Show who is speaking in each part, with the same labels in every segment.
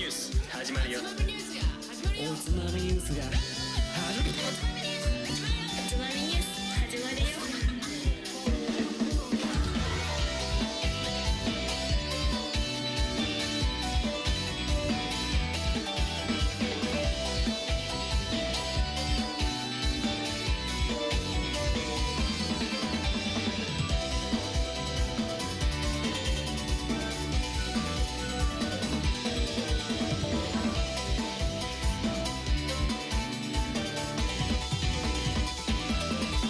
Speaker 1: 始まるよ
Speaker 2: おつまみニュースが始まる
Speaker 3: つまみニュース始まるよ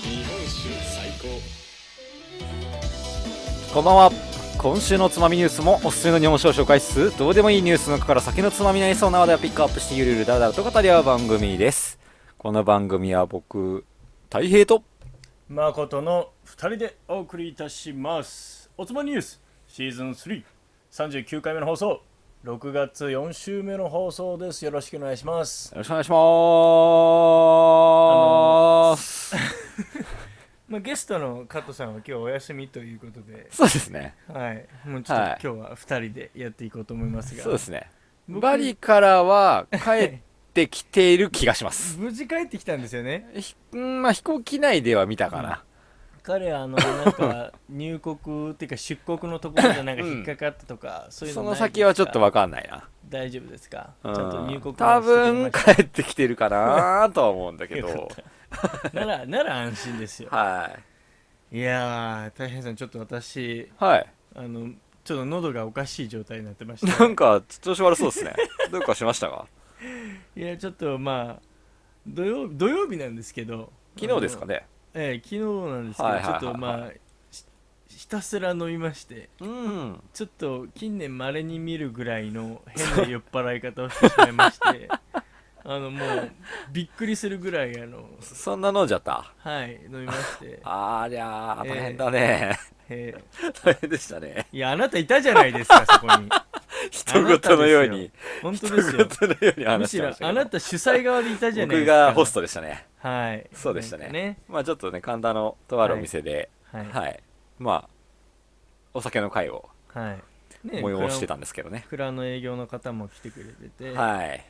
Speaker 1: 日本酒最高
Speaker 4: こんばんは今週のつまみニュースもおすすめの日本酒を紹介しつつどうでもいいニュースの中から先のつまみになりそうな話題をピックアップしてゆるゆるだらだらと語り合う番組ですこの番組は僕たい平と
Speaker 5: 誠の2人でお送りいたしますおつまみニュースシーズン339回目の放送6月4週目の放送ですよろしくお願いします
Speaker 4: よろしくお願いします、
Speaker 5: まあ、ゲストの加藤さんは今日お休みということで、
Speaker 4: そうですね
Speaker 5: はい、もう
Speaker 4: ちょっとはい
Speaker 5: 今日は2人でやっていこうと思います
Speaker 4: そうですねバリからは帰ってきている気がします
Speaker 5: 無事帰ってきたんですよね
Speaker 4: ひ うんまあ飛行機内では見たかな、
Speaker 5: 彼はあ のなんか入国っていうか出国のところでなんか引っかかったとか、そういう
Speaker 4: そ
Speaker 5: の
Speaker 4: の
Speaker 5: ないですか
Speaker 4: 先はちょっとわかんないな
Speaker 5: 大丈夫ですか、
Speaker 4: うん
Speaker 5: ちゃんと入国
Speaker 4: 多
Speaker 5: はしてき
Speaker 4: 分
Speaker 5: まし
Speaker 4: 帰ってきてるかなとは思うんだけ
Speaker 5: よ
Speaker 4: ど
Speaker 5: たならなら安心ですよ
Speaker 4: はい
Speaker 5: やー大変さんちょっと私
Speaker 4: いはい
Speaker 5: あのちょっと喉がおかしい状態になってまし
Speaker 4: な
Speaker 5: た
Speaker 4: んか調子悪そうですねどうかしましたか
Speaker 5: いやちょっとまあ土曜土曜日なんですけど
Speaker 4: 昨日ですかね
Speaker 5: あのええ昨日なんですけど、
Speaker 4: はいはいはいはい
Speaker 5: ちょっとまあひひたすら飲みまして
Speaker 4: うん
Speaker 5: ちょっと近年まれに見るぐらいの変な酔っ払い方をしてしまいまして あのもうびっくりするぐらいあの
Speaker 4: そんな飲んじゃった
Speaker 5: はい飲みま して、
Speaker 4: ありゃー
Speaker 5: ええ
Speaker 4: 大変だね、
Speaker 5: ええ
Speaker 4: 大変でしたね
Speaker 5: いやあなたいたじゃないです かそこに
Speaker 4: 人事のように
Speaker 5: 本当
Speaker 4: 人
Speaker 5: ですよ
Speaker 4: 事のように
Speaker 5: む
Speaker 4: 話し
Speaker 5: してろ
Speaker 4: ました
Speaker 5: あ
Speaker 4: け
Speaker 5: な
Speaker 4: ど
Speaker 5: た主催側でいたじゃない
Speaker 4: 僕
Speaker 5: ですか
Speaker 4: がホストでしたね
Speaker 5: はい
Speaker 4: そうでしたね
Speaker 5: なんかね
Speaker 4: まあちょっとね神田のとあるお店で
Speaker 5: は
Speaker 4: はいい、まあお酒の会を
Speaker 5: はいね
Speaker 4: 催してたんですけどね
Speaker 5: 蔵の営業の方も来てくれてて、
Speaker 4: はい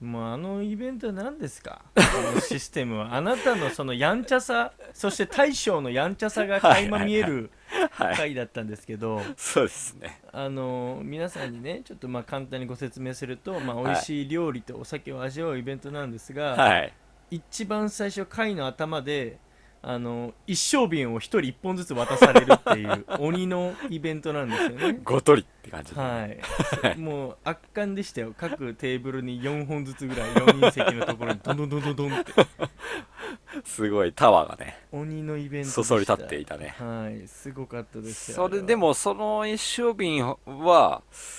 Speaker 5: もうあのイベントは何ですかあのシステムはあなたのそのやんちゃさそして大将のやんちゃさが垣間見える
Speaker 4: はい
Speaker 5: 回だったんですけど、
Speaker 4: そうですね
Speaker 5: あの皆さんにねちょっとまあ簡単にご説明すると、まあ、美味しい料理とお酒を味わうイベントなんですが、
Speaker 4: はい
Speaker 5: 一番最初回の頭であの一升瓶を一人一本ずつ渡されるっていう 鬼のイベントなんですよね
Speaker 4: ごとりって感じで
Speaker 5: はいもう圧巻でしたよ各テーブルに4本ずつぐらい4人席のところにどんどんどんどんどんって
Speaker 4: すごいタワーがね
Speaker 5: 鬼のイベントでした
Speaker 4: そそり立っていたね
Speaker 5: はいすごかったですよ
Speaker 4: それで、もその一升瓶は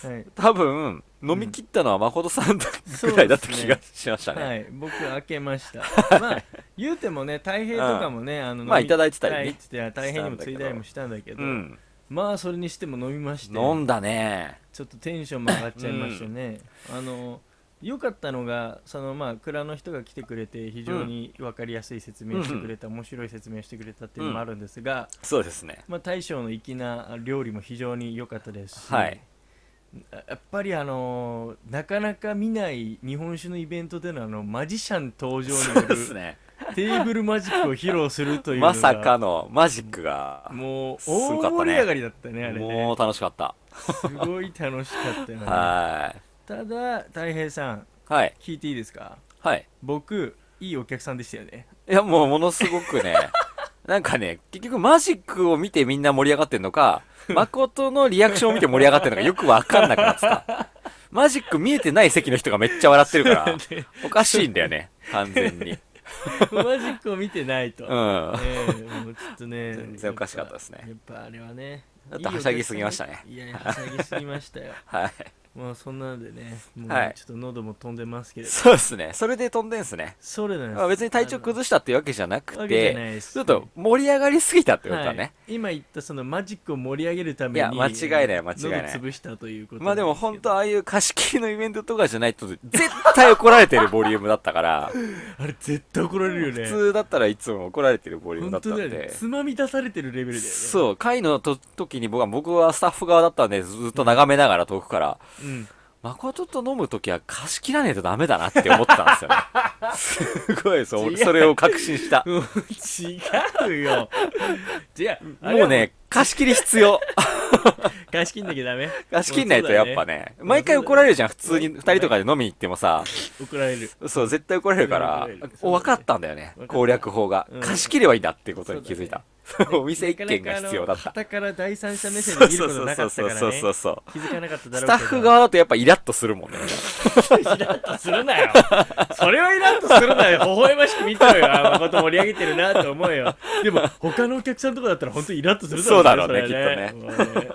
Speaker 5: あれは
Speaker 4: 多分飲み切ったのは誠さんだぐらいだった気がしました
Speaker 5: はい、は
Speaker 4: ね
Speaker 5: い、僕開けま したまあ言うてもね太平とかもね、あの
Speaker 4: まあ
Speaker 5: 飲み
Speaker 4: いただいてたりね
Speaker 5: はいって言ってた平にもついだりもしたんだけど、
Speaker 4: うん
Speaker 5: まあそれにしても飲みまして
Speaker 4: 飲んだね
Speaker 5: ちょっとテンションも上がっちゃいましたね、あの良かったのがそのまあ蔵の人が来てくれて非常に分かりやすい説明してくれた、面白い説明してくれたっていうのもあるんですが、
Speaker 4: そうですね
Speaker 5: まあ、大将の粋な料理も非常に良かったですし、
Speaker 4: はい
Speaker 5: ややっぱりあのなかなか見ない日本酒のイベントでのあのマジシャン登場に
Speaker 4: そ
Speaker 5: よ
Speaker 4: う
Speaker 5: る
Speaker 4: ですね
Speaker 5: テーブルマジックを披露するというのが
Speaker 4: まさかのマジックが
Speaker 5: もう
Speaker 4: す
Speaker 5: 大
Speaker 4: ごかったね
Speaker 5: 盛り上がりだったねあれ
Speaker 4: も
Speaker 5: ね
Speaker 4: う楽しかった
Speaker 5: すごい楽しかったよね
Speaker 4: は
Speaker 5: ただたい平さん
Speaker 4: いはい
Speaker 5: 聞いていいですか
Speaker 4: はい
Speaker 5: 僕いいお客さんでしたよ ね
Speaker 4: いやもうものすごくね なんかね結局マジックを見てみんな盛り上がってんのか誠のリアクションを見て盛り上がってんのかよくわかんなくなってたマジック見えてない席の人がめっちゃ笑ってる からおかしいんだよね完全に
Speaker 5: マジックを見てないと、
Speaker 4: う
Speaker 5: ね
Speaker 4: ん
Speaker 5: えもうちょっとね
Speaker 4: 全然おかしかったですね
Speaker 5: やっぱやっぱあれはね
Speaker 4: ちょっとはしゃぎすぎましたね
Speaker 5: いいお客さんいやいやはしゃぎすぎましたよ
Speaker 4: はい
Speaker 5: まあそんなのでねもうちょ
Speaker 4: はい
Speaker 5: っと喉も飛んでますけれど、
Speaker 4: そうですねそれで飛んでんすね
Speaker 5: それなんです
Speaker 4: まあ別に体調崩したっていうわけじゃな
Speaker 5: あの
Speaker 4: く
Speaker 5: わけじゃ
Speaker 4: て
Speaker 5: ないです
Speaker 4: ちょっと盛り上がりすぎたってこと
Speaker 5: は
Speaker 4: だ
Speaker 5: い
Speaker 4: ね、
Speaker 5: 今言ったそのマジックを盛り上げるために
Speaker 4: いや間違いない間違いない
Speaker 5: 喉潰したということ
Speaker 4: まあでも
Speaker 5: なん
Speaker 4: 本
Speaker 5: すけど
Speaker 4: 当ああいう貸し切りのイベントとかじゃないと絶対怒られてるボリュームだったから
Speaker 5: あれ絶対怒られるよね
Speaker 4: 普通だったらいつも怒られてるボリュームだ
Speaker 5: 本
Speaker 4: ったん
Speaker 5: 当だよね
Speaker 4: で
Speaker 5: つまみ出されてるレベルだよね
Speaker 4: そう会のと時に僕は僕はスタッフ側だったんでずっと眺めながら遠くから
Speaker 5: うん
Speaker 4: 誠と飲むときは貸し切らねえとダメだなって思ったんです よね。すごいそう、
Speaker 5: 違う
Speaker 4: 俺それを確信した。も
Speaker 5: 違うよ違うあれは
Speaker 4: うね、貸し切り必要。
Speaker 5: 貸し切んなきゃダメ
Speaker 4: 貸し切んないとやっぱね、毎回怒られるじゃん。普通に二人とかで飲みに行ってもさ、
Speaker 5: 怒られる
Speaker 4: そう、絶対怒られるから
Speaker 5: 怒られる、
Speaker 4: お分かったんだよね
Speaker 5: 分かっ。た
Speaker 4: 攻略法が
Speaker 5: うん。
Speaker 4: 貸し切ればいいんだっていうことに気づいた。 お店一軒が必要だっ
Speaker 5: なかなかあの傍
Speaker 4: た。
Speaker 5: から第三者目線
Speaker 4: そ
Speaker 5: で
Speaker 4: う
Speaker 5: 見
Speaker 4: そ
Speaker 5: ること
Speaker 4: うそう
Speaker 5: な
Speaker 4: そ
Speaker 5: か
Speaker 4: う
Speaker 5: った
Speaker 4: そう
Speaker 5: からね
Speaker 4: そうそう。
Speaker 5: 気づかなかっただろうけど
Speaker 4: スタッフ側だとやっぱイラッとするもんね。
Speaker 5: イラッとするなよそれはイラッとするなよ微笑ましく見てろよあ誠盛り上げてるなと思うよでも他のお客さんとかだったら本当にイラッとする
Speaker 4: そうだろうね
Speaker 5: きっとねもうね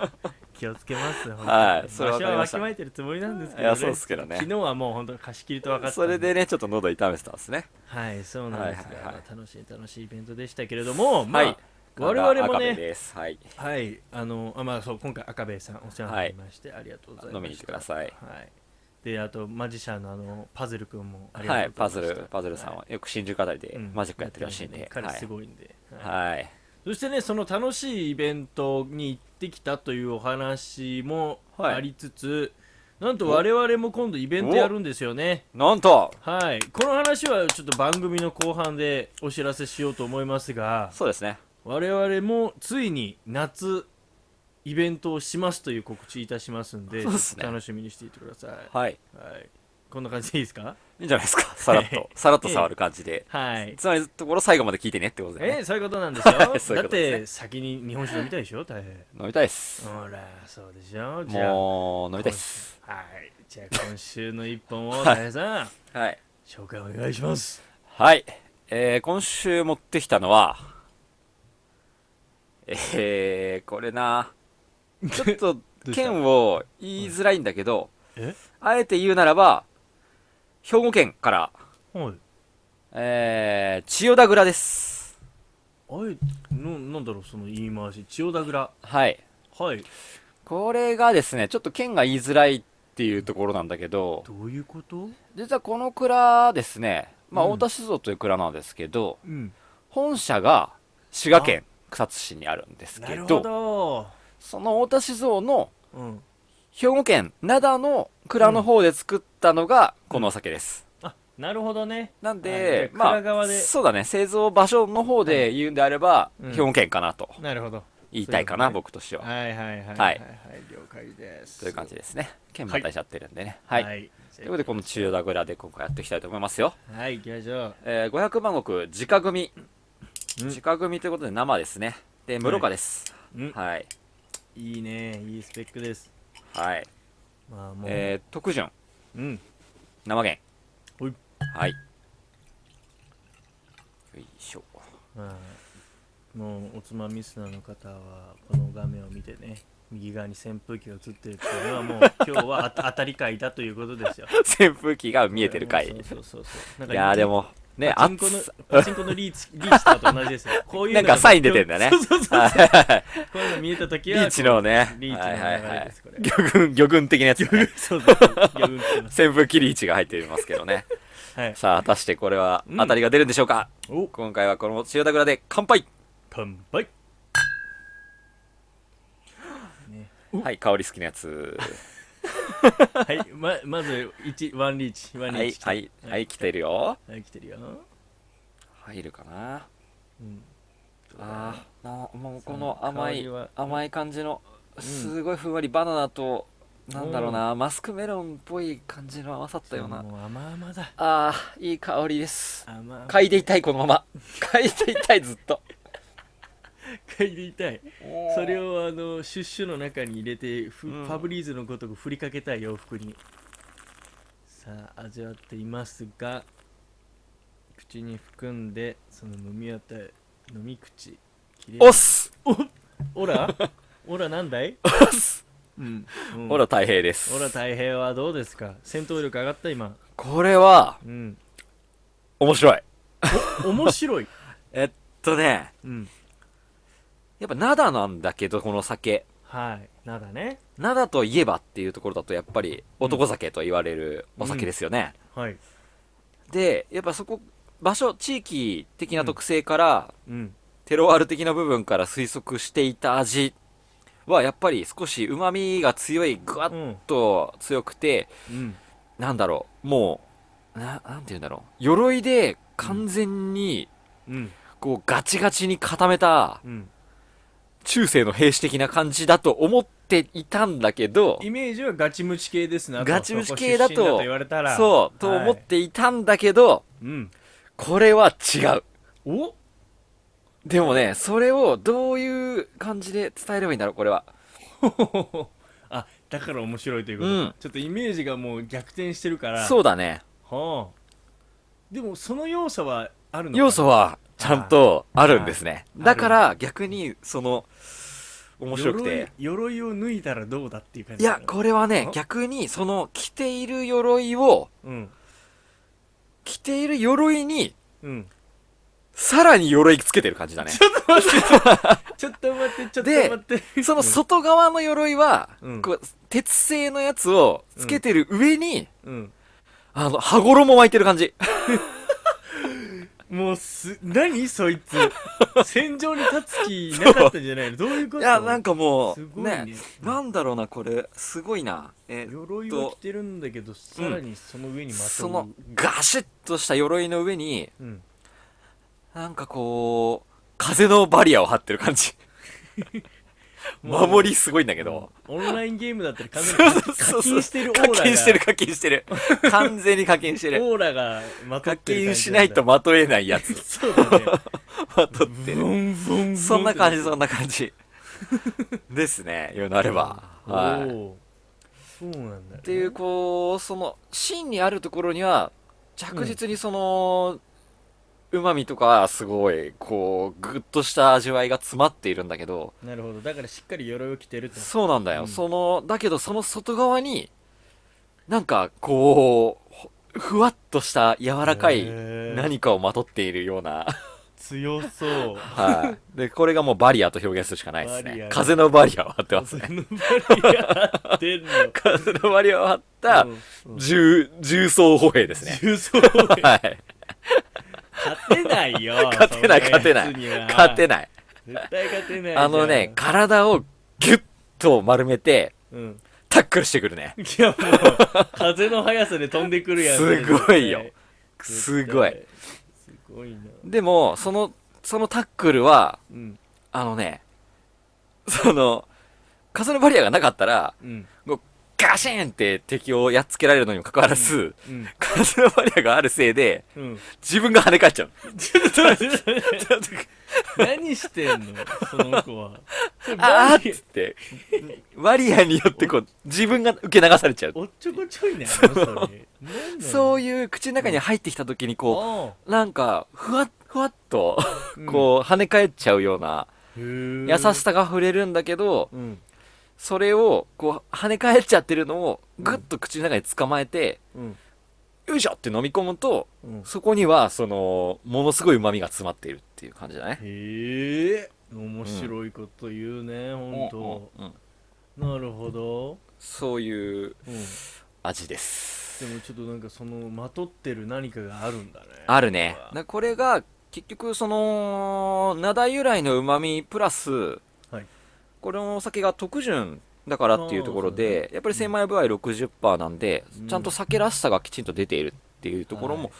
Speaker 5: 気をつけます
Speaker 4: はいそれ
Speaker 5: 私
Speaker 4: はわか
Speaker 5: は
Speaker 4: り
Speaker 5: わ
Speaker 4: ま
Speaker 5: き
Speaker 4: した
Speaker 5: まえてるつもりなんですけど、ね、
Speaker 4: いやそうっすけどね
Speaker 5: 昨日はもう本当貸し切りと分かった
Speaker 4: それでね、ちょっと喉痛めてたんですね。
Speaker 5: はいそうなんですが、
Speaker 4: はいはいはい
Speaker 5: 楽しい楽しいイベントでしたけれども、まあ
Speaker 4: はい。
Speaker 5: 我々も
Speaker 4: 赤部
Speaker 5: ね
Speaker 4: です。はい。
Speaker 5: はいあのあまあそう今回赤兵衛さんお世話になりまして、ありがとうございました
Speaker 4: 飲みに来てください。
Speaker 5: はい。で、あと、マジシャンのあの、パズルくんもあり
Speaker 4: は
Speaker 5: が
Speaker 4: い、
Speaker 5: とうご
Speaker 4: パ
Speaker 5: ざ
Speaker 4: ズ
Speaker 5: いました。
Speaker 4: ル、パズルさんはよく新宿あたりで
Speaker 5: うん
Speaker 4: マジックやってるらしいんで。
Speaker 5: 彼
Speaker 4: はい
Speaker 5: すごいんで。はい
Speaker 4: はい。
Speaker 5: そしてね、その楽しいイベントに行ってきたというお話も
Speaker 4: はい
Speaker 5: ありつつ、なんと我々も今度イベントやるんですよね。
Speaker 4: なんと
Speaker 5: はい。この話はちょっと番組の後半でお知らせしようと思いますが、
Speaker 4: そうですね。
Speaker 5: 我々もついに夏、イベントをしますという告知いたしますんで、
Speaker 4: そうっすね
Speaker 5: ちょっと楽しみにしていてください。
Speaker 4: はい。
Speaker 5: はい。こんな感じでいいですか
Speaker 4: いいんじゃない ですか。さらっと、さらっと触る感じで。
Speaker 5: はい。
Speaker 4: つまり、ところ最後まで聞いてねってことで
Speaker 5: え
Speaker 4: ね。
Speaker 5: ー、そういうことなんですよ。
Speaker 4: い そういう
Speaker 5: だっ
Speaker 4: ことですね
Speaker 5: て、先に日本酒飲みたいでしょ大変。
Speaker 4: 飲みたいっす。
Speaker 5: ほら、そうでしょじゃあ。
Speaker 4: もう、飲みたいっす。
Speaker 5: はい。じゃあ、今週の一本を、大変さん、
Speaker 4: はい。
Speaker 5: 紹介お願いします。
Speaker 4: はい。えー、今週持ってきたのは、えー、これな、ちょっと
Speaker 5: うした
Speaker 4: 県を言いづらいんだけど、
Speaker 5: え
Speaker 4: あえて言うならば、兵庫県から、
Speaker 5: はい。
Speaker 4: えー、千代田蔵です。
Speaker 5: あい、のなんだろう、その言い回し。千代田蔵。
Speaker 4: はい。
Speaker 5: はい。
Speaker 4: これがですね、ちょっと県が言いづらいっていうところなんだけど、
Speaker 5: どういうこと
Speaker 4: 実はこの蔵ですね、まあ、
Speaker 5: うん
Speaker 4: 太田酒造という蔵なんですけど、
Speaker 5: うん。
Speaker 4: 本社が滋賀県草津市にあるんです
Speaker 5: な
Speaker 4: け
Speaker 5: る
Speaker 4: ど、
Speaker 5: ほど。
Speaker 4: その太田酒造の
Speaker 5: うん。
Speaker 4: 兵庫県灘の蔵の方で作ったのがこのお酒です。
Speaker 5: あ、なるほどね。
Speaker 4: なん
Speaker 5: はい
Speaker 4: で、
Speaker 5: 蔵
Speaker 4: ま
Speaker 5: 側
Speaker 4: あ、
Speaker 5: で
Speaker 4: そうだね、製造場所の方で言うんであれば、
Speaker 5: うん
Speaker 4: 兵庫県かなと
Speaker 5: なるほど。
Speaker 4: 言いたいか
Speaker 5: そう
Speaker 4: な、
Speaker 5: いうこ
Speaker 4: 僕としては。
Speaker 5: はいはいはい。はい
Speaker 4: はい
Speaker 5: はい。了解です。
Speaker 4: という感じですね。県またいちゃってるんでね。はい。
Speaker 5: はい。
Speaker 4: ということで、この千代田蔵で今回やっていきたいと思いますよ。
Speaker 5: はい、行きましょう。
Speaker 4: えー、500万石、直組。
Speaker 5: うん
Speaker 4: 直組ということで生ですね。で、室岡です。
Speaker 5: うん
Speaker 4: はい。
Speaker 5: いいね、いいスペックです。
Speaker 4: はい。
Speaker 5: まあもう、
Speaker 4: えー、特潤、
Speaker 5: うん。
Speaker 4: 生源。
Speaker 5: ほい
Speaker 4: はい。よいしょ。
Speaker 5: まあ、もうおつまみスナーの方はこの画面を見てね、右側に扇風機が映ってるっていうの はもう今日はあた当たり会だということですよ。
Speaker 4: 扇風機が見えてる回。
Speaker 5: そうそうそうそう。なん
Speaker 4: いやーで
Speaker 5: も。
Speaker 4: も、ね、
Speaker 5: パチンコの
Speaker 4: 暑
Speaker 5: パチンコのリーチリーチとかと同じですよ。こういうのが
Speaker 4: なんかサイン出てんだね
Speaker 5: そうそうそうそう。
Speaker 4: はい
Speaker 5: こういうの見えた時
Speaker 4: リ
Speaker 5: はこう
Speaker 4: ーチのね、
Speaker 5: リーチ
Speaker 4: は
Speaker 5: の
Speaker 4: いはい
Speaker 5: 流
Speaker 4: は
Speaker 5: れ
Speaker 4: い
Speaker 5: ですこれ。
Speaker 4: 魚群、魚群的なやつ、ね。
Speaker 5: そうそうそう。よく来てます。
Speaker 4: 扇風機リーチが入ってますけ どね。
Speaker 5: はい。
Speaker 4: さあ、果たしてこれは
Speaker 5: うん
Speaker 4: 当たりが出るんでしょうか、
Speaker 5: お、
Speaker 4: 今回はこの千代田蔵で乾杯
Speaker 5: 乾杯。ね。
Speaker 4: はい、香り好きなやつ。
Speaker 5: はい、ま、まず、一、ワンリーチ、ワンリ
Speaker 4: は
Speaker 5: ー
Speaker 4: い、
Speaker 5: チ。
Speaker 4: はい、はい、来てるよ。
Speaker 5: はい、来てるよ。
Speaker 4: 入るかな
Speaker 5: うん。
Speaker 4: あーなもう
Speaker 5: そう
Speaker 4: この甘い
Speaker 5: 香りは
Speaker 4: 甘い感じのすごいふんわりバナナと、なんだろうなマスクメロンっぽい感じの甘さだったような
Speaker 5: もう甘々だ。
Speaker 4: あーいい香りです
Speaker 5: 甘々。
Speaker 4: 嗅いでいたいこのまま嗅いでいたいずっ と
Speaker 5: 嗅いでいたい。それを、あの、シュッシュの中に入れて、ふ
Speaker 4: うん
Speaker 5: ファブリーズのごとく振りかけたい洋服に。さあ、味わっていますが、口に含んで、その飲み当たり、飲み口。切れ
Speaker 4: おっす
Speaker 5: オラオラなんだい
Speaker 4: おっす
Speaker 5: うん。うん
Speaker 4: ほら太平です
Speaker 5: オラ太平はどうですか戦闘力上がった今。
Speaker 4: これは
Speaker 5: うん。
Speaker 4: 面白い
Speaker 5: お 面白い。
Speaker 4: えっとね
Speaker 5: うん。
Speaker 4: やっぱ灘なんだけどこの酒
Speaker 5: はい。なんだね。
Speaker 4: 灘といえばっていうところだとやっぱり男酒と言われるお酒ですよね、
Speaker 5: はい。
Speaker 4: でやっぱそこ場所地域的な特性から、
Speaker 5: うん。
Speaker 4: テロワール的な部分から推測していた味はやっぱり少し旨味が強い、ぐわっと強くて、
Speaker 5: うん
Speaker 4: なんだろう、もう、な、なんて言うんだろう。鎧で完全に、
Speaker 5: うん
Speaker 4: こう、ガチガチに固めた、
Speaker 5: うん
Speaker 4: 中世の兵士的な感じだと思っていたんだけど、
Speaker 5: イメージはガチムチ系ですな
Speaker 4: ガチムチ系だ
Speaker 5: そこ出身
Speaker 4: と
Speaker 5: 言われたら、
Speaker 4: そう、と思っていたんだけど、
Speaker 5: うん
Speaker 4: これは違う。
Speaker 5: お
Speaker 4: でもね、それをどういう感じで伝えればいいんだろう、これは。
Speaker 5: あだから面白いということ、
Speaker 4: うん
Speaker 5: ちょっとイメージがもう逆転してるから
Speaker 4: そううだね。
Speaker 5: はあでもその要素はあるのかな
Speaker 4: 要素はちゃんとあるんですね。
Speaker 5: あー
Speaker 4: だから逆に、その、面白くて。
Speaker 5: 鎧鎧を脱いだらどうだっていう感
Speaker 4: い
Speaker 5: じなの
Speaker 4: や、これはね
Speaker 5: あ、
Speaker 4: 逆に、その、着ている鎧を、
Speaker 5: うん
Speaker 4: 着ている鎧に、
Speaker 5: うん
Speaker 4: さらに鎧つけてる感じだね。
Speaker 5: ちょっと待ってちょっ
Speaker 4: で
Speaker 5: と待って
Speaker 4: その外側の鎧は、
Speaker 5: うん
Speaker 4: こう鉄製のやつをつけてる上に、
Speaker 5: うん
Speaker 4: あの、羽衣巻いてる感じ。
Speaker 5: もうす何そい つ戦場に立つ気なかったんじゃないのどういうこ
Speaker 4: い
Speaker 5: と
Speaker 4: や、なんかも
Speaker 5: す
Speaker 4: う、
Speaker 5: ごいね
Speaker 4: ね、なんだろうな、これ、すごいな。えー
Speaker 5: 鎧を着てるんだけどさらにその上にまとう
Speaker 4: その、ガシッとした鎧の上に、
Speaker 5: うん
Speaker 4: なんかこう、風のバリアを張ってる 感じ。
Speaker 5: もう
Speaker 4: 守りすごいんだけど。
Speaker 5: オンラインゲームだったら完全
Speaker 4: そう
Speaker 5: に
Speaker 4: そ
Speaker 5: 課
Speaker 4: うそう
Speaker 5: 金してるオーラ
Speaker 4: 課
Speaker 5: が
Speaker 4: 金してる、課金してる。完全に課金してる。
Speaker 5: オーラがまと
Speaker 4: 課
Speaker 5: ってる
Speaker 4: 金
Speaker 5: 感じ
Speaker 4: し
Speaker 5: んだ
Speaker 4: ないとまとえないやつ。
Speaker 5: そうだね
Speaker 4: まとって
Speaker 5: ブ
Speaker 4: る。
Speaker 5: ンブンブンって
Speaker 4: そんな感じ、そんな感じ。ですね、言うなれば。
Speaker 5: お
Speaker 4: はい。
Speaker 5: ーそうなんだっ
Speaker 4: っていうこうその芯にあるところには着実にそのうまみとかすごいこうグッとした味わいが詰まっているんだけど
Speaker 5: なるほどだからしっかり鎧を着てると
Speaker 4: そうなんだよ、
Speaker 5: うん
Speaker 4: そのだけどその外側になんかこうほふわっとした柔らかい
Speaker 5: へー
Speaker 4: 何かをまとっているような、
Speaker 5: 強そう
Speaker 4: はい でこれがもうバリアと表現するしかないです
Speaker 5: バリア
Speaker 4: ね風のバリアを張ってます
Speaker 5: そ
Speaker 4: ね
Speaker 5: のバリア張ってんの
Speaker 4: 風のバリアを張った
Speaker 5: うん
Speaker 4: 重重装歩兵ですね
Speaker 5: 重装勝
Speaker 4: はい
Speaker 5: てないよ
Speaker 4: 勝てない勝てない勝て
Speaker 5: ない
Speaker 4: ない
Speaker 5: 絶対勝てないじゃん
Speaker 4: あのね、体をギュッと丸めて、
Speaker 5: うん
Speaker 4: タックルしてくるね。
Speaker 5: いやもう風の速さで飛んでくるやん
Speaker 4: すごいよす
Speaker 5: 絶対
Speaker 4: ごい。
Speaker 5: すごいな
Speaker 4: でも、その、そのタックルは、
Speaker 5: うん
Speaker 4: あのね、その、風のバリアがなかったら、
Speaker 5: うん
Speaker 4: こうガシーンって敵をやっつけられるのにもかかわらず、
Speaker 5: うん
Speaker 4: 風のバリアがあるせいで、
Speaker 5: うん
Speaker 4: 自分が跳ね返っちゃう。
Speaker 5: ちょっと待って何してんのその子はそれ
Speaker 4: あー
Speaker 5: バ
Speaker 4: っ
Speaker 5: リ
Speaker 4: つって、バリアによってこう、自分が受け流されちゃう。
Speaker 5: おっちょこちょいなのそれ
Speaker 4: そう
Speaker 5: い
Speaker 4: いう口の中に入ってきた時にこう、
Speaker 5: う
Speaker 4: なんか、ふわっ、ふわっと、
Speaker 5: うん
Speaker 4: こう、跳ね返っちゃうような、
Speaker 5: 優
Speaker 4: 優しさが触れるんだけど、
Speaker 5: うん
Speaker 4: それを、こう、跳ね返っちゃってるのを、ぐっと口の中に捕まえて、
Speaker 5: うん
Speaker 4: よいしょって飲み込むと、
Speaker 5: うん
Speaker 4: そこには、その、ものすごい旨味が詰まっているっていう感じだね。
Speaker 5: へえ面白いこと言うね、本当、
Speaker 4: うんうん
Speaker 5: なるほど、
Speaker 4: そういう
Speaker 5: うん、で
Speaker 4: 味です。
Speaker 5: もちょっとなんかそのまとってる何かがあるんだね
Speaker 4: あるね。なこれが、結局、その、灘由来の旨味プラス、
Speaker 5: はい
Speaker 4: これのお酒が特潤だからっていうところ
Speaker 5: あーそう
Speaker 4: で、やっぱり精米部合60%なんで、ちゃんと酒らしさがきちんと出ているっていうところも、
Speaker 5: はい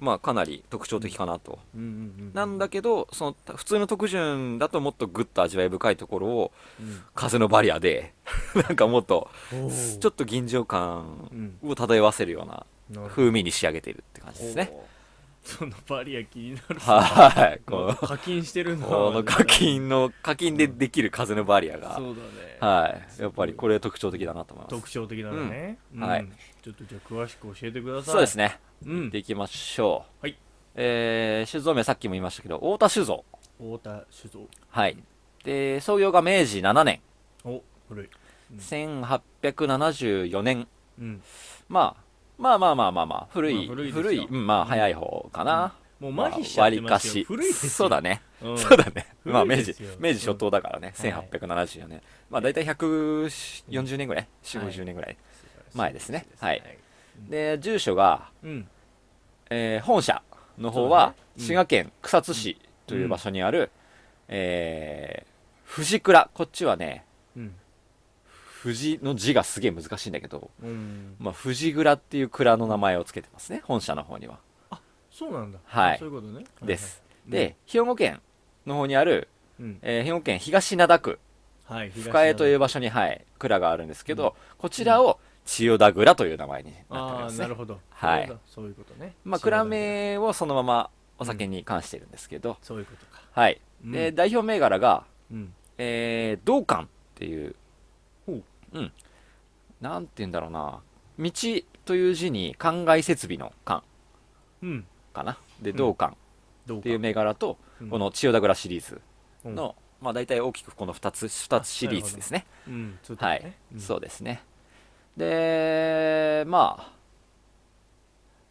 Speaker 4: まあかなり特徴的かなと。
Speaker 5: うんうんうん
Speaker 4: なんだけど、その普通の特潤だともっとグッと味わい深いところを、
Speaker 5: うん
Speaker 4: 風のバリアで、 なんかもっと、
Speaker 5: おー
Speaker 4: ちょっと吟醸感を漂わせるような
Speaker 5: なるほど
Speaker 4: 風味に仕上げているって感じですね。
Speaker 5: そのバリア気になる
Speaker 4: はい。この
Speaker 5: 課金してるの
Speaker 4: この課金の、課金でできる風のバリアが、
Speaker 5: そうだね、
Speaker 4: はい。やっぱりこれ特徴的だなと思います。
Speaker 5: 特徴的なのね、
Speaker 4: うんはい
Speaker 5: ちょっとじゃあ詳しく教えてください
Speaker 4: そうです
Speaker 5: ね
Speaker 4: ね。
Speaker 5: う
Speaker 4: 行って
Speaker 5: ん
Speaker 4: いきましょう。
Speaker 5: はい
Speaker 4: えー、酒造名さっきも言いましたけど、太田酒造。
Speaker 5: 太田酒造
Speaker 4: はい。で、創業が明治7年、
Speaker 5: お古い
Speaker 4: 1874年。
Speaker 5: うん
Speaker 4: まあ、まあまあまあまあまあ、古
Speaker 5: まあ
Speaker 4: い、
Speaker 5: 古いですよ
Speaker 4: 古い、うん、まあ早い方かな。
Speaker 5: もう
Speaker 4: まあ
Speaker 5: 麻痺しちゃってますよ、
Speaker 4: 割
Speaker 5: 古いですよ
Speaker 4: そうだね。
Speaker 5: うん
Speaker 4: そうだね。
Speaker 5: うん
Speaker 4: まあ
Speaker 5: 古
Speaker 4: 明
Speaker 5: いで
Speaker 4: 治
Speaker 5: すよ、
Speaker 4: 明治初頭だからね、
Speaker 5: うん
Speaker 4: 1874年。まあ大体140年ぐらい ?4、
Speaker 5: はい
Speaker 4: 50年ぐらい。
Speaker 5: 素晴らしい
Speaker 4: 前ですねはい
Speaker 5: うん
Speaker 4: で、住所が、
Speaker 5: うん
Speaker 4: えー本社の方
Speaker 5: そうだ
Speaker 4: は
Speaker 5: ねうん
Speaker 4: 滋賀県草津市という場所にある、えー、藤倉こっちはね
Speaker 5: うん
Speaker 4: 藤の字がすげえ難しいんだけど、
Speaker 5: うん
Speaker 4: まあ、藤蔵っていう蔵の名前をつけてますね本社の方には
Speaker 5: そうなんだ
Speaker 4: はい
Speaker 5: そういうことね
Speaker 4: です、
Speaker 5: うん
Speaker 4: で兵庫県の方にある、
Speaker 5: うん
Speaker 4: えー兵庫県東灘区
Speaker 5: はい
Speaker 4: 深江という
Speaker 5: ば
Speaker 4: 場所に、はい、蔵があるんですけど、こちらを千代田蔵という名前になってお
Speaker 5: あ
Speaker 4: りま
Speaker 5: あ
Speaker 4: す
Speaker 5: な
Speaker 4: ね
Speaker 5: るほど
Speaker 4: はい
Speaker 5: そうだそういうことね
Speaker 4: まあ、蔵名をそのままお酒に関してるんですけど、
Speaker 5: そういうことか
Speaker 4: はい、
Speaker 5: うん
Speaker 4: で代表銘柄が、
Speaker 5: うん
Speaker 4: えー、道館っていう
Speaker 5: ほう
Speaker 4: うん、なんて言うんだろうな道という字に灌漑設備の館
Speaker 5: うん
Speaker 4: かなで
Speaker 5: ん
Speaker 4: 道館
Speaker 5: どう
Speaker 4: っていう
Speaker 5: か
Speaker 4: 銘柄と、
Speaker 5: うん
Speaker 4: この千代田蔵シリーズ
Speaker 5: うん
Speaker 4: の、まあ、大体大きくこの2つ二つシリーズですね
Speaker 5: うんそういうこと
Speaker 4: は
Speaker 5: ね
Speaker 4: い、
Speaker 5: うん
Speaker 4: そうですねでまあ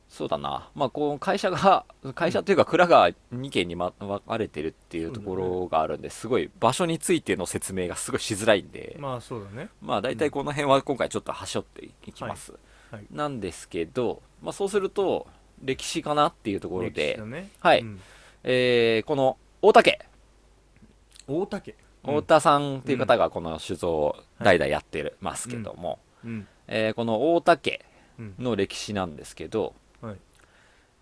Speaker 4: そうだなまあこう会社が会社というか蔵が2軒にま分かれてるっていうところがあるんですごい場所についての説明がすごいしづらいんで、
Speaker 5: まあそうだね
Speaker 4: まあ大体この辺は今回ちょっと端折っていきます、
Speaker 5: はいはい
Speaker 4: なんですけど、まあ、そうすると歴史かなっていうところ
Speaker 5: 歴史
Speaker 4: で
Speaker 5: だ、ね
Speaker 4: はい
Speaker 5: うん
Speaker 4: えーこの大竹
Speaker 5: 大竹うん
Speaker 4: 太田さんっていう方がこの酒造を代々やってますけども、
Speaker 5: うん
Speaker 4: えーこの大竹
Speaker 5: うん
Speaker 4: の歴史なんですけど、
Speaker 5: はい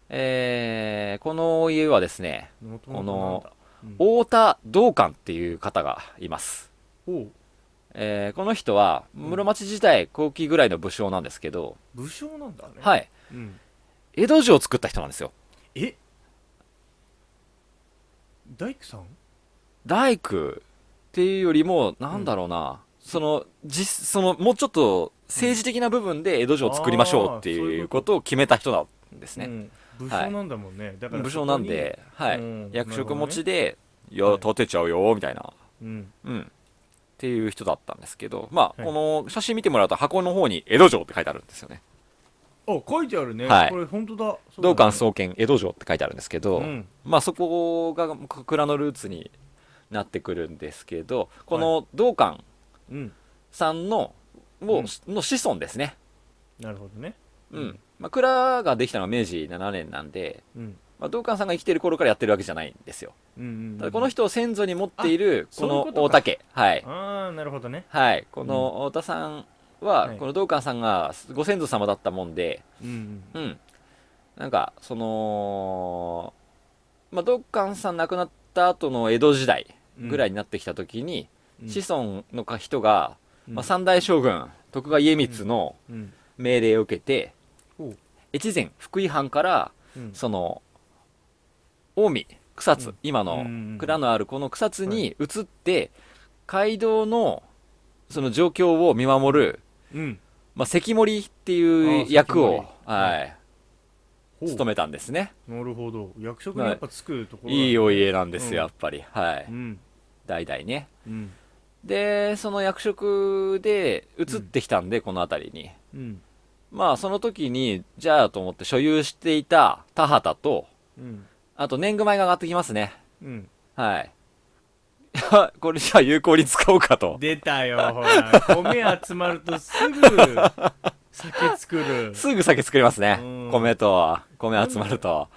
Speaker 4: えーこの家はですね
Speaker 5: こ
Speaker 4: この
Speaker 5: お
Speaker 4: 太田道館っていう方がいます、
Speaker 5: お
Speaker 4: えーこの人は室町時代後期ぐらいの武将なんですけど、
Speaker 5: 武将なんだね
Speaker 4: はいい江戸城を作った人なんですよ
Speaker 5: え大工さん
Speaker 4: 大工っていうよりもなんだろうな、その実そのもうちょっと政治的な部分で江戸城を作りましょうって
Speaker 5: あーそう
Speaker 4: い
Speaker 5: いうう
Speaker 4: こ
Speaker 5: こと
Speaker 4: を決めた人なんですね、
Speaker 5: うん武将なんだもんねだから
Speaker 4: 武将なんで、はい
Speaker 5: うん
Speaker 4: 役職
Speaker 5: なるほど
Speaker 4: 持
Speaker 5: ね
Speaker 4: ちで、い
Speaker 5: は
Speaker 4: や
Speaker 5: い
Speaker 4: 建てちゃうよみたいな、
Speaker 5: そこにうん
Speaker 4: うん、っていう人だったんですけど、まあ、
Speaker 5: はい
Speaker 4: この写真見てもらうと箱の方に江戸城って書いてあるんですよね
Speaker 5: あ書いてあるね
Speaker 4: はい
Speaker 5: これ本当だそうだね
Speaker 4: 道館創建江戸城って書いてあるんですけど、
Speaker 5: うん
Speaker 4: まあそこが蔵のルーツになってくるんですけどこの道館
Speaker 5: うん
Speaker 4: さんの,、
Speaker 5: うん
Speaker 4: の子孫ですね、
Speaker 5: なるほどね
Speaker 4: うん
Speaker 5: うん
Speaker 4: まあ、蔵ができたのは明治7年なんで、
Speaker 5: うん
Speaker 4: まあ、道館さんが生きてる頃からやってるわけじゃないんですよ
Speaker 5: うんうんうん
Speaker 4: ただこの人を先祖に持っている
Speaker 5: あ
Speaker 4: こ
Speaker 5: そうい
Speaker 4: の
Speaker 5: うことか
Speaker 4: 大竹はい
Speaker 5: ああなるほどね
Speaker 4: はいこの太田さんは、
Speaker 5: はい
Speaker 4: この道館さんがご先祖様だったもんで
Speaker 5: うん
Speaker 4: うんなんかそのまあ道館さん亡くなった後の江戸時代ぐらいになってきた時に、
Speaker 5: うん
Speaker 4: 子孫のか人が、
Speaker 5: うん
Speaker 4: まあ、三代将軍徳川家光の
Speaker 5: うん
Speaker 4: 命令を受けて、
Speaker 5: ほう
Speaker 4: 越前福井藩から
Speaker 5: うん
Speaker 4: その近江草津、
Speaker 5: うん
Speaker 4: 今
Speaker 5: うん
Speaker 4: の
Speaker 5: うんうん
Speaker 4: 蔵のあるこの草津に移って、街道のその状況を見守る、
Speaker 5: うん
Speaker 4: まあ、関森って
Speaker 5: あ
Speaker 4: い
Speaker 5: あ
Speaker 4: う役を
Speaker 5: 関、森
Speaker 4: はい、
Speaker 5: ほう
Speaker 4: 務めたんですね
Speaker 5: なるほど役職にやっぱつくところだ
Speaker 4: いいお家なんですよ、
Speaker 5: うん、
Speaker 4: やっぱり、はいう
Speaker 5: ん
Speaker 4: 代々ね
Speaker 5: うん
Speaker 4: でその役職で移ってきたんで、この辺りに
Speaker 5: うん
Speaker 4: まあその時にじゃあと思って所有していた田畑と
Speaker 5: うん
Speaker 4: あと年貢米が上がってきますね
Speaker 5: うん
Speaker 4: はい。 いやこれじゃあ有効に使おうかと。
Speaker 5: 出たよほら米集まるとすぐ酒作 る
Speaker 4: すぐ酒作りますね
Speaker 5: うん。
Speaker 4: 米と、米集まると。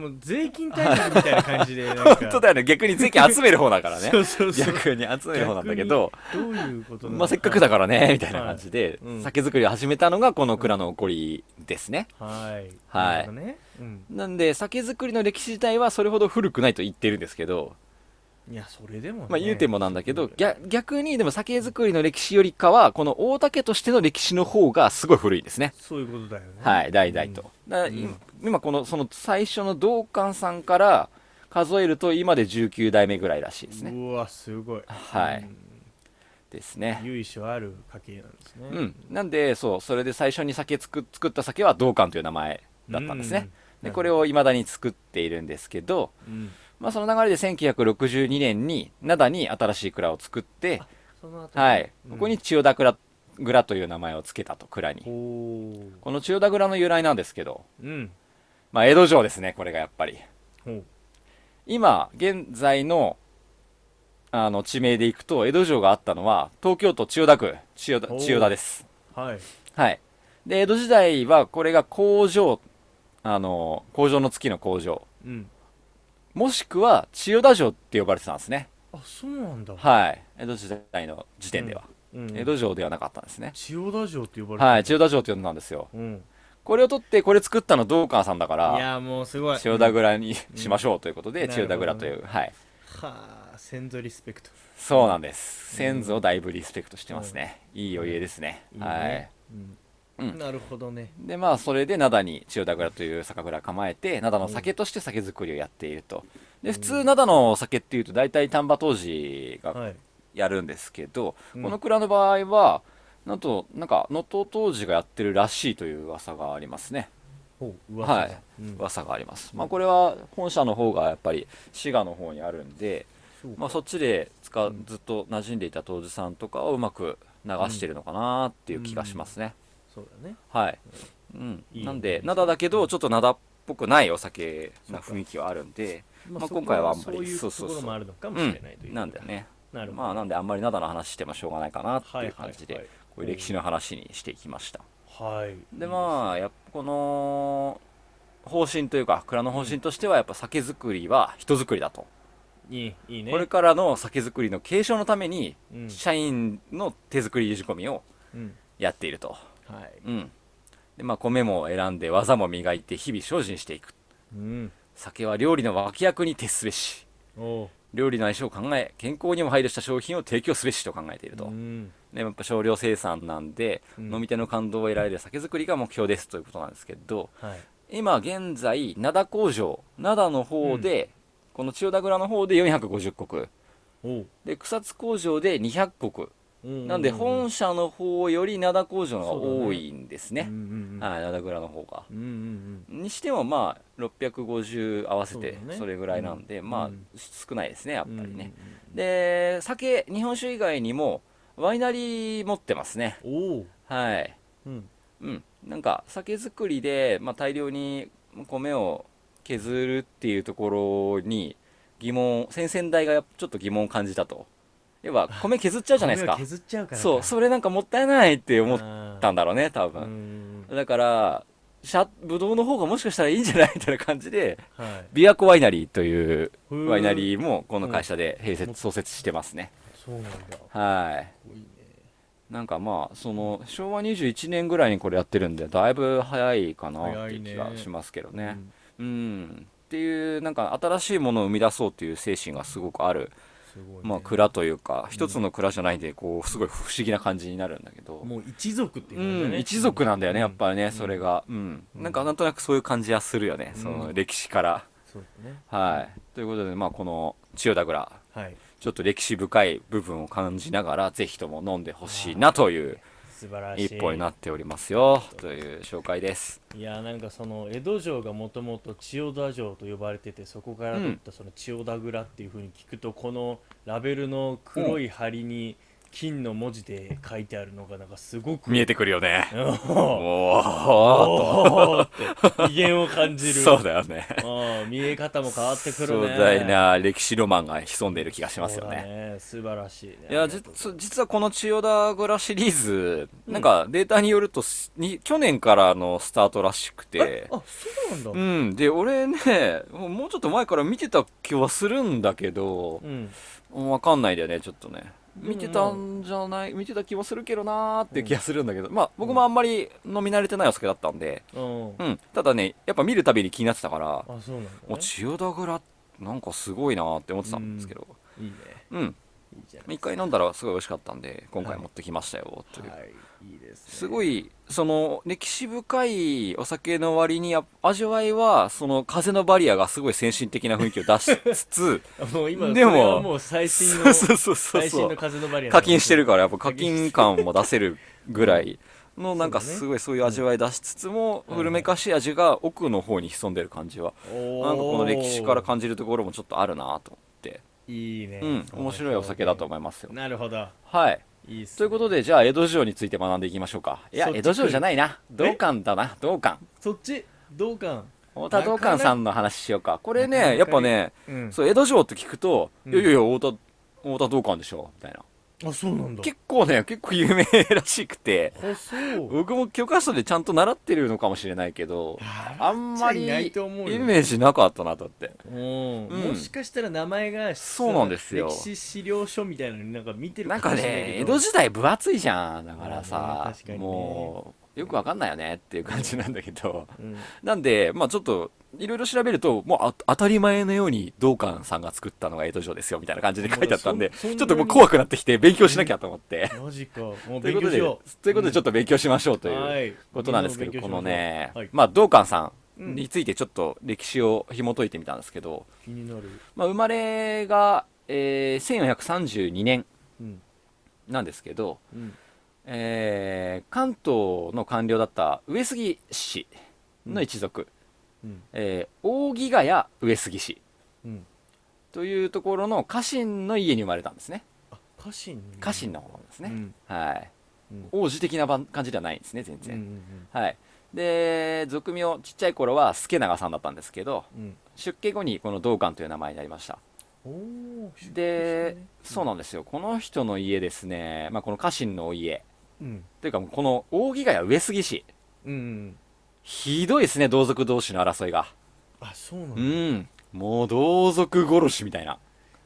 Speaker 5: もう税金対策みたいな感じでなんか
Speaker 4: 本当だよね。逆に税金集める方だからね
Speaker 5: そ。うそうそう
Speaker 4: 逆に集める方なんだけど、
Speaker 5: 逆にどういうことなの
Speaker 4: まあせっかくだからね、みたいな感じで
Speaker 5: はいうん、
Speaker 4: 酒造りを始めたのがこの蔵の起こりですね。
Speaker 5: はい
Speaker 4: はい
Speaker 5: なるほどねうん
Speaker 4: なんで、酒造りの歴史自体はそれほど古くないと言ってるんですけど、
Speaker 5: いやそれでもね
Speaker 4: まあ言うてもなんだけど、
Speaker 5: や
Speaker 4: 逆逆にでも酒造りの歴史よりかは、この大竹としての歴史の方がすごい古いですね。
Speaker 5: そういうことだよね
Speaker 4: はい、代々と。だから
Speaker 5: うん
Speaker 4: 今今この、その最初の道館さんから数えると今で19代目ぐらいらしいですね。
Speaker 5: うわすごい
Speaker 4: はい
Speaker 5: うん
Speaker 4: ですね。
Speaker 5: 由緒ある家系なんですね
Speaker 4: うん。なんで、そう、それで最初に酒つく作った酒は道館という名前だったんですね。
Speaker 5: うん
Speaker 4: で、これを未だに作っているんですけど、
Speaker 5: うん
Speaker 4: まあその流れで1962年に、灘に新しい蔵を作って、
Speaker 5: その後
Speaker 4: はい、
Speaker 5: うん
Speaker 4: ここに千代田蔵蔵という名前を付けたと、蔵に。
Speaker 5: ほう
Speaker 4: この千代田蔵の由来なんですけど、
Speaker 5: うん
Speaker 4: まあ江戸城ですね、これがやっぱり。
Speaker 5: ほう
Speaker 4: 今現在のあの地名でいくと江戸城があったのは東京都千代田区千代田
Speaker 5: おー
Speaker 4: 千代田です
Speaker 5: はい
Speaker 4: はいで江戸時代はこれが工場あの工場の月の工場
Speaker 5: うん
Speaker 4: もしくは千代田城って呼ばれてたんですね
Speaker 5: あそうなんだ
Speaker 4: はい江戸時代の時点では、
Speaker 5: ううん
Speaker 4: 江戸城ではなかったんですね。
Speaker 5: 千代田城って呼ばれてる
Speaker 4: はい、千代田城って呼んだんですよ。
Speaker 5: うん、
Speaker 4: これを取って、これ作ったの道館さんだか
Speaker 5: い
Speaker 4: ら、
Speaker 5: やもうすごい
Speaker 4: 千代田蔵にしましょうということで、
Speaker 5: うん
Speaker 4: 千代田蔵という、はい。
Speaker 5: はあ先祖リスペクト
Speaker 4: そうなんです。先祖をだいぶリスペクトしてますね。いいお家ですね。
Speaker 5: いいね
Speaker 4: はい。
Speaker 5: うん
Speaker 4: うん
Speaker 5: なるほどね
Speaker 4: で、まあ、それで灘に千代田蔵という酒蔵構えて、灘の酒として酒造りをやっていると。で、普通、灘の酒っていうと、大体丹波当時が
Speaker 5: はい
Speaker 4: やるんですけど、
Speaker 5: うん
Speaker 4: この蔵の場合はなんとなんか能登当時がやってるらしいという噂がありますね
Speaker 5: ほう噂
Speaker 4: は
Speaker 5: だ
Speaker 4: い、
Speaker 5: うん
Speaker 4: 噂があります、まあ、これは本社の方がやっぱり滋賀の方にあるんで、
Speaker 5: そうか
Speaker 4: まあ、そっちで使うずっと馴染んでいた杜氏さんとかをうまく流してるのかなっていう気がしますね、
Speaker 5: そうだね
Speaker 4: はい、うん、
Speaker 5: いい
Speaker 4: なんで灘だけどちょっと灘っぽくないお酒な雰囲気はあるんで、まあ、今回はあんまり
Speaker 5: そういうところもあるのかも
Speaker 4: う
Speaker 5: し
Speaker 4: ん
Speaker 5: れないという、
Speaker 4: なんだよね
Speaker 5: なるほど、
Speaker 4: まあなんであんまり灘の話してもしょうがないかなっていう感じで、
Speaker 5: はいはいはい
Speaker 4: こういう歴史の話にしていきました
Speaker 5: はい
Speaker 4: でまあやっぱこの方針というか蔵の方針としてはやっぱ酒造りは人作りだと、
Speaker 5: いいいいね
Speaker 4: これからの酒造りの継承のために
Speaker 5: うん
Speaker 4: 社員の手作り仕込みを
Speaker 5: うん
Speaker 4: やっていると、
Speaker 5: はい
Speaker 4: うんでまあ、米も選んで技も磨いて日々精進していく
Speaker 5: うん
Speaker 4: 酒は料理の脇役に徹すべし
Speaker 5: おう
Speaker 4: 料理の相性を考え健康にも配慮した商品を提供すべしと考えていると、
Speaker 5: うん
Speaker 4: ね、やっぱ少量生産なんで、
Speaker 5: うん
Speaker 4: 飲み手の感動を得られる酒造りが目標ですということなんですけど
Speaker 5: はい
Speaker 4: 今現在灘工場灘の方で、この千代田蔵の方で450石
Speaker 5: おう
Speaker 4: で草津工場で200石
Speaker 5: うんうんうん
Speaker 4: なんで本社の方より灘工場の方が多いんですね
Speaker 5: うんうんうん
Speaker 4: はい灘蔵の方が。
Speaker 5: うんうんうん
Speaker 4: にしてもまあ650合わせて
Speaker 5: そうだね
Speaker 4: それぐらいなんで、
Speaker 5: うん
Speaker 4: ま
Speaker 5: う
Speaker 4: あ
Speaker 5: ん
Speaker 4: 少ないですねやっぱりね、
Speaker 5: うんうんうん
Speaker 4: で酒日本酒以外にもワイナリー持ってますね
Speaker 5: おう
Speaker 4: はい
Speaker 5: うん
Speaker 4: うん、なんか酒造りで、まあ、大量に米を削るっていうところに疑問先々代がちょっと疑問を感じたと要は米削っちゃうじゃないですか
Speaker 5: 米を削っちゃうからか
Speaker 4: そうそれなんかもったいないって思っ
Speaker 5: 思
Speaker 4: たんだろうね多
Speaker 5: う
Speaker 4: 分、
Speaker 5: ん
Speaker 4: だからしゃぶどうの方がもしかしたらいいんじゃないみたいな感じで
Speaker 5: はい
Speaker 4: 琵琶湖ワイナリーという
Speaker 5: へー
Speaker 4: ワイナリーもこの会社で併設創設してますね
Speaker 5: そうなんだ
Speaker 4: はい
Speaker 5: いいね
Speaker 4: なんかまあその昭和21年ぐらいにこれやってるんでだいぶ早いかなっていう
Speaker 5: 早
Speaker 4: 気
Speaker 5: い
Speaker 4: が
Speaker 5: ね
Speaker 4: しますけどねうんっていうなんか新しいものを生み出そうという精神がすごくある、
Speaker 5: すごいね
Speaker 4: まあ、蔵というか一つの蔵じゃないんでこうすごい不思議な感じになるんだけど、
Speaker 5: もう一族っていう
Speaker 4: う
Speaker 5: 感じだ
Speaker 4: ん、
Speaker 5: ね
Speaker 4: 一族なんだよね
Speaker 5: う
Speaker 4: やっぱりねそれが、うん、なんかなんとなくそういう感じはするよねその歴史から、
Speaker 5: そうだね
Speaker 4: はいということでまあこの千代田蔵
Speaker 5: はい
Speaker 4: ちょっと歴史深い部分を感じながらぜひとも飲んでほしいなという
Speaker 5: 素晴らしい
Speaker 4: 一歩になっておりますよという紹介です
Speaker 5: いやーなんかその江戸城がもともと千代田城と呼ばれててそこから取ったその千代田蔵っていうふうに聞くと、このラベルの黒い針に金の文字で書いてあるのがなんかすごく
Speaker 4: 見えてくるよね
Speaker 5: おー
Speaker 4: おお
Speaker 5: おー って威厳を感じる
Speaker 4: そうだよね
Speaker 5: うん見え方も変わってくるね
Speaker 4: 壮大な歴史ロマンが潜んでいる気がしますよ
Speaker 5: そう
Speaker 4: ね
Speaker 5: だ素晴らしいね
Speaker 4: いやじつ実はこの千代田蔵シリーズなんかデータによるとすに去年からのスタートらしくて
Speaker 5: あそうなんだ
Speaker 4: う、んで俺ねもうちょっと前から見てた気はするんだけど
Speaker 5: うん、
Speaker 4: わかんないんだよねちょっとね見てたんじゃない見てた気もするけどなーっていう気がするんだけどまあ僕もあんまり飲み慣れてないお酒だったんで
Speaker 5: うん
Speaker 4: うん、ただね、やっぱ見るたびに気になってたから、
Speaker 5: あそうなんだ、ね、
Speaker 4: もう千代田蔵、なんかすごいなーって思ってたんですけど、
Speaker 5: いいね
Speaker 4: うん、
Speaker 5: いいじゃない
Speaker 4: 一、回飲んだらすごい美味しかったんで、今回持ってきましたよ、という。
Speaker 5: はいいいです、ね、
Speaker 4: すごい、その、歴史深いお酒の割に、やっぱ味わいは、その、風のバリアがすごい先進的な雰囲気を出しつ つ、
Speaker 5: もう今
Speaker 4: でも
Speaker 5: それはもう最新
Speaker 4: そ
Speaker 5: の
Speaker 4: うそうそうそう
Speaker 5: 最新の風のバリアだ
Speaker 4: 課金してるから、やっぱ課金感も出せるぐらいの、なんかすごいそういう味わい出しつつも、
Speaker 5: うん
Speaker 4: 古めかしい味が奥の方に潜んでる感じは
Speaker 5: おー
Speaker 4: なんかこの歴史から感じるところもちょっとあるなと思って、
Speaker 5: いいね
Speaker 4: うん、面白いお酒だと思いますよ。
Speaker 5: なるほど
Speaker 4: はい。
Speaker 5: いいっすね
Speaker 4: ということで、じゃあ、江戸城について学んでいきましょうか。いや
Speaker 5: そっ、ち
Speaker 4: 江戸城じゃないな。道館だな、道館。
Speaker 5: そっち同感
Speaker 4: 太田道館さんの話しようか。これね、やっぱね、
Speaker 5: うん
Speaker 4: そう、江戸城って聞くと、
Speaker 5: うん
Speaker 4: いやいやいや、太田、太田道館でしょ、みたいな。
Speaker 5: あそうなんだ
Speaker 4: 結構ね、結構有名らしくて、
Speaker 5: あそう
Speaker 4: 僕も教科書でちゃんと習ってるのかもしれないけど、あんまり
Speaker 5: い
Speaker 4: イ
Speaker 5: ない
Speaker 4: メ
Speaker 5: と思うよ
Speaker 4: ージなかったな、だって。
Speaker 5: うん
Speaker 4: うん
Speaker 5: もしかしたら名前が
Speaker 4: そうなんですよ
Speaker 5: 歴史資料書みたいなのになんか見てる
Speaker 4: なん
Speaker 5: もし
Speaker 4: か
Speaker 5: れ
Speaker 4: ね、江
Speaker 5: いけど
Speaker 4: 戸時代分厚いじゃん。だから
Speaker 5: まあ
Speaker 4: さ
Speaker 5: 確か、にね
Speaker 4: もう、よくわかんないよねっていう感じなんだけど。
Speaker 5: うん
Speaker 4: なんで、まあちょっと、いろいろ調べると、もうあ当たり前のように道館さんが作ったのが江戸城ですよ、みたいな感じで書いてあったんで、
Speaker 5: そそ
Speaker 4: ち
Speaker 5: んなに
Speaker 4: ょっともう怖くなってきて勉強しなきゃと 思って。
Speaker 5: マジか。もう
Speaker 4: と
Speaker 5: 勉
Speaker 4: いうこ
Speaker 5: 強
Speaker 4: と
Speaker 5: し
Speaker 4: で
Speaker 5: よ、う。
Speaker 4: ということでちょっと勉強しましょうと
Speaker 5: は
Speaker 4: いう
Speaker 5: い
Speaker 4: ことなんですけど、
Speaker 5: みん
Speaker 4: こ
Speaker 5: なも
Speaker 4: の
Speaker 5: 勉強しましょう
Speaker 4: ね
Speaker 5: はい、
Speaker 4: まあ道館さ
Speaker 5: うん
Speaker 4: んについてちょっと歴史を紐解いてみたんですけど、
Speaker 5: 気になる。
Speaker 4: まあ生まれが、えー1432年
Speaker 5: うん。
Speaker 4: なんですけど、
Speaker 5: うん。
Speaker 4: えー関東の官僚だった上杉氏の一族、
Speaker 5: うん。
Speaker 4: えー扇ヶ谷上杉氏
Speaker 5: うん。
Speaker 4: というところの家臣の家に生まれたんですね
Speaker 5: あ、家臣。
Speaker 4: 家臣の方なんですね、
Speaker 5: うん
Speaker 4: はい
Speaker 5: うん。
Speaker 4: 王子的なばん感じではないんですね全
Speaker 5: うん。う
Speaker 4: 然、
Speaker 5: ん。
Speaker 4: はいで俗名ちっちゃい頃は助長さんだったんですけど
Speaker 5: うん。
Speaker 4: 出家後にこの道館という名前になりました
Speaker 5: うんおー
Speaker 4: で、そう
Speaker 5: な
Speaker 4: なんですよこの人の家ですね、まあ、この家臣のお家
Speaker 5: うん。
Speaker 4: というかもうこの扇ヶ谷上杉氏
Speaker 5: うんうん。
Speaker 4: ひどいですね同族同士の争いが
Speaker 5: あ、そうなん
Speaker 4: う
Speaker 5: だ。
Speaker 4: んもう同族殺しみたいな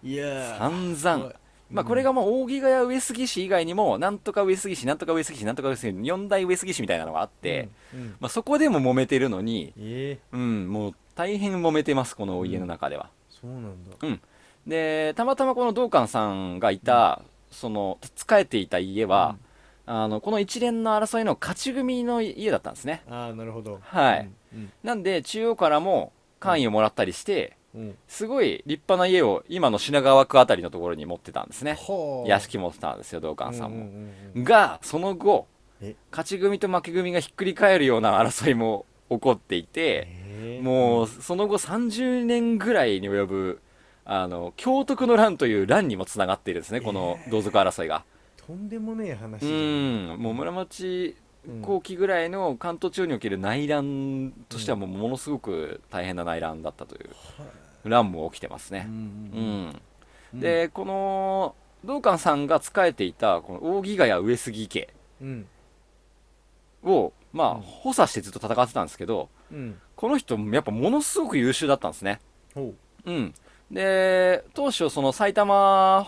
Speaker 4: い
Speaker 5: やー。
Speaker 4: 散々
Speaker 5: はい
Speaker 4: まあこれがもう扇ヶ谷上杉氏以外にもなんとか上杉氏なんとか上杉氏なんとか上杉氏四大上杉氏みたいなのがあって、、
Speaker 5: うんうん
Speaker 4: まあ、そこでも揉めてるのに
Speaker 5: ええ、
Speaker 4: うんもう大変揉めてますこのお家の中では、
Speaker 5: そうなんだ。
Speaker 4: でたまたまこの道館さんがいた、その仕えていた家は、あのこの一連の争いの勝ち組の家だったんですね
Speaker 5: ああ、なるほど。
Speaker 4: はい
Speaker 5: うん。
Speaker 4: なんで中央からも官位をもらったりし
Speaker 5: うん。
Speaker 4: て、
Speaker 5: うん。
Speaker 4: すごい立派な家を今の品川区あたりのところに持ってたんですね
Speaker 5: ほー
Speaker 4: 屋敷持ってたんですよ道館さん
Speaker 5: う
Speaker 4: も、
Speaker 5: んうんうん
Speaker 4: がその後
Speaker 5: え
Speaker 4: 勝ち組と負け組がひっくり返るような争いも起こっていて、
Speaker 5: ええ
Speaker 4: もうその後30年ぐらいに及ぶあの教徳の乱という乱にもつながっているんですねこの同族争いが、
Speaker 5: とんでもねえ話じ
Speaker 4: う
Speaker 5: ゃん。
Speaker 4: んもう村町
Speaker 5: うん
Speaker 4: 後期ぐらいの関東地方における内乱としてはもうものすごく大変な内乱だったという乱も起きてますね、
Speaker 5: うん
Speaker 4: う
Speaker 5: うん
Speaker 4: ん
Speaker 5: うん。
Speaker 4: でこの道館さんが仕えていたこの扇ヶ谷上杉家
Speaker 5: うん。
Speaker 4: をまあ
Speaker 5: うん
Speaker 4: 補佐してずっと戦ってたんですけど
Speaker 5: うん。
Speaker 4: この人やっぱものすごく優秀だったんですね
Speaker 5: ほ
Speaker 4: うんで当初その埼玉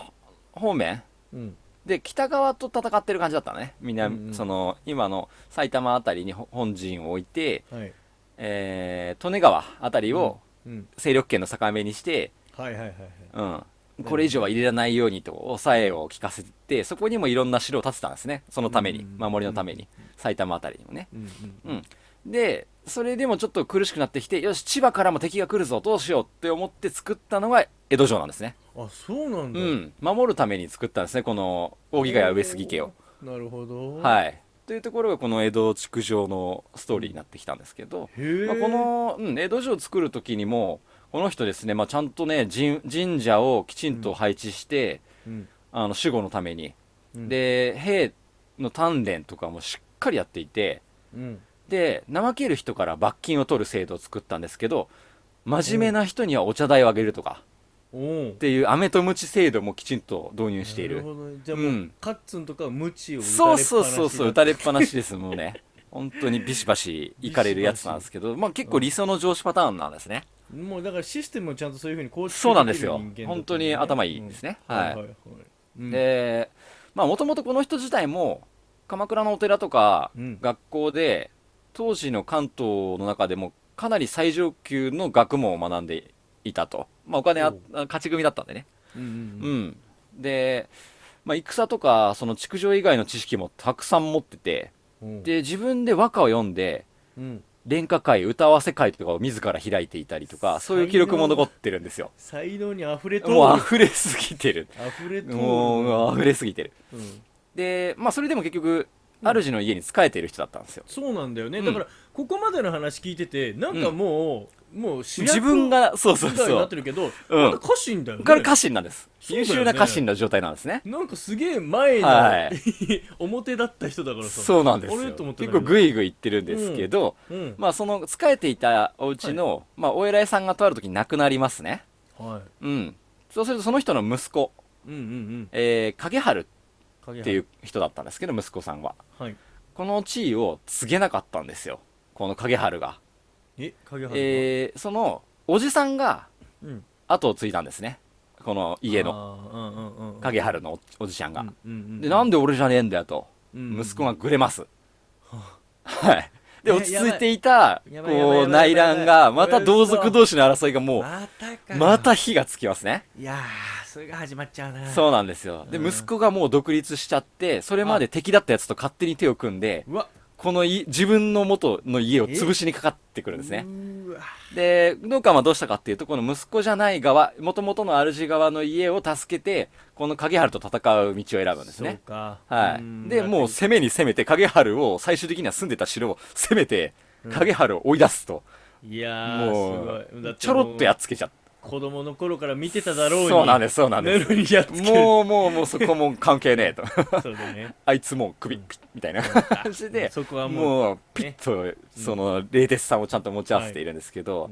Speaker 4: 方面
Speaker 5: う。うん。
Speaker 4: で北側と戦ってる感じだったのねみんな、
Speaker 5: うんうん
Speaker 4: その今の埼玉あたりに本陣を置いて、
Speaker 5: はい。
Speaker 4: えー利根川あたりを
Speaker 5: うん。
Speaker 4: 勢力圏の境目にして、
Speaker 5: はいはいはいはい。
Speaker 4: うん、これ以上は入れられないようにと抑えを効かせてそこにもいろんな城を建てたんですねそのために
Speaker 5: うん
Speaker 4: 守りのために埼玉あたりにもね
Speaker 5: うんう
Speaker 4: うんんでそれでもちょっと苦しくなってきてよし千葉からも敵が来るぞどうしようって思って作ったのが江戸城なんですね
Speaker 5: あそうなんだ、
Speaker 4: うん守るために作ったんですねこの扇ヶ谷上杉家を
Speaker 5: なるほどい
Speaker 4: はいというところがこの江戸築城のストーリーになってきたんですけど、
Speaker 5: へえ、
Speaker 4: まあ、この、うん、江戸城を作る時にもこの人ですね、まあ、ちゃんとね神神社をきちんと配置して、
Speaker 5: うん
Speaker 4: あの守護のために、
Speaker 5: うん、
Speaker 4: で兵の鍛錬とかもしっかりやっていて
Speaker 5: うん、
Speaker 4: で怠ける人から罰金を取る制度を作ったんですけど真面目な人にはお茶代をあげるとか
Speaker 5: おお
Speaker 4: っていう飴と鞭制度もきちんと導入してい
Speaker 5: な
Speaker 4: る
Speaker 5: るほどねじゃあもう、
Speaker 4: うん
Speaker 5: カッツンとかは無知を打たれっぱ
Speaker 4: そ
Speaker 5: な
Speaker 4: う
Speaker 5: し
Speaker 4: そうそうそう打
Speaker 5: だ
Speaker 4: たれっぱなしですもうね本当にビシバシいかれるやつなんですけど、まあ、結構理想の上司パターンなんですね、
Speaker 5: もうだからシステムをちゃんとそういうふうに構築
Speaker 4: そうなんです
Speaker 5: き
Speaker 4: よ
Speaker 5: る人間だった
Speaker 4: 本当に頭いいですね
Speaker 5: うん
Speaker 4: はい
Speaker 5: はいはいうん
Speaker 4: でまあもともとこの人自体も鎌倉のお寺とか
Speaker 5: うん
Speaker 4: 学校で、当時の関東の中でもかなり最上級の学問を学んでいたと、まあ、お金あ
Speaker 5: おう
Speaker 4: 勝ち組だったんでね、
Speaker 5: うんうん
Speaker 4: う
Speaker 5: うん
Speaker 4: ん、で、まあ、戦とかその築城以外の知識もたくさん持ってて
Speaker 5: うん
Speaker 4: で自分で和歌を読んで
Speaker 5: うん
Speaker 4: 演歌会歌合わせ会とかを自ら開いていたりとかそういう記録も残ってるんですよ
Speaker 5: 才能に溢れとる
Speaker 4: もう溢れすぎ てる
Speaker 5: 溢れとる
Speaker 4: もう溢れすぎてる
Speaker 5: うん
Speaker 4: で、まあ、それでも結局、主の家に仕えてる人だったんですよ。
Speaker 5: そうなんだよね、
Speaker 4: うん
Speaker 5: だからここまでの話聞いててなんかもう、もう主役
Speaker 4: 自分が、そうそう
Speaker 5: みたいに
Speaker 4: そ
Speaker 5: なっ
Speaker 4: う
Speaker 5: て。るけど、
Speaker 4: うん
Speaker 5: まだ家臣だよね
Speaker 4: から家臣なんです。
Speaker 5: そうだよ
Speaker 4: 優
Speaker 5: ね
Speaker 4: 秀な家臣の状態なんですね。
Speaker 5: なんかすげえ前の、
Speaker 4: は
Speaker 5: 表だった人だからさ
Speaker 4: そうなんで
Speaker 5: あ
Speaker 4: すよ。
Speaker 5: れと思って
Speaker 4: 結構
Speaker 5: イ
Speaker 4: グイグイ行ってるんですけど、
Speaker 5: うん、
Speaker 4: まあその仕えていたお家の、まあお偉いさんがとある時に亡くなりますね。
Speaker 5: はい
Speaker 4: うん。そうするとその人の息子、
Speaker 5: うんうん
Speaker 4: えー、影春
Speaker 5: 影
Speaker 4: っていう人だったんですけど息子さんは
Speaker 5: はい
Speaker 4: この地位を告げなかったんですよこの影春が、
Speaker 5: え影原
Speaker 4: えーそのおじさんが
Speaker 5: うん
Speaker 4: 後を継いだんですねこの家の
Speaker 5: の
Speaker 4: 影春のおおじちゃんが、
Speaker 5: で
Speaker 4: でなん
Speaker 5: で
Speaker 4: で俺じゃねえんだよと、息子がぐれます、はいで
Speaker 5: ね
Speaker 4: 落ち着いていた
Speaker 5: やばいやばいやばいやばい
Speaker 4: こう内乱がまた同族同士の争いがも
Speaker 5: またか
Speaker 4: うまた火がつきますね
Speaker 5: いやーそれが始まっちゃうな
Speaker 4: そうなんですよで
Speaker 5: うん
Speaker 4: 息子がもう独立しちゃってそれまで敵だったやつと勝手に手を組んで
Speaker 5: うわ
Speaker 4: このい自分の元の家を潰しにかかってくるんですね
Speaker 5: うわ
Speaker 4: で農家はどうしたかっていうとこの息子じゃない側元々の主側の家を助けてこの影春と戦う道を選ぶんです
Speaker 5: そう
Speaker 4: ね
Speaker 5: か
Speaker 4: は
Speaker 5: ん
Speaker 4: い、でもう攻めに攻めて影春を最終的には住んでた城を攻めて影春を追い出すと、
Speaker 5: いやー
Speaker 4: も
Speaker 5: すごいだ
Speaker 4: う
Speaker 5: て
Speaker 4: ちょろっとやっつけちゃっ
Speaker 5: 子供の頃から見てた
Speaker 4: た
Speaker 5: だろうに
Speaker 4: そうなんですそうなんで
Speaker 5: なのにやっつ
Speaker 4: す
Speaker 5: ける
Speaker 4: もうもうもうそこも関 係ねえと
Speaker 5: そうだね
Speaker 4: あいつもう首ピッみたいな感じで
Speaker 5: そこはもう
Speaker 4: もうピッとその冷徹さをちゃんと持ち合わせているんですけど、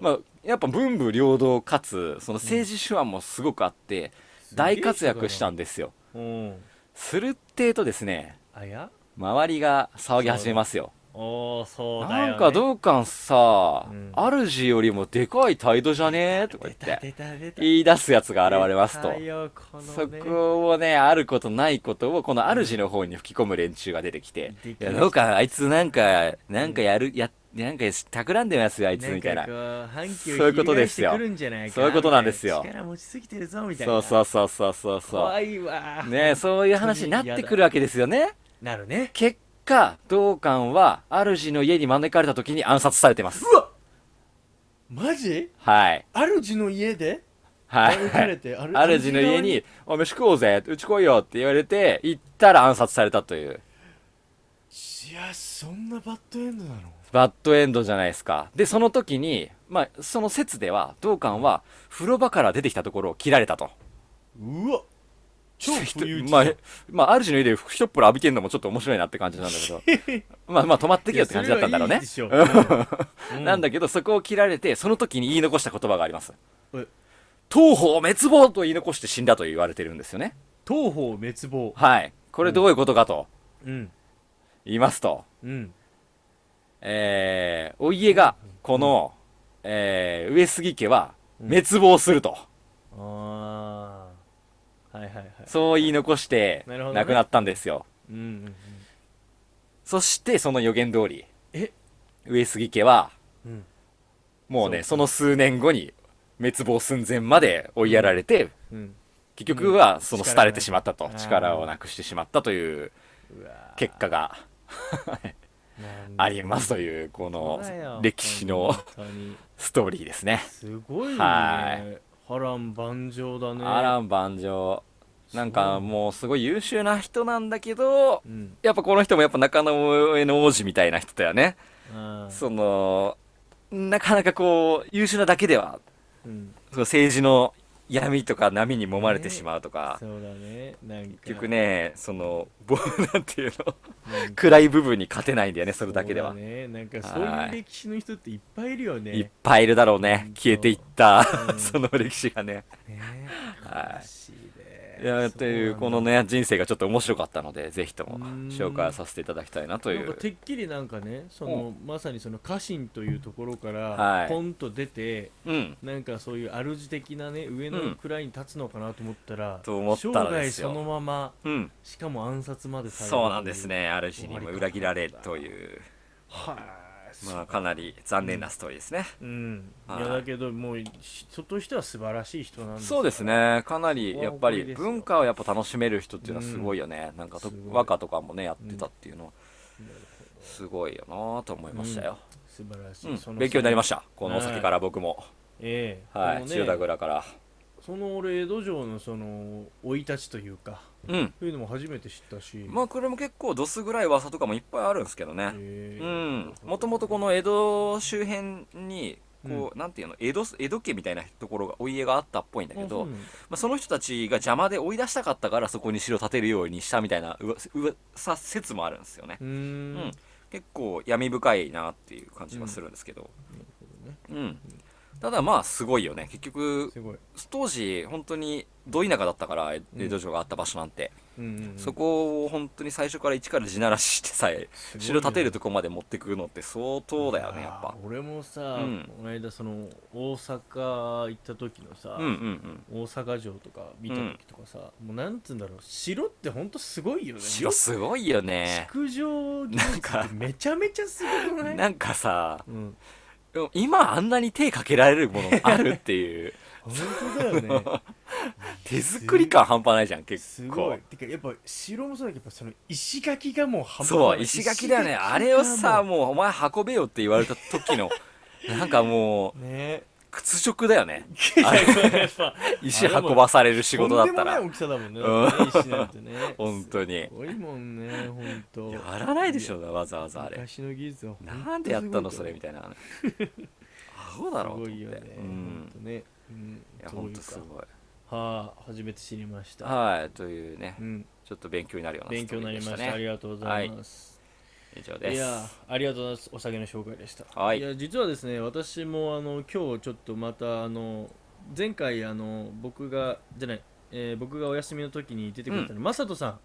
Speaker 5: なるほど
Speaker 4: まあ、やっぱ文武両道かつその政治手腕もすごくあって
Speaker 5: すげえ
Speaker 4: 大活躍したんですよ
Speaker 5: うん
Speaker 4: するってえとですね
Speaker 5: あや
Speaker 4: 周りが騒ぎ始めますよ
Speaker 5: おーそうだよ、ね、
Speaker 4: なんか
Speaker 5: う
Speaker 4: 道館さ、
Speaker 5: うん
Speaker 4: 主よりもでかい態度じゃねえとか言
Speaker 5: 出
Speaker 4: ったて
Speaker 5: 出た出た
Speaker 4: 言い出すやつが現れますと
Speaker 5: 出たよこの
Speaker 4: そ
Speaker 5: ね
Speaker 4: こをねあることないことをこの主の方に吹き込む連中が出てきて
Speaker 5: うん
Speaker 4: 「いやどうかあいつなんかなんかやるやなんか企んでますよあいつ」みたい
Speaker 5: なん
Speaker 4: な
Speaker 5: かこう反旗を
Speaker 4: そういうことですよ
Speaker 5: 翻してくるんじゃないか
Speaker 4: そういうことなんですよ
Speaker 5: 力持ちすぎてるぞみたいな
Speaker 4: そうそううそうそうそうそ
Speaker 5: 怖いわ
Speaker 4: う
Speaker 5: ー
Speaker 4: ねそういう話になってくるわけですよね
Speaker 5: なるね
Speaker 4: 結果道館は主の家に招かれた時に暗殺されてます
Speaker 5: うわマジ
Speaker 4: はい
Speaker 5: 主の家で
Speaker 4: はい
Speaker 5: 撃たれてあれ
Speaker 4: 主の家に「お飯食おうぜうち来いよ」って言われて行ったら暗殺されたという
Speaker 5: いやそんなバッドエンドなの
Speaker 4: バッドエンドじゃないですかでその時にまあその説では道館は風呂場から出てきたところを切られたと
Speaker 5: うわ超不 意打ち
Speaker 4: まあ、えまあ、ある種の家でひとっぽろ浴びてんのもちょっと面白いなって感じなんだ けどまあまあ止まってけよって感じだったんだろうね
Speaker 5: いやそれはいいでしょう
Speaker 4: なんだけどそこを切られてその時に言い残した言葉があります
Speaker 5: え
Speaker 4: 東方滅亡と言い残して死んだと言われてるんですよね
Speaker 5: 東方滅亡
Speaker 4: はいこれどういうことかと
Speaker 5: うん
Speaker 4: 言いますと、
Speaker 5: うん
Speaker 4: えー、お家がこの、えー上杉家は滅亡すると、
Speaker 5: ああはいはいはい
Speaker 4: そう言い残して
Speaker 5: なるほどね
Speaker 4: 亡くなったんですよ、
Speaker 5: うんうん
Speaker 4: そしてその予言通り
Speaker 5: え
Speaker 4: 上杉家は
Speaker 5: うん
Speaker 4: もうね
Speaker 5: そう
Speaker 4: その数年後に滅亡寸前まで追いやられて、
Speaker 5: うん
Speaker 4: 結局はその
Speaker 5: 力が
Speaker 4: 廃れてしまったと
Speaker 5: ない
Speaker 4: 力をなくしてしまったという
Speaker 5: うわ
Speaker 4: 結果が
Speaker 5: なんだ
Speaker 4: ありますというこの
Speaker 5: そうだよ
Speaker 4: 歴史の
Speaker 5: 本当に
Speaker 4: ストーリーですね
Speaker 5: すごいね
Speaker 4: は
Speaker 5: 波乱万丈だね
Speaker 4: 波乱万丈なんかもうすごい優秀な人なんだけど
Speaker 5: うん
Speaker 4: やっぱこの人もやっぱ中野上の王子みたいな人だよね
Speaker 5: あー
Speaker 4: そのなかなかこう優秀なだけでは
Speaker 5: うん
Speaker 4: その政治の闇とか波に揉まれてしまうとか
Speaker 5: そうだねなんか
Speaker 4: 結局ねそのぼなんていうの
Speaker 5: なんか
Speaker 4: 暗い部分に勝てないんだよねそれだけでは
Speaker 5: そうだねなんかそういう歴史の人っていっぱいいるよね
Speaker 4: いっぱいいるだろうね
Speaker 5: 本当
Speaker 4: 消えていった、
Speaker 5: うん
Speaker 4: その歴史がね
Speaker 5: ね
Speaker 4: はい
Speaker 5: 悲しいね
Speaker 4: いやというこの
Speaker 5: ね
Speaker 4: ね人生がちょっと面白かったのでぜひとも
Speaker 5: うん
Speaker 4: 紹介させていただきたいなとい
Speaker 5: なん
Speaker 4: う
Speaker 5: かてっきりなんかねそのまさにその家臣というところか
Speaker 4: は
Speaker 5: ら
Speaker 4: い
Speaker 5: ポンと出て
Speaker 4: うん
Speaker 5: なんかそういう主的なね上
Speaker 4: う
Speaker 5: の
Speaker 4: ん
Speaker 5: 位に立つのかなと思ったら
Speaker 4: と思ったら
Speaker 5: 生涯
Speaker 4: です
Speaker 5: そ
Speaker 4: よ
Speaker 5: のまま
Speaker 4: うん
Speaker 5: しかも暗殺までされる
Speaker 4: そうなんです
Speaker 5: という
Speaker 4: ねある種にも裏切られという
Speaker 5: はい
Speaker 4: まあかなり残念なストーリーですね、
Speaker 5: うんい
Speaker 4: はい
Speaker 5: やだけどもう人としては素晴らしい人なんですから
Speaker 4: そうですねかなりやっぱり
Speaker 5: ここは誇りですよ
Speaker 4: 文化をやっぱ楽しめる人っていうのはすごいよね、なんかと
Speaker 5: すごい
Speaker 4: 和歌とかもねやってたっていうのはすごいよなと思いましたよ、
Speaker 5: 素晴らし
Speaker 4: うん
Speaker 5: いその
Speaker 4: 勉強になりましたたこのお酒から僕も、
Speaker 5: ええ
Speaker 4: はい
Speaker 5: このね
Speaker 4: 千代田蔵から
Speaker 5: その俺江戸城のその生い立ちというか
Speaker 4: うん
Speaker 5: そういうのも初めて知ったし
Speaker 4: まあこれも結構ドスぐらい噂とかもいっぱいあるんですけどね、
Speaker 5: ええ
Speaker 4: うんもともとこの江戸周辺にこう、なんていうの江戸江戸家みたいなところがお家があったっぽいんだけ
Speaker 5: あそう
Speaker 4: ど
Speaker 5: なんだ
Speaker 4: まあ、その人たちが邪魔で追い出したかったからそこに城を建てるようにしたみたいなうわうわさ説もあるんですよね、
Speaker 5: うー
Speaker 4: うん
Speaker 5: ん
Speaker 4: 結構闇深いなっていう感じはするんですけど、うんただまあすごいよね結局
Speaker 5: すごい
Speaker 4: 当時本当にど田舎だったから江戸城があった場所なんて、
Speaker 5: うんうん、
Speaker 4: そこを本当に最初から一から地ならししてさえ
Speaker 5: すごいよ
Speaker 4: 城建てるとこまで持ってくるのって相当だよねやっ
Speaker 5: あ
Speaker 4: ぱ
Speaker 5: ー俺もさ、
Speaker 4: うん
Speaker 5: この間その大阪行った時のさ、
Speaker 4: うんうんうん
Speaker 5: 大阪城とか見た時とかさ、もうなんつうんだろう城ってほんとすごいよね
Speaker 4: 城すごいよね
Speaker 5: 築城技術ってめちゃめちゃすごくない
Speaker 4: なんかさ
Speaker 5: うん、
Speaker 4: 今あんなに手かけられるものあるっ ていう
Speaker 5: 本当だよね
Speaker 4: 手作り感半端ないじゃん 結
Speaker 5: すご
Speaker 4: 構
Speaker 5: いてかやっぱ城もそうだけどやっぱその石垣がもう半端ない
Speaker 4: そう石垣だよね
Speaker 5: 石垣が
Speaker 4: あれをさもうお前運べよって言われた 時のなんかもう
Speaker 5: ね
Speaker 4: 屈辱だよね
Speaker 5: いやこれやっぱ
Speaker 4: 石運ばされる仕事だっ
Speaker 5: と
Speaker 4: た
Speaker 5: んでもない
Speaker 4: ら
Speaker 5: 大きさだもんね
Speaker 4: う
Speaker 5: だ
Speaker 4: ん
Speaker 5: ってね石なんてね
Speaker 4: 本当に
Speaker 5: すごいもんね本当
Speaker 4: やらないでしょわざわざあれ
Speaker 5: 昔の技術は
Speaker 4: なんでやったのそれみ
Speaker 5: たい
Speaker 4: たいなアホだ
Speaker 5: す
Speaker 4: ろと思
Speaker 5: ご
Speaker 4: って
Speaker 5: いよね本
Speaker 4: うん
Speaker 5: 当ねうん
Speaker 4: いや
Speaker 5: そう
Speaker 4: 本
Speaker 5: いう
Speaker 4: 当
Speaker 5: か
Speaker 4: すごい
Speaker 5: はあ初めて知りました
Speaker 4: はいというね
Speaker 5: うん
Speaker 4: ちょっと勉強になるような
Speaker 5: 勉強になりましたあり
Speaker 4: が
Speaker 5: がとうございます
Speaker 4: 以上
Speaker 5: い
Speaker 4: で
Speaker 5: や
Speaker 4: す
Speaker 5: ありがとうございますお酒の紹介でした
Speaker 4: はい
Speaker 5: や実はですね私もあの今日ちょっとまたあの前回あの僕がじゃないえー僕がお休みの時に出てくれたのマサトさん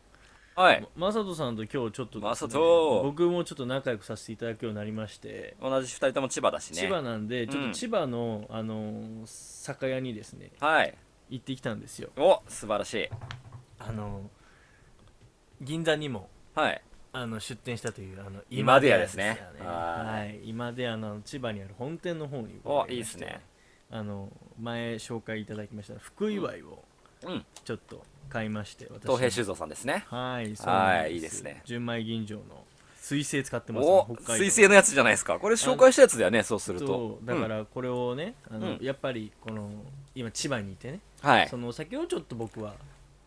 Speaker 4: はい
Speaker 5: マサトさんと今日ちょっとですね
Speaker 4: マサト
Speaker 5: 僕もちょっと仲良くさせていただくようになりまして
Speaker 4: 同じ二人とも千葉だしね
Speaker 5: 千葉なんでちょっ
Speaker 4: うん
Speaker 5: と千葉のあの酒屋にですね
Speaker 4: はい
Speaker 5: 行ってきたんですよ
Speaker 4: お素晴らしい
Speaker 5: あの銀座にも
Speaker 4: はい
Speaker 5: あの出店したというあの
Speaker 4: 今出屋ですね
Speaker 5: よ
Speaker 4: は
Speaker 5: はい今出屋のあの千葉にある本店の方に
Speaker 4: おいいですね
Speaker 5: あの前紹介いただきました福祝いを
Speaker 4: うん
Speaker 5: ちょっと買いまして私
Speaker 4: 東平修造さんですね
Speaker 5: はいそうなん
Speaker 4: はいいいですね
Speaker 5: 純米吟醸の水星使ってますね
Speaker 4: お
Speaker 5: 北海道
Speaker 4: 水星のやつじゃないですかこれ紹介したやつだよねそうすると
Speaker 5: そうだか
Speaker 4: うん
Speaker 5: らこれをね、あの
Speaker 4: うん
Speaker 5: やっぱりこの今千葉にいてね、
Speaker 4: はい
Speaker 5: そのお酒をちょっと僕は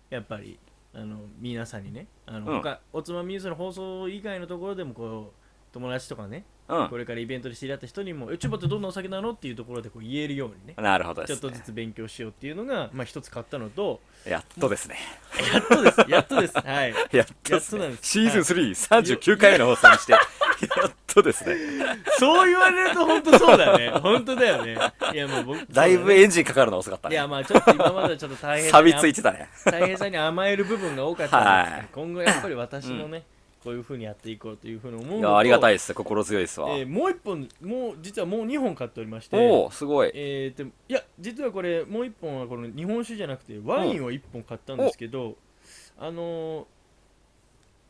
Speaker 5: やっぱりあの皆さんにねあの、
Speaker 4: うん
Speaker 5: 他おつまみニュースの放送以外のところでもこう友達とかね、こ
Speaker 4: う
Speaker 5: れからイベントで知り合った人にも「え千葉ってどんなお酒なの?」っていうところでこう言えるようにね
Speaker 4: んなるほど
Speaker 5: ち
Speaker 4: で
Speaker 5: ょっ
Speaker 4: す
Speaker 5: とず
Speaker 4: ね
Speaker 5: つ勉強しようっていうのが、まあ、一つ買ったのと
Speaker 4: やっとですね
Speaker 5: やっとですやっとですはい
Speaker 4: やっとです
Speaker 5: やっとなん
Speaker 4: ね
Speaker 5: です
Speaker 4: シーズン339回目の放送にしてやっとですね
Speaker 5: そう言われると本当そうだね本当だよねいやもう僕
Speaker 4: だいぶエンジンかかるの遅かった
Speaker 5: いや
Speaker 4: ね。
Speaker 5: まあちょっと今まではちょっと大変だな
Speaker 4: 錆びついてたね。
Speaker 5: 大平さんに甘える部分が多かったんですけど、
Speaker 4: はい
Speaker 5: 今後やっぱり私のね、こういうふうにやっていこうというふうに思うのと
Speaker 4: いや、ありがたいです。心強いですわ。
Speaker 5: えーもう一本もう実はもう二本買っておりまして
Speaker 4: おお、すごい。
Speaker 5: えーでもいや実はこれもう一本はこの日本酒じゃなくてワインを一本買ったんですけど、あのー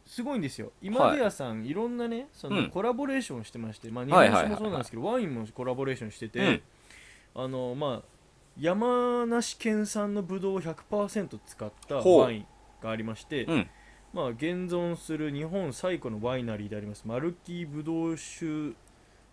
Speaker 5: すごいんですよ今出屋さん、い、ろんなねその、
Speaker 4: うん
Speaker 5: コラボレーションしてまして、まあ、日
Speaker 4: はい
Speaker 5: 本
Speaker 4: はいはい
Speaker 5: 酒もそうなんですけど、ワインもコラボレーションしてて、
Speaker 4: うん
Speaker 5: あのーまあ山梨県産のぶどうを100%使った
Speaker 4: ほう
Speaker 5: ワインがありまして、
Speaker 4: うん
Speaker 5: まあ、現存する日本最古のワイナリーでありますマルキーぶどう酒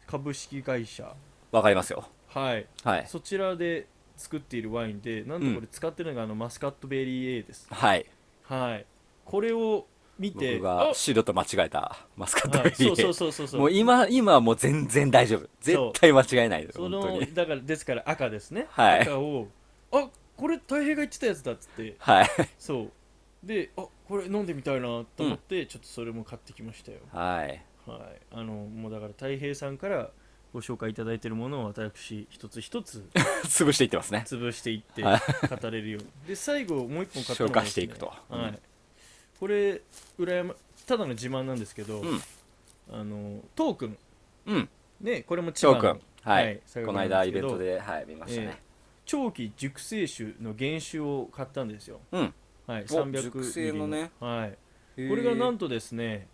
Speaker 5: 株式会社
Speaker 4: わかりますよ。
Speaker 5: はい
Speaker 4: はい。
Speaker 5: そちらで作っているワインでなんとこ
Speaker 4: う
Speaker 5: れ使ってるのがあのマスカットベリー A です、
Speaker 4: はい。
Speaker 5: はいこれを見て
Speaker 4: 僕が
Speaker 5: あ
Speaker 4: 白と間違えたマスカット
Speaker 5: はい
Speaker 4: ベリ
Speaker 5: そうそう
Speaker 4: ー。
Speaker 5: そうそうそう
Speaker 4: もう今、今はもう全然大丈夫。絶対間違いないです。
Speaker 5: そ
Speaker 4: 本
Speaker 5: の
Speaker 4: 当に。
Speaker 5: だからですから赤ですね、
Speaker 4: はい
Speaker 5: 赤をあこれたい平が言ってたやつだっつって
Speaker 4: はい。
Speaker 5: そうであこれ飲んでみたいなと思って、ちょっとそれも買ってきましたよ
Speaker 4: はい。
Speaker 5: はいあのもうだからたい平さんからご紹介いただいているものを私一つ一つ
Speaker 4: 潰していってますね。
Speaker 5: 潰していって
Speaker 4: は
Speaker 5: 語れるようにで最後もう一本買ったのが
Speaker 4: 消化していくと
Speaker 5: はい
Speaker 4: うん
Speaker 5: これ羨、ま、ただの自慢なんですけど、
Speaker 4: うん
Speaker 5: あのトークン
Speaker 4: うん。
Speaker 5: ねこれも千
Speaker 4: 翔
Speaker 5: 葉
Speaker 4: く
Speaker 5: の
Speaker 4: ん。は
Speaker 5: はい
Speaker 4: い。
Speaker 5: 最後
Speaker 4: この
Speaker 5: な
Speaker 4: 間
Speaker 5: んですけ
Speaker 4: イベ
Speaker 5: ど
Speaker 4: ントで、はい、見ました
Speaker 5: え
Speaker 4: ね
Speaker 5: え。長期熟成酒の原酒を買ったんですよ
Speaker 4: うん。
Speaker 5: はい
Speaker 4: お
Speaker 5: 300
Speaker 4: 熟成のね
Speaker 5: はいこれがなんとですね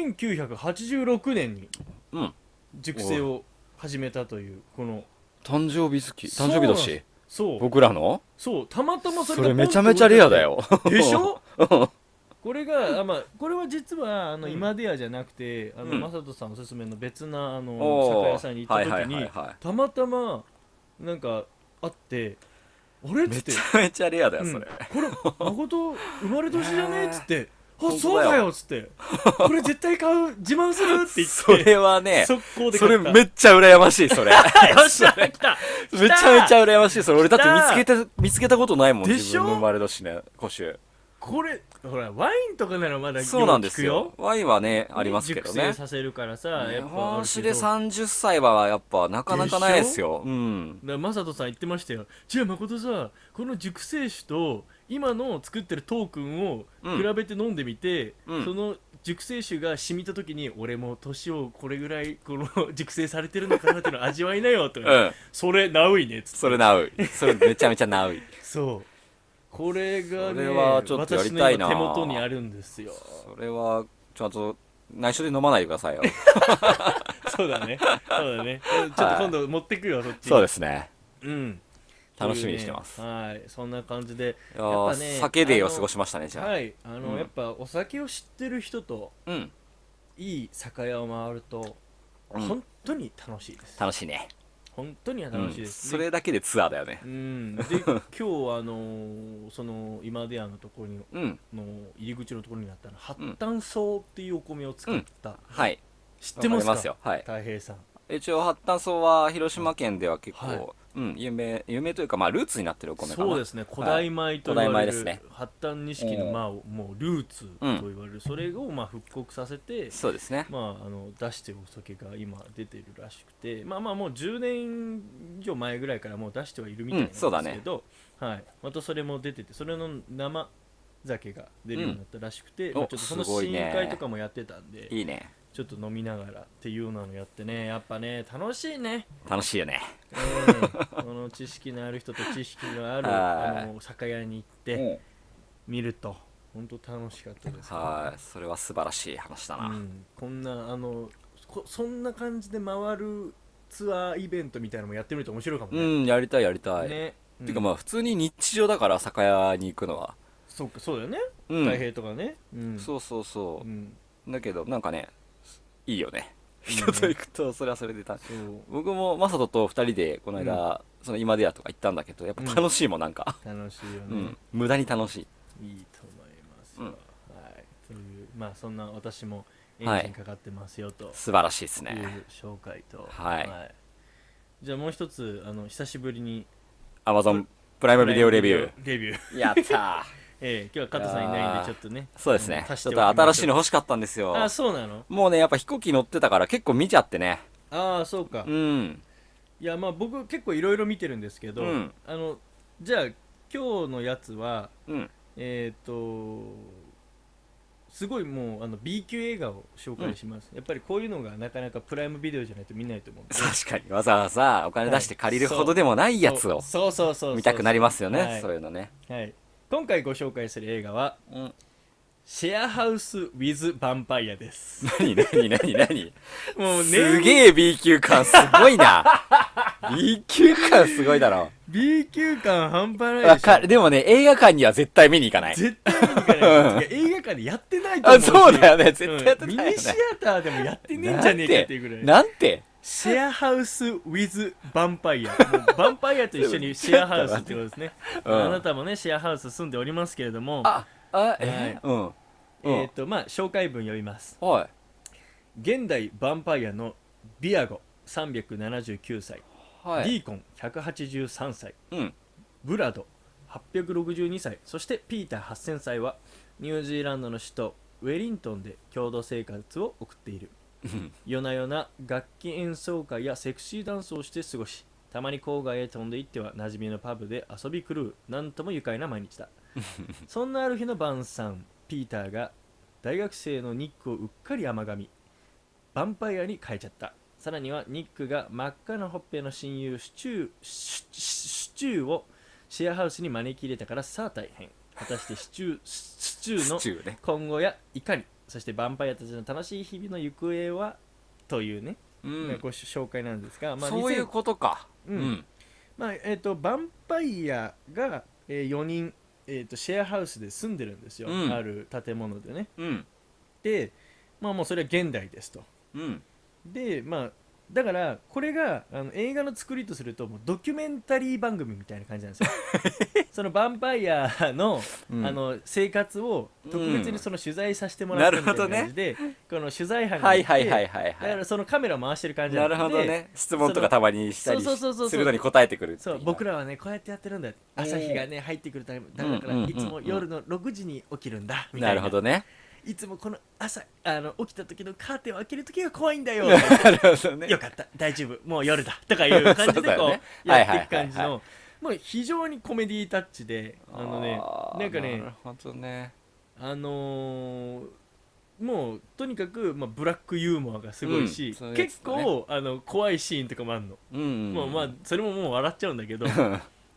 Speaker 5: 1986年に
Speaker 4: うん
Speaker 5: 熟成を始めたというこの
Speaker 4: 誕生日月
Speaker 5: そう
Speaker 4: 誕
Speaker 5: なん
Speaker 4: 生日
Speaker 5: です
Speaker 4: 年
Speaker 5: そう
Speaker 4: 僕らの
Speaker 5: そうたまたまそれ
Speaker 4: そ
Speaker 5: が
Speaker 4: れめ
Speaker 5: ポン
Speaker 4: ち
Speaker 5: と
Speaker 4: ゃ
Speaker 5: 置い
Speaker 4: め
Speaker 5: て
Speaker 4: ち
Speaker 5: あ
Speaker 4: ゃ
Speaker 5: って
Speaker 4: レアだよ。
Speaker 5: でしょ
Speaker 4: うん
Speaker 5: これがあ、まあ、これは実はあの、
Speaker 4: うん
Speaker 5: 今出屋じゃなくてあの、
Speaker 4: うん
Speaker 5: マサトさんおすすめの別なあの
Speaker 4: おー
Speaker 5: 酒屋さんに行った時に、
Speaker 4: はいはいはいはい
Speaker 5: たまたまなんかあってあれっつ
Speaker 4: め
Speaker 5: って
Speaker 4: ちゃめちゃレアだよ、
Speaker 5: うん
Speaker 4: それ。
Speaker 5: これ誠生まれ年じゃねえっつってあ
Speaker 4: 本当だ
Speaker 5: そう
Speaker 4: よ
Speaker 5: だよっつってこれ絶対買う自慢するって言って
Speaker 4: それはね、
Speaker 5: 速攻で
Speaker 4: そ
Speaker 5: 買
Speaker 4: れ
Speaker 5: った
Speaker 4: めっちゃ羨まし い、それ。
Speaker 5: よっしゃ来た
Speaker 4: めちゃめちゃ羨ましい、それ。俺だって見つけた、見つけたことないもん、
Speaker 5: でし
Speaker 4: 自
Speaker 5: ょ
Speaker 4: 分の生まれ年ね、古種。
Speaker 5: これほらワインとかならまだ
Speaker 4: そうなんですよ。ワインはね、ありますけど
Speaker 5: 熟成
Speaker 4: ね。
Speaker 5: させるからさ、
Speaker 4: 日
Speaker 5: やっぱ
Speaker 4: 本酒で
Speaker 5: だか
Speaker 4: 30歳はやっぱなかなかないですよ。うん。
Speaker 5: らマサトさん言ってましたよじゃあ誠さこの熟成酒と今の作ってるトークンを
Speaker 4: うん
Speaker 5: 比べて飲んでみて、
Speaker 4: うん
Speaker 5: その熟成酒が染みた時に俺も年をこれぐらい この熟成されてるのかなっていうのを味わいなよと、
Speaker 4: うん。
Speaker 5: それナウイねっつって
Speaker 4: それなう。 それめちゃめちゃなう。
Speaker 5: そうこれが
Speaker 4: そ
Speaker 5: ね
Speaker 4: れはちょっとやりたいな
Speaker 5: 私の今手元にあるんですよ
Speaker 4: それは、ちゃんと内緒で飲まないでくださいよ。
Speaker 5: そうだね。そうだね。ちょっと今度持ってくよ、そっち。
Speaker 4: そうですね。
Speaker 5: す。うん。
Speaker 4: 楽しみにしてます。
Speaker 5: というねはい。そんな感じで。
Speaker 4: いやー
Speaker 5: やっぱね
Speaker 4: 酒デーを
Speaker 5: あの
Speaker 4: 過ごしましたね、じゃあ。
Speaker 5: はい。あの、
Speaker 4: うん
Speaker 5: やっぱお酒を知ってる人と、
Speaker 4: うん。
Speaker 5: いい酒屋を回ると、
Speaker 4: うん
Speaker 5: 本当に楽しいです。
Speaker 4: 楽しいね。
Speaker 5: 本当には
Speaker 4: うん
Speaker 5: 楽しいです。
Speaker 4: そ
Speaker 5: で
Speaker 4: れだけでツアーだよね
Speaker 5: う。 ん、で今日あのーその今出屋のところに
Speaker 4: うん。
Speaker 5: の入り口のところにあったの発端草っていうお米を使った、
Speaker 4: はい。
Speaker 5: 知ってますか
Speaker 4: わかりますよ。はい。
Speaker 5: 太平さん
Speaker 4: 一応、発端草は広島県では結構、
Speaker 5: はい
Speaker 4: うん、有名、有名というか、まあ、ルーツになってるお米かな。
Speaker 5: そうですね古代米と言
Speaker 4: 古
Speaker 5: われ
Speaker 4: 代米
Speaker 5: る、
Speaker 4: ですね
Speaker 5: 発端錦の、
Speaker 4: うん
Speaker 5: まあ、もうルーツと言われる、それをまあ復刻させて、
Speaker 4: そうですね。
Speaker 5: まあ、あの出してるお酒が今出てるらしくてまあまあもう10年以上前ぐらいからもう出してはいるみたいなん
Speaker 4: う
Speaker 5: で
Speaker 4: ん
Speaker 5: す
Speaker 4: そうだね
Speaker 5: けど、はい、またそれも出ててそれの生酒が出るようになったらしくて、
Speaker 4: うん
Speaker 5: ま
Speaker 4: お
Speaker 5: あちょっとその
Speaker 4: すご
Speaker 5: 試
Speaker 4: い
Speaker 5: 飲
Speaker 4: ね
Speaker 5: 会とかもやってたんで、
Speaker 4: いいね。
Speaker 5: ちょっと飲みながらっていうようなのやってねやっぱね楽しいね
Speaker 4: 楽しいよね。
Speaker 5: うんこの知識のある人と知識のある
Speaker 4: はい
Speaker 5: あの酒屋に行って
Speaker 4: うん
Speaker 5: 見ると本当楽しかったです、
Speaker 4: はい。それは素晴らしい話だ
Speaker 5: う
Speaker 4: な。
Speaker 5: ん、こんなあのこそんな感じで回るツアーイベントみたいなのもやってみると面白いかも
Speaker 4: う
Speaker 5: ね,、
Speaker 4: ん、やりたいやりたい。
Speaker 5: ね
Speaker 4: てか
Speaker 5: うん
Speaker 4: まあ、普通に日常だから、酒屋に行くのは。
Speaker 5: そうかそうだよね
Speaker 4: うん。
Speaker 5: 太平とかね、うん、
Speaker 4: そうそうそう
Speaker 5: ん、
Speaker 4: う。だけど、なんかね、いいよね。
Speaker 5: いいね
Speaker 4: 人と行くと、それはそれで楽し
Speaker 5: そ
Speaker 4: い
Speaker 5: う
Speaker 4: 僕もマサトと二人でこの間、その今出屋とか行ったんだけどやっぱ楽しいもんなんか、
Speaker 5: 楽しいよ
Speaker 4: う
Speaker 5: ね
Speaker 4: ん、、無駄に楽しい
Speaker 5: いいと思います
Speaker 4: う
Speaker 5: よ、
Speaker 4: ん
Speaker 5: はいというまあそんな私もエ
Speaker 4: は
Speaker 5: ンジ
Speaker 4: い
Speaker 5: ンかかってますよと、
Speaker 4: 素晴らしいです
Speaker 5: い
Speaker 4: ね
Speaker 5: う紹介と、
Speaker 4: はい
Speaker 5: じゃあもう一つあの久しぶりに
Speaker 4: アマゾンプライムビデオレビュ
Speaker 5: レビュー
Speaker 4: ーやったー
Speaker 5: ええ今日は加藤さんいないんでちょっとね
Speaker 4: そうです
Speaker 5: ん
Speaker 4: ね
Speaker 5: 足
Speaker 4: ちょ
Speaker 5: し
Speaker 4: ってと
Speaker 5: おきましょう
Speaker 4: 新しいの欲しかったんですよ
Speaker 5: あそうなの
Speaker 4: もうねやっぱ飛行機乗ってたから結構見ちゃってね
Speaker 5: ああそうか、
Speaker 4: う
Speaker 5: い
Speaker 4: ん
Speaker 5: やまあ僕結構いろいろ見てるんですけど、
Speaker 4: うん
Speaker 5: あのじゃあ今日のやつは
Speaker 4: うん
Speaker 5: えっ、とすごいもうあの B 級映画を紹介します、やっぱりこういうのがなかなかプライムビデオじゃないと見ないと思 うんで
Speaker 4: 確かにわざわざお金出して借りるほどでもないやつを
Speaker 5: そうそうそうそうそう
Speaker 4: 見たくなりますよね、
Speaker 5: はい
Speaker 4: そういうのね
Speaker 5: はい、今回ご紹介する映画は
Speaker 4: うん
Speaker 5: 「シェアハウス・ウィズ・ヴァンパイア」 です
Speaker 4: 何何何何
Speaker 5: もう
Speaker 4: す
Speaker 5: ね
Speaker 4: げえ B 級感すごいな B 級感すごい だろ
Speaker 5: B 級感半端ない
Speaker 4: わ
Speaker 5: でしょ
Speaker 4: かる。でもね、映画館には絶対見に行か ない。
Speaker 5: 絶対見に行か ないてか映画館でやってないと思
Speaker 4: あ、
Speaker 5: うし
Speaker 4: そうだよね。絶対やって
Speaker 5: うんミ
Speaker 4: ないよね。
Speaker 5: ニシアターでもやってねえんじゃねえかっていうぐらい
Speaker 4: なんて
Speaker 5: シェアハウス・ウィズ・ヴァンパイアもうヴァンパイアと一 緒にシェアハウスってことですね、
Speaker 4: うん
Speaker 5: あなたもねシェアハウス住んでおりますけれども
Speaker 4: あ、あ、えー、うん。
Speaker 5: えっ、とまあ紹介文読みます
Speaker 4: はい。
Speaker 5: 現代ヴァンパイアのビアゴ379歳、
Speaker 4: はい。
Speaker 5: ディーコン183歳
Speaker 4: うん。
Speaker 5: ブラド862歳そしてピーター8000歳はニュージーランドの首都ウェリントンで共同生活を送っている夜な夜な楽器演奏会やセクシーダンスをして過ごしたまに郊外へ飛んで行っては馴染みのパブで遊び狂うなんとも愉快な毎日だそんなある日の晩餐ピーターが大学生のニックをうっかり甘噛みヴァンパイアに変えちゃったさらにはニックが真っ赤なほっぺの親友シチューシシシチューをシェアハウスに招き入れたからさあ大変果たしてシチューシシチューの
Speaker 4: シチューね。
Speaker 5: 今後やいかにそしてヴァンパイアたちの楽しい日々の行方はというね、
Speaker 4: う
Speaker 5: ご紹介なんですが、まあ、
Speaker 4: そういう
Speaker 5: 2000
Speaker 4: ことか。
Speaker 5: う
Speaker 4: うんん。
Speaker 5: まあえー、とヴァンパイアが、え4人、えー、とシェアハウスで住んでるんですよ、
Speaker 4: うん
Speaker 5: ある建物でね
Speaker 4: うん。
Speaker 5: で、まあ、もうそれは現代ですと
Speaker 4: うん。
Speaker 5: で、まあ、だからこれがあの映画の作りとするともうドキュメンタリー番組みたいな感じなんです よそのヴァンパイアの,、
Speaker 4: うん
Speaker 5: あの生活を特別にその取材させてもらったみたいな感じで、この取材班が
Speaker 4: はい
Speaker 5: いて
Speaker 4: はいはいは
Speaker 5: だ
Speaker 4: い
Speaker 5: か
Speaker 4: は
Speaker 5: らそのカメラ回してる感
Speaker 4: い
Speaker 5: じな
Speaker 4: な
Speaker 5: ので
Speaker 4: るほどね質問とかたまにしたり
Speaker 5: そうそうそうそう
Speaker 4: するのに答えてくるってい
Speaker 5: そう僕
Speaker 4: ら
Speaker 5: らはねこうやってやってるんだ朝日がね入ってくるためだ
Speaker 4: うん
Speaker 5: から
Speaker 4: うんうん
Speaker 5: いつも夜の6時に起きるんだみた
Speaker 4: ない
Speaker 5: な
Speaker 4: るほどね
Speaker 5: いつもこの朝あの起きた時のカーテンを開ける時が怖いんだ よ
Speaker 4: なるほどね
Speaker 5: よかった大丈夫もう夜だとかいう感じ
Speaker 4: そうだ
Speaker 5: で
Speaker 4: よ
Speaker 5: こ
Speaker 4: ね
Speaker 5: うやっていく感じ
Speaker 4: はいはいはい
Speaker 5: のもう非常にコメディタッチであのね
Speaker 4: ー
Speaker 5: なんかね
Speaker 4: なるほどね
Speaker 5: あのーもうとにかく、まあ、ブラックユーモアがすごいし、
Speaker 4: うんそういうやつ
Speaker 5: 結
Speaker 4: だね
Speaker 5: 構あの怖いシーンとかもあるの、
Speaker 4: うんうん
Speaker 5: もうまあそれももう笑っちゃうんだ けど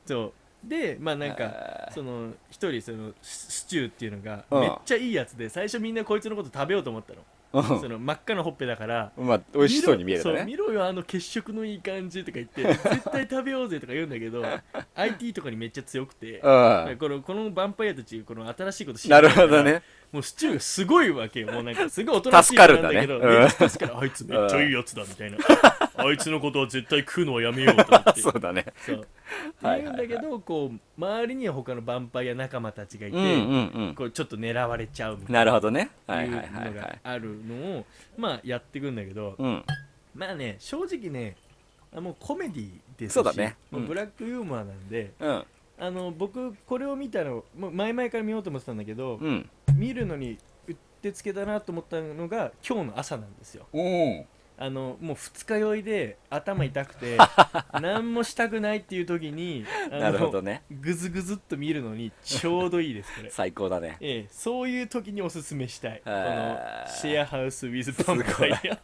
Speaker 5: そうでまあなんか
Speaker 4: か
Speaker 5: その一人そのススチューっていうのが
Speaker 4: うん
Speaker 5: めっちゃいいやつで最初みんなこいつのこと食べようと思ったの,、その真っ赤なほっぺだから
Speaker 4: まあ美味しそうに見える
Speaker 5: ろそう
Speaker 4: ね
Speaker 5: 見ろよあの血色のいい感じとか言って 絶対食べようぜとか言うんだけど IT とかにめっちゃ強くて
Speaker 4: う、ん
Speaker 5: このこのヴァンパイアたちこの新しいこと知
Speaker 4: な
Speaker 5: ら
Speaker 4: る
Speaker 5: ないか
Speaker 4: ほ
Speaker 5: ら
Speaker 4: どね
Speaker 5: もうスチューがすごいわけよもうなん かすごいおとなしい子なんだけど
Speaker 4: 助かるんだねうん
Speaker 5: めっちゃ助かるあいつめっちゃいいやつだみた いなあいつのことは絶対食うのはやめようと思って
Speaker 4: そうだね
Speaker 5: そう。
Speaker 4: はい
Speaker 5: っていうんだけど、こう、周りには他のヴァンパイア仲間たちがい
Speaker 4: うんう
Speaker 5: て、
Speaker 4: ん
Speaker 5: こう、ちょっと狙われちゃうみ
Speaker 4: うん
Speaker 5: たい
Speaker 4: なるほどね
Speaker 5: な。
Speaker 4: はいいうはいはい
Speaker 5: の
Speaker 4: は
Speaker 5: が
Speaker 4: い
Speaker 5: あるのを、まあ、やっていくんだけど、
Speaker 4: うん
Speaker 5: まあね、正直ね、あもうコメディですし、
Speaker 4: そうだね
Speaker 5: もううんブラックユーモアなんで、
Speaker 4: うん
Speaker 5: あの、僕、これを見たの、もう前々から見ようと思ってたんだけど、
Speaker 4: うん
Speaker 5: 見るのにうってつけだなと思ったのが、今日の朝なんですよ。
Speaker 4: お
Speaker 5: あのもう二日酔いで頭痛く て何もしたくないっていう時にあの
Speaker 4: なるほどね
Speaker 5: ぐずぐずっと見るのにちょうどいいですこ れ、
Speaker 4: 最高だね
Speaker 5: ええ、そういう時におすすめしたいこの
Speaker 4: あー
Speaker 5: シェアハウス・ウィズ・パンパイア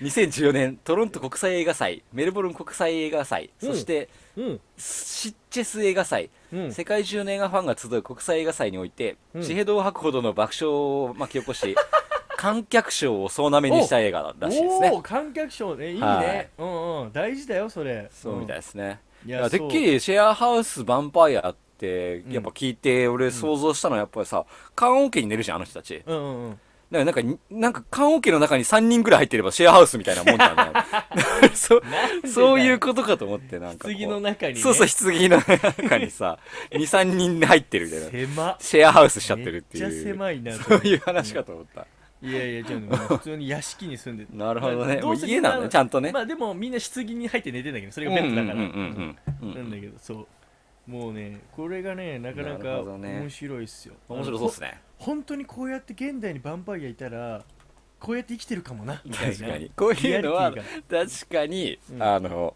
Speaker 4: 2014年トロント国際映画祭メルボルン国際映画祭
Speaker 5: うん
Speaker 4: そして
Speaker 5: うん
Speaker 4: シッチェス映画祭
Speaker 5: うん
Speaker 4: 世界中の映画ファンが集う国際映画祭において
Speaker 5: うん
Speaker 4: 地平道を吐くほどの爆笑を巻き起こし 観客賞を総なめにした映画らしいです
Speaker 5: お
Speaker 4: ね
Speaker 5: お観客賞ねいいね、
Speaker 4: はい
Speaker 5: うんうん大事だよそれ
Speaker 4: そうみたい
Speaker 5: い、
Speaker 4: ですね
Speaker 5: い
Speaker 4: い
Speaker 5: や
Speaker 4: やてっき
Speaker 5: そう
Speaker 4: りシェアハウスヴァンパイアって
Speaker 5: うん
Speaker 4: やっぱ聞いて俺想像したのはやっぱりさ棺桶に寝るじゃんあの人たちだか
Speaker 5: うんうんうん
Speaker 4: らなんかになんか棺桶の中に3人ぐらい入ってればシェアハウスみたいなもんじゃない そう
Speaker 5: なんでだよ
Speaker 4: そういうことかと思ってなんかこう
Speaker 5: 棺の中に、ね、
Speaker 4: そうそう棺の中に さ23人入ってるみたいな
Speaker 5: 狭っ
Speaker 4: シェアハウスしちゃってるっていう
Speaker 5: めっちゃ狭いなと
Speaker 4: そういう話かと思った
Speaker 5: いやいやじゃあもう普通に屋敷に住んで
Speaker 4: なるほどね
Speaker 5: まあうせ
Speaker 4: もう家なのね
Speaker 5: み
Speaker 4: ちゃんとね
Speaker 5: まあでもみんな棺に入って寝てんだけどそれがベッドだから
Speaker 4: うんうんうんうんうん
Speaker 5: なんだけどそうもうねこれがねなかな
Speaker 4: なる
Speaker 5: か
Speaker 4: ほどね
Speaker 5: 面白いっすよ
Speaker 4: 面白そうですね
Speaker 5: ほ本当にこうやって現代にヴァンパイアいたらこうやって生きてるかもなみたいな
Speaker 4: 確かにこういうのは
Speaker 5: リアリティが
Speaker 4: 確かに
Speaker 5: うん
Speaker 4: あの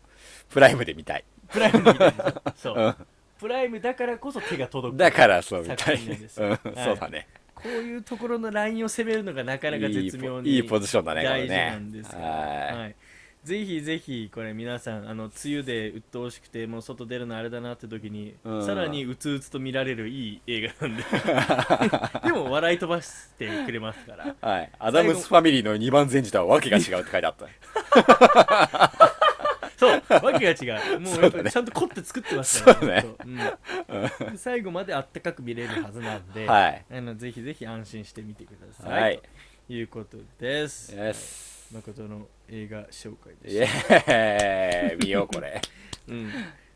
Speaker 4: プライムで見たい
Speaker 5: プライムみたいなそう、
Speaker 4: うん
Speaker 5: プライムだからこそ手が届く
Speaker 4: だからそうみたい
Speaker 5: 作品なんです
Speaker 4: う
Speaker 5: よ
Speaker 4: ん
Speaker 5: はい
Speaker 4: そうだね
Speaker 5: こういうところのラインを攻めるのがなかなか絶妙に
Speaker 4: いいポいいポジションだねこれ
Speaker 5: 大
Speaker 4: ね
Speaker 5: 事なんですよ
Speaker 4: はい
Speaker 5: はいぜひぜひこれ皆さんあの梅雨で鬱陶しくてもう外出るのあれだなって時に、
Speaker 4: うん
Speaker 5: さらにうつうつと見られるいい映画なん ででも笑い飛ばしてくれますから
Speaker 4: はいアダムスファミリーの2番前時とはわけが違うって書いてあった
Speaker 5: そうわけが違うもうやっぱりちゃんと凝って作ってますから
Speaker 4: そう
Speaker 5: そううんで最後まであったかく見れるはずなんで、
Speaker 4: はい
Speaker 5: あのぜひぜひ安心して見てください、
Speaker 4: はい
Speaker 5: ということです、
Speaker 4: よし
Speaker 5: 誠の映画紹介で
Speaker 4: イ
Speaker 5: した、
Speaker 4: エーイ見ようこれ
Speaker 5: うん、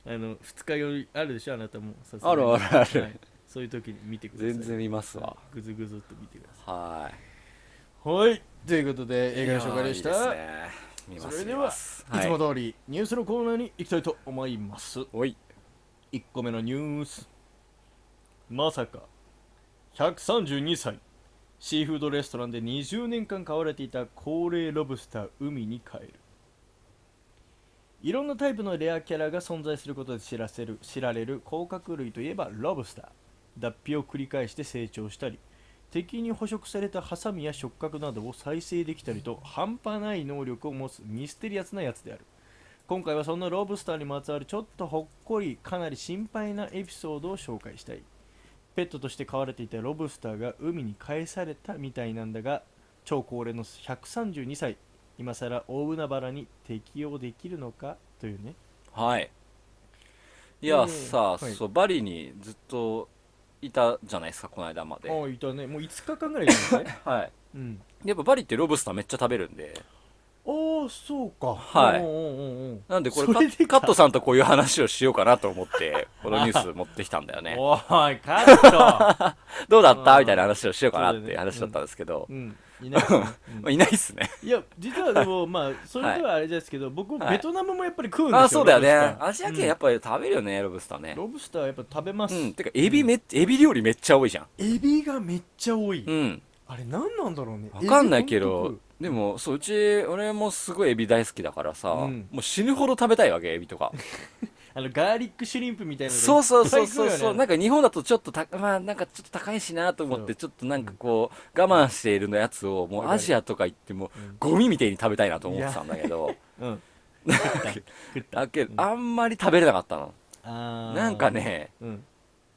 Speaker 5: あの二日酔いあるでしょあなたもさすが
Speaker 4: あ
Speaker 5: に
Speaker 4: るあるある
Speaker 5: はいそういう時に見てください
Speaker 4: 全然見ますわ
Speaker 5: ぐずぐずっと見てくださ
Speaker 4: はい
Speaker 5: はいということで映画の紹介でし
Speaker 4: い
Speaker 5: た
Speaker 4: やーいいですね見ま
Speaker 5: そ
Speaker 4: す
Speaker 5: れで
Speaker 4: 見ま
Speaker 5: は
Speaker 4: す
Speaker 5: いつも通
Speaker 4: は
Speaker 5: り、ニュースのコーナーに行きたいと思います
Speaker 4: おい
Speaker 5: 1個目のニュースまさか132歳シーフードレストランで20年間飼われていた高齢ロブスター海に帰るいろんなタイプのレアキャラが存在することで知らせる知られる甲殻類といえばロブスター脱皮を繰り返して成長したり敵に捕食されたハサミや触覚などを再生できたりと半端ない能力を持つミステリアスなやつである今回はそんなロブスターにまつわるちょっとほっこりかなり心配なエピソードを紹介したいペットとして飼われていたロブスターが海に返されたみたいなんだが超高齢の132歳今さら大海原に適応できるのかというね
Speaker 4: はいいや
Speaker 5: うん
Speaker 4: さ
Speaker 5: はい
Speaker 4: そうバリにずっといたじゃないですかこの間まで
Speaker 5: ああいたねもう5日間ぐらいいたんですね
Speaker 4: はい
Speaker 5: うん
Speaker 4: やっぱバリってロブスターめっちゃ食べるんで
Speaker 5: おおああそうか
Speaker 4: はい
Speaker 5: うんうんうんうん
Speaker 4: なんでこれ
Speaker 5: そ
Speaker 4: カ
Speaker 5: れで
Speaker 4: カットさんとこういう話をしようかなと思ってこのニュース持ってきたんだ よね
Speaker 5: おいカッ ト
Speaker 4: どうだった
Speaker 5: うん
Speaker 4: みたいな話をしようかなっていう話だったんですけど、
Speaker 5: うんいないですね、
Speaker 4: まあいないっすね
Speaker 5: うんいや実はでもまあそれではあれですけど、僕
Speaker 4: はい
Speaker 5: ベトナムもやっぱり食うんですよ、
Speaker 4: あそうだよね
Speaker 5: ロブスター
Speaker 4: アジア圏やっぱり食べるよね、ロブスターね
Speaker 5: ロブスターはやっぱ食べます、
Speaker 4: うんてかエビめっエビ料理めっちゃ多いじゃん
Speaker 5: エビがめっちゃ多い、
Speaker 4: うん
Speaker 5: あれ何なんだろうね
Speaker 4: わかんないけ
Speaker 5: エ
Speaker 4: ど
Speaker 5: ビ
Speaker 4: でもそううち俺もすごいエビ大好きだからさ、
Speaker 5: うん
Speaker 4: もう死ぬほど食べたいわけエビとか
Speaker 5: あのガーリックシュリンプみたいなの
Speaker 4: そうそうそうそ
Speaker 5: いっ
Speaker 4: う
Speaker 5: ぱい食
Speaker 4: そう、
Speaker 5: よね
Speaker 4: なんか日本だとちょっとたまあなんかちょっと高いしなと思ってちょっとなんかこう我慢しているのやつをも
Speaker 5: わ
Speaker 4: う
Speaker 5: かる
Speaker 4: アジアとか行っても
Speaker 5: うん
Speaker 4: ゴミみたいに食べたいなと思ってたんだけど
Speaker 5: うん食った
Speaker 4: だけど
Speaker 5: うん
Speaker 4: あんまり食べれなかったの
Speaker 5: あー
Speaker 4: なんかね
Speaker 5: うん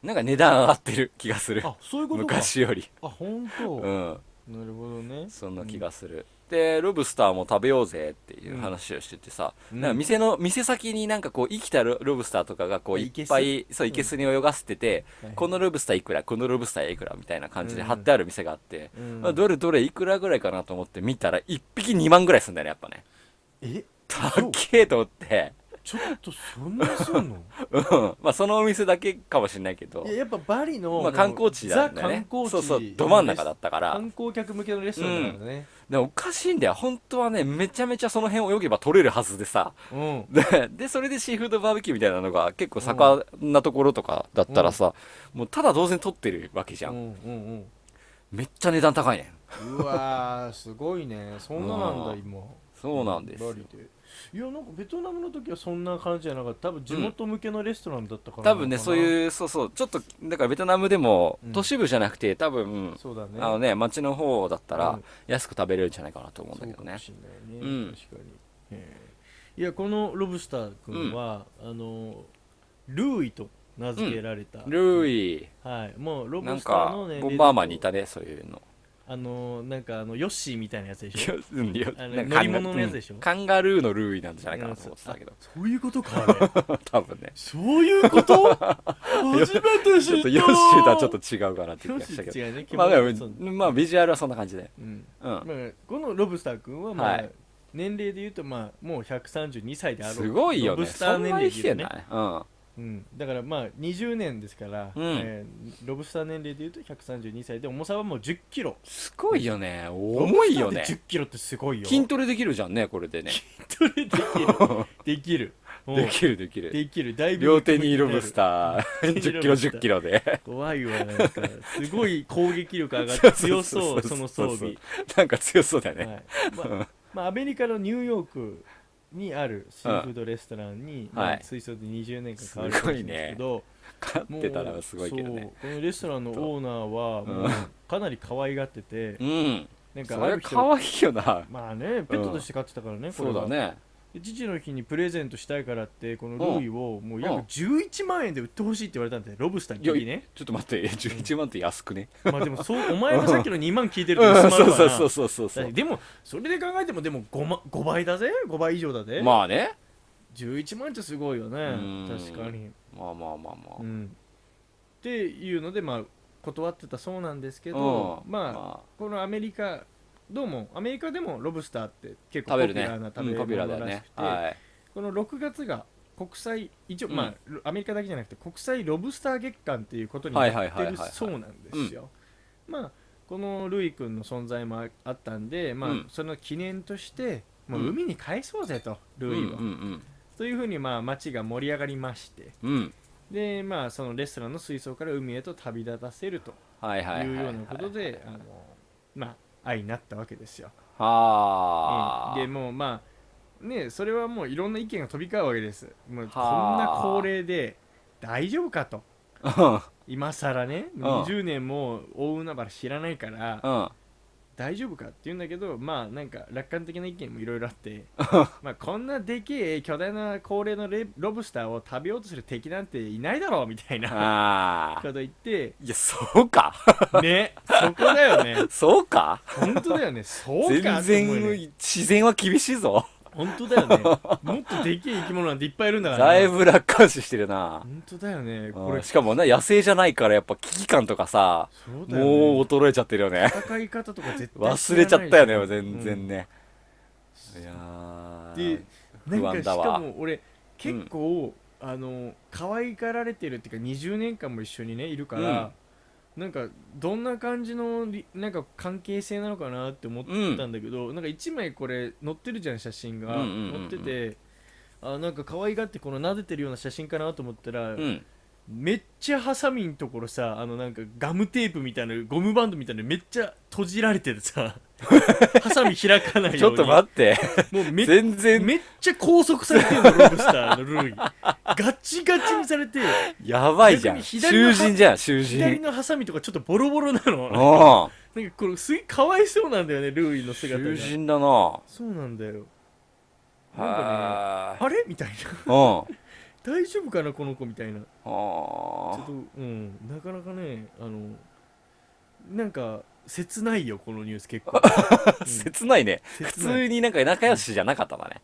Speaker 4: なんか値段上がってる気がする
Speaker 5: あそういうことか
Speaker 4: 昔より
Speaker 5: あ本当、
Speaker 4: うん
Speaker 5: なるほどね
Speaker 4: そんな気がする、でロブスターも食べようぜっていう話をしててさ、
Speaker 5: うん
Speaker 4: なんか店の店先になんかこう生きたロロブスターとかがこ
Speaker 5: あ
Speaker 4: ういっぱいそう
Speaker 5: うん
Speaker 4: いけすに泳がせてて、
Speaker 5: はい
Speaker 4: このロブスターいくらこのロブスターいくらみたいな感じで
Speaker 5: うん
Speaker 4: 貼ってある店があって、
Speaker 5: うん
Speaker 4: まあどれどれいくらぐらいかなと思って見たら1匹2万ぐらいすんだよねやっぱね
Speaker 5: え
Speaker 4: 高っけえと思って、
Speaker 5: ちょっとそんなにす んの
Speaker 4: うん、まあそのお店だけかもしれないけど
Speaker 5: いややっぱバリの、
Speaker 4: まあ観光地なんだよ
Speaker 5: ザ
Speaker 4: ね
Speaker 5: 観光地
Speaker 4: そうそうど真ん中だったから
Speaker 5: 観光客向けのレストランだからね
Speaker 4: でもおかしいんだよ本当はねめちゃめちゃその辺泳げば取れるはずでさ
Speaker 5: うん、
Speaker 4: ででそれでシーフードバーベキューみたいなのが結構盛んなところとかだったらさ、もうただ当然取ってるわけじゃ、
Speaker 5: うんんうん
Speaker 4: めっちゃ値段高いね
Speaker 5: うんうわーすごいねそんななんだ
Speaker 4: うん
Speaker 5: 今
Speaker 4: そうなんですよ
Speaker 5: バリでいやなんかベトナムの時はそんな感じじゃなかった多分地元向けのレストランだったから
Speaker 4: 多分ねそう
Speaker 5: う
Speaker 4: いうそうそうちょっとだからベトナムでも
Speaker 5: うん
Speaker 4: 都市部じゃなくて多分、
Speaker 5: そうだね
Speaker 4: あのね街の方だった
Speaker 5: う
Speaker 4: ら
Speaker 5: ん
Speaker 4: 安く食べれるんじゃないかなと思うんだ
Speaker 5: そう
Speaker 4: けど
Speaker 5: か
Speaker 4: ね
Speaker 5: もしれないね、
Speaker 4: うん
Speaker 5: 確かにへーいやこのロブスター君は、あのルーイと名付けられた、
Speaker 4: ルーイ
Speaker 5: はいもうロ
Speaker 4: な
Speaker 5: ブ
Speaker 4: ん
Speaker 5: スター
Speaker 4: か
Speaker 5: のね
Speaker 4: ボンバーマンにいたねそういうの
Speaker 5: あのなんかあのヨッシーみたいなやつでしょ
Speaker 4: ようんよ
Speaker 5: あの
Speaker 4: なんか
Speaker 5: 乗り物のやつでしょ
Speaker 4: うんカンガルーのルーイなんじゃないかなと思ってたけど
Speaker 5: あそういうことかあれ
Speaker 4: 多分ね
Speaker 5: そういうこと 初めて知
Speaker 4: ち
Speaker 5: った
Speaker 4: ょっとヨッシーとはちょっと違うかなって気
Speaker 5: ヨ
Speaker 4: が
Speaker 5: ッシ
Speaker 4: した け
Speaker 5: ー
Speaker 4: ど
Speaker 5: 違うね基
Speaker 4: まあ
Speaker 5: 本
Speaker 4: で
Speaker 5: そう
Speaker 4: もまあビジュアルはそんな感じで
Speaker 5: うん
Speaker 4: うん
Speaker 5: まあ、このロブスター君は、まあ
Speaker 4: はい
Speaker 5: 年齢でいうと、まあ、もう132歳であろう
Speaker 4: すごいよ
Speaker 5: ロ
Speaker 4: ね
Speaker 5: ブスター
Speaker 4: そん
Speaker 5: 年
Speaker 4: な
Speaker 5: 齢で
Speaker 4: に生
Speaker 5: い
Speaker 4: き
Speaker 5: うとね
Speaker 4: てないうん
Speaker 5: うん、だからまあ20年ですから、
Speaker 4: うん
Speaker 5: えーロブスター年齢でいうと132歳で重さはもう1 0キロ
Speaker 4: すごいよね重いよね
Speaker 5: 1 0キロってすごい よ
Speaker 4: 筋トレできるじゃんねこれでね
Speaker 5: トレできる できるもう
Speaker 4: できるできる
Speaker 5: できるだいぶ
Speaker 4: 両手にロブス
Speaker 5: ー
Speaker 4: ター1 0キロ1 0キロで
Speaker 5: 怖いわなんかすごい攻撃力上がって強そうその装備
Speaker 4: なんか強そうだよ
Speaker 5: は
Speaker 4: ね
Speaker 5: いまあまあ、アメリカのニューヨークにあるシーフードレストランに、まあ
Speaker 4: はい
Speaker 5: 水槽で20年間変わるかもしれないですけど
Speaker 4: 勝
Speaker 5: も
Speaker 4: っ
Speaker 5: う
Speaker 4: てたらすごいけど
Speaker 5: そう
Speaker 4: ね
Speaker 5: このレストランのオーナーはもうかなり可愛がってて、
Speaker 4: うん
Speaker 5: なん
Speaker 4: そ
Speaker 5: かある
Speaker 4: れは
Speaker 5: 人
Speaker 4: 可愛いよな
Speaker 5: まあねペットとして飼ってたからね、これ
Speaker 4: そう
Speaker 5: は
Speaker 4: だね
Speaker 5: で父の日にプレゼントしたいからってこのルイをもう
Speaker 4: うん
Speaker 5: 約11万円で売ってほしいって言われたんでロブスターに
Speaker 4: いや
Speaker 5: いいね
Speaker 4: ちょっと待って11万 って安くね
Speaker 5: まあでもそうお前がさっきの2万聞いて
Speaker 4: う
Speaker 5: ると
Speaker 4: ん
Speaker 5: 薄ま
Speaker 4: そう
Speaker 5: るか
Speaker 4: そ
Speaker 5: ら
Speaker 4: う
Speaker 5: な
Speaker 4: そうそうそうそ
Speaker 5: だって
Speaker 4: う
Speaker 5: でもそれで考えてもでも 5, 万5倍だぜ5倍以上だぜ、
Speaker 4: まあね
Speaker 5: 11万ってすごいよね
Speaker 4: うん
Speaker 5: 確かに
Speaker 4: まあまあまあ
Speaker 5: う
Speaker 4: ま
Speaker 5: んっていうのでまあ断ってたそうなんですけど
Speaker 4: あうん
Speaker 5: まあこのアメリカどうもアメリカでもロブスターって結構ポピ
Speaker 4: 食べる
Speaker 5: ュ
Speaker 4: ね
Speaker 5: ラーな食
Speaker 4: うん
Speaker 5: べ
Speaker 4: ポピュラーだ
Speaker 5: 物
Speaker 4: よ
Speaker 5: らし
Speaker 4: ね
Speaker 5: くて、
Speaker 4: はい
Speaker 5: この6月が国際一応、
Speaker 4: うん
Speaker 5: まあロアメリカだけじゃなくて国際ロブスター月間っていうことに
Speaker 4: は
Speaker 5: ない
Speaker 4: はい
Speaker 5: っ
Speaker 4: はい
Speaker 5: て
Speaker 4: はい
Speaker 5: る
Speaker 4: はい
Speaker 5: そうなんですよ。まあこのルイ君の存在もああったんで、まあ
Speaker 4: うん
Speaker 5: その記念として、もう
Speaker 4: うん
Speaker 5: 海に返そうぜと、ルイを、
Speaker 4: うんうん
Speaker 5: というふうに、まあ、街が盛り上がりまして
Speaker 4: うんうん
Speaker 5: で、まあ、そのレストランの水槽から海へと旅立たせると
Speaker 4: はいはいはいいは
Speaker 5: う
Speaker 4: い
Speaker 5: ようなことで、あのまあ、愛になったわけですよ。
Speaker 4: はあ
Speaker 5: ええでもうまあねそれはもういろんな意見が飛び交うわけですもうこん
Speaker 4: は
Speaker 5: な
Speaker 4: あ
Speaker 5: 高齢で大丈夫かと
Speaker 4: うん
Speaker 5: 今更ね
Speaker 4: ん
Speaker 5: 20年も大海原知らないから
Speaker 4: うん
Speaker 5: 大丈夫かって言うんだけどまあなんか楽観的な意見もいろいろあっ てまあこんなでけえ巨大な高齢のレロブスターを食べようとする敵なんていないだろうみたいな
Speaker 4: あ
Speaker 5: こと言って
Speaker 4: あいやそうか
Speaker 5: ねそこだよね
Speaker 4: そうか
Speaker 5: 本当だよねそうか
Speaker 4: 全
Speaker 5: って思うよね
Speaker 4: 然自然は厳しいぞ
Speaker 5: 本当だよねもっとでけえ生き物なんていっぱいいるんだからね
Speaker 4: だいぶ楽観視してるな
Speaker 5: 本当だよねこ
Speaker 4: う
Speaker 5: れ
Speaker 4: んしかもな野生じゃないからやっぱ危機感とかさ
Speaker 5: そうだよ、ね、
Speaker 4: もう衰えちゃってるよね
Speaker 5: 戦い方とか絶対知らない
Speaker 4: 忘れちゃったよね全然ね
Speaker 5: うん
Speaker 4: いやー
Speaker 5: でなん
Speaker 4: 不
Speaker 5: か
Speaker 4: 安
Speaker 5: し
Speaker 4: だわ
Speaker 5: かも俺結構、あの可愛がられてるっていうか20年間も一緒にねいるから、なんかどんな感じのりなんか関係性なのかなって思ったんだけど、なんか1枚これ載ってるじゃん写真が、
Speaker 4: うんうんうんうん
Speaker 5: 載っててあなんか可愛がってこの撫でてるような写真かなと思ったら、
Speaker 4: うん
Speaker 5: めっちゃハサミのところさあのなんかガムテープみたいなゴムバンドみたいなのめっちゃ閉じられててさ ハサミ開かない
Speaker 4: ち
Speaker 5: よう
Speaker 4: ょ
Speaker 5: に
Speaker 4: っと待って
Speaker 5: もうめっ
Speaker 4: 全然
Speaker 5: めっちゃ拘束されてるのロブスターのルーイガチガチにされて
Speaker 4: やばいじゃん
Speaker 5: 逆に左の
Speaker 4: 囚人じゃん囚
Speaker 5: 左
Speaker 4: 人
Speaker 5: のハサミとかちょっとボロボロなのなんか
Speaker 4: うん
Speaker 5: これすげえかわいそうなんだよねルーイの姿が
Speaker 4: 囚人だな
Speaker 5: そうなんだよなんかね
Speaker 4: は
Speaker 5: あれみたいな
Speaker 4: いうん
Speaker 5: 大丈夫かなこの子みたいなちょ
Speaker 4: あ
Speaker 5: っとうんなかなかねあのなんか切ないよこのニュース結構、
Speaker 4: ー切ないね普
Speaker 5: 切な
Speaker 4: 通になんか仲良しじゃなかったん だね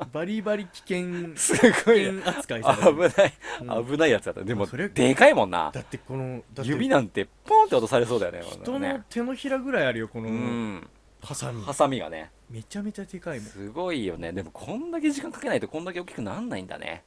Speaker 5: うんバリバリ危険
Speaker 4: すごい
Speaker 5: 危
Speaker 4: ね
Speaker 5: 険扱いされる
Speaker 4: 危な
Speaker 5: う
Speaker 4: い
Speaker 5: ん
Speaker 4: 危ないやつだったでも
Speaker 5: それ
Speaker 4: でかいもんな
Speaker 5: だってこのだって
Speaker 4: 指なんてポンって落とされそうだよね
Speaker 5: 人
Speaker 4: ね
Speaker 5: の手のひらぐらいあるよこ
Speaker 4: う
Speaker 5: の
Speaker 4: ん
Speaker 5: ハサミ
Speaker 4: ハサミがね
Speaker 5: めちゃめちゃでかいもん
Speaker 4: すごいよねでもこんだけ時間かけないとこんだけ大きくなんないんだね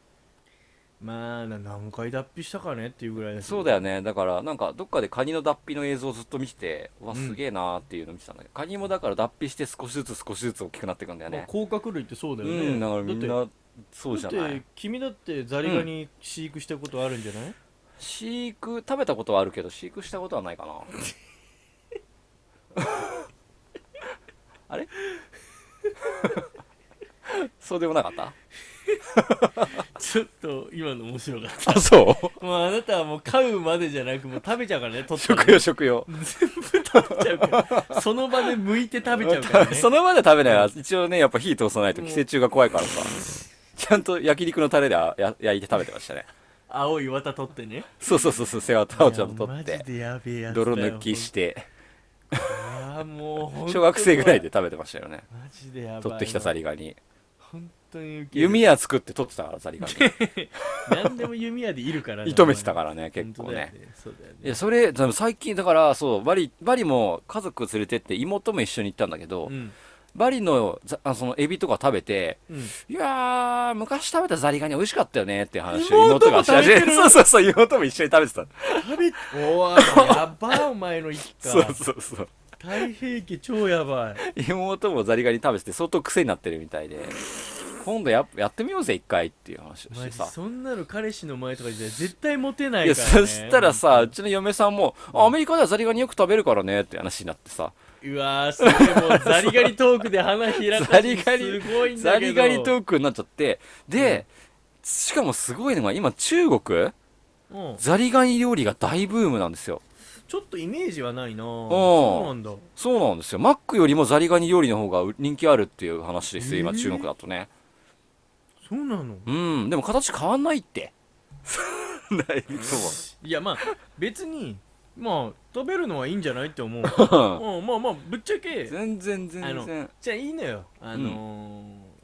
Speaker 5: まあな何回脱皮したかねっていうぐらいだ
Speaker 4: そうだよ
Speaker 5: ね
Speaker 4: ねだからなんかどっかでカニの脱皮の映像をずっと見ててうわ
Speaker 5: うん
Speaker 4: すげえなーっていうのを見てたんだけど、カニもだから脱皮して少しずつ少しずつ大きくなっていくんだよね
Speaker 5: 甲殻類ってそうだよね、
Speaker 4: うんだからみん
Speaker 5: だっ
Speaker 4: なそう
Speaker 5: て
Speaker 4: じゃ
Speaker 5: だ
Speaker 4: な
Speaker 5: っ
Speaker 4: い
Speaker 5: て君だってザリガニ飼育したことあるんじゃない、
Speaker 4: 飼育食べたことはあるけど飼育したことはないか なあれ そうでもなかった
Speaker 5: ちょっと今の面白かっ
Speaker 4: あそう
Speaker 5: たもうあなたはもう飼うまでじゃなくもう食べちゃうからね取っちゃう
Speaker 4: 食用食用
Speaker 5: 食べちゃうからその場で剥いて食べちゃうからね
Speaker 4: その場で食べないは一応ねやっぱ火通さないと寄生虫が怖いからさちゃんと焼肉のタレであや焼いて食べてましたね
Speaker 5: 青い綿取ってね
Speaker 4: そうそうそうそう背わたをちゃんと取っ
Speaker 5: いやマ
Speaker 4: て
Speaker 5: ジでやべえやつだよ
Speaker 4: 泥抜きして
Speaker 5: ああもう本当
Speaker 4: 小学生ぐらいで食べてましたよね
Speaker 5: マジでやばい
Speaker 4: 取ってきたザリガニ
Speaker 5: 本当にウケる
Speaker 4: 弓矢作って取ってたからザリガニ
Speaker 5: 何でも弓矢でいるから
Speaker 4: 射止めてた
Speaker 5: ら
Speaker 4: からね結構ね
Speaker 5: そうだよね
Speaker 4: いやそれでも最近だからそうバリバリも家族連れてって妹も一緒に行ったんだけど、
Speaker 5: うん
Speaker 4: バリのざあそのエビとか食べて
Speaker 5: うん
Speaker 4: いやー昔食べたザリガニ美味しかったよねっていう話を
Speaker 5: 妹
Speaker 4: 妹
Speaker 5: も
Speaker 4: がし始めてそうそうそう妹も一緒に食べてた
Speaker 5: 食べおーやばいお前の一 家
Speaker 4: そうそうそう
Speaker 5: 太平記超やばい
Speaker 4: 妹もザリガニ食べてて相当癖になってるみたいで今度ややってみようぜ一回っていう話をし
Speaker 5: マ
Speaker 4: て
Speaker 5: ジ
Speaker 4: さ
Speaker 5: そんなの彼氏の前とかじゃ絶対モテないい
Speaker 4: や
Speaker 5: から、ね、
Speaker 4: そしたらさうちの嫁さんもあアメリカではザリガニよく食べるからねって話になってさ
Speaker 5: うわーすげえもうザリガニトークで花開か
Speaker 4: ザリガニ
Speaker 5: すごいんだ
Speaker 4: ザ
Speaker 5: けど
Speaker 4: リガニトークになっちゃってで、しかもすごいのが今中国
Speaker 5: うん
Speaker 4: ザリガニ料理が大ブームなんですよ
Speaker 5: ちょっとイメージはないな
Speaker 4: お
Speaker 5: そうなんだ
Speaker 4: そうなんですよマックよりもザリガニ料理の方が人気あるっていう話ですよ今
Speaker 5: えー
Speaker 4: 中国だとね
Speaker 5: そうなの
Speaker 4: うんでも形変わんないって ないと
Speaker 5: いやまあ別にまあ食べるのはいいんじゃないって 思う、
Speaker 4: 思う
Speaker 5: うん、まあまあぶっちゃけ
Speaker 4: 全然全
Speaker 5: あ
Speaker 4: 然
Speaker 5: のじゃあいいのよあのー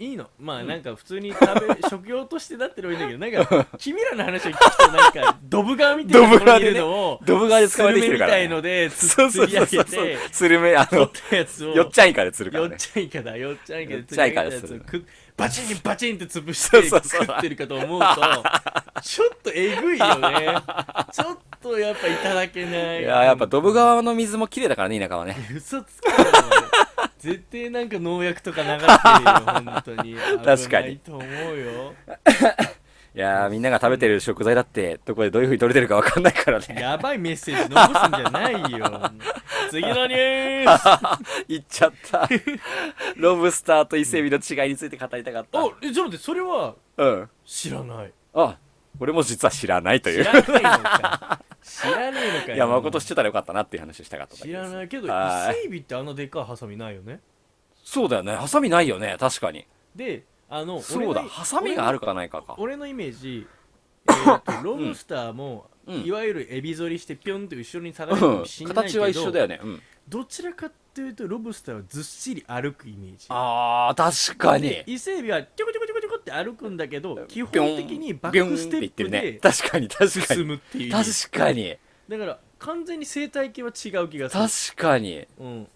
Speaker 5: いいのまあなんか普通に食べ、食用としてだってのはいいんだけどなん か君らの話を聞くとなんかドブ川みたいなところにいるのを
Speaker 4: ドブ川で
Speaker 5: ス
Speaker 4: 使わ
Speaker 5: ル
Speaker 4: れてき
Speaker 5: メみ
Speaker 4: てるから、
Speaker 5: た
Speaker 4: ね、
Speaker 5: いのでつ
Speaker 4: そう
Speaker 5: つ
Speaker 4: そう
Speaker 5: り
Speaker 4: そう
Speaker 5: 上げ
Speaker 4: そうそう
Speaker 5: て
Speaker 4: スルメあ
Speaker 5: 取
Speaker 4: の
Speaker 5: ったやつを
Speaker 4: よっちゃんいから釣るか
Speaker 5: よ
Speaker 4: ら
Speaker 5: っ
Speaker 4: ね
Speaker 5: ちゃいかだよっちゃいか
Speaker 4: よ
Speaker 5: で
Speaker 4: っちゃいかです
Speaker 5: つり上げたやつをくバチンバチンって潰し
Speaker 4: そう
Speaker 5: て
Speaker 4: そうそう
Speaker 5: 食ってるかと思うとちょっとえぐいよ ねちょっとやっぱいただけないい
Speaker 4: ややっぱドブ川の水も綺麗だからね田舎はね
Speaker 5: 嘘つけよお前絶対なんか農薬とか流してるよ本当に
Speaker 4: 確かに
Speaker 5: 危ないと思うよ
Speaker 4: いやーみんなが食べてる食材だってどこでどういう風に取れてるかわかんないからね
Speaker 5: やばいメッセージ残すんじゃないよ次のニュ ース
Speaker 4: 言っちゃったロブスターと伊勢海老の違いについて語りたかった
Speaker 5: おえちょっと待ってそれは
Speaker 4: うん
Speaker 5: 知らない
Speaker 4: あ俺も実は知らないとい
Speaker 5: 知
Speaker 4: う
Speaker 5: らないのか知らねえのかよ
Speaker 4: いや誠知ってたらよかったなっていう話をしたかっただけ
Speaker 5: 知
Speaker 4: です
Speaker 5: らないけど伊
Speaker 4: は
Speaker 5: 勢
Speaker 4: い
Speaker 5: エビってあのでっかいハサミないよね
Speaker 4: そうだよねハサミないよね確かに
Speaker 5: であの
Speaker 4: そう
Speaker 5: 俺
Speaker 4: だ
Speaker 5: の
Speaker 4: ハサミがあるかないかか
Speaker 5: 俺の俺のイメー ジ、えーとロブスターも、
Speaker 4: うん
Speaker 5: いわゆるエビ反りしてピョンって後ろに下が
Speaker 4: う
Speaker 5: るか
Speaker 4: ん
Speaker 5: もしんないけど、
Speaker 4: 形は一緒だよねうん
Speaker 5: どちらかっていうとロブスターはずっしり歩くイメージ
Speaker 4: あー確かに
Speaker 5: 伊勢海老はちょこちょこちょこちょこって歩くんだけど基本的にバックステップ
Speaker 4: ね
Speaker 5: で
Speaker 4: 確かに確か
Speaker 5: 進
Speaker 4: に
Speaker 5: むっていうイメー
Speaker 4: 確
Speaker 5: ジ
Speaker 4: かに
Speaker 5: だから完全に生態系は違う気がする
Speaker 4: 確かに
Speaker 5: うん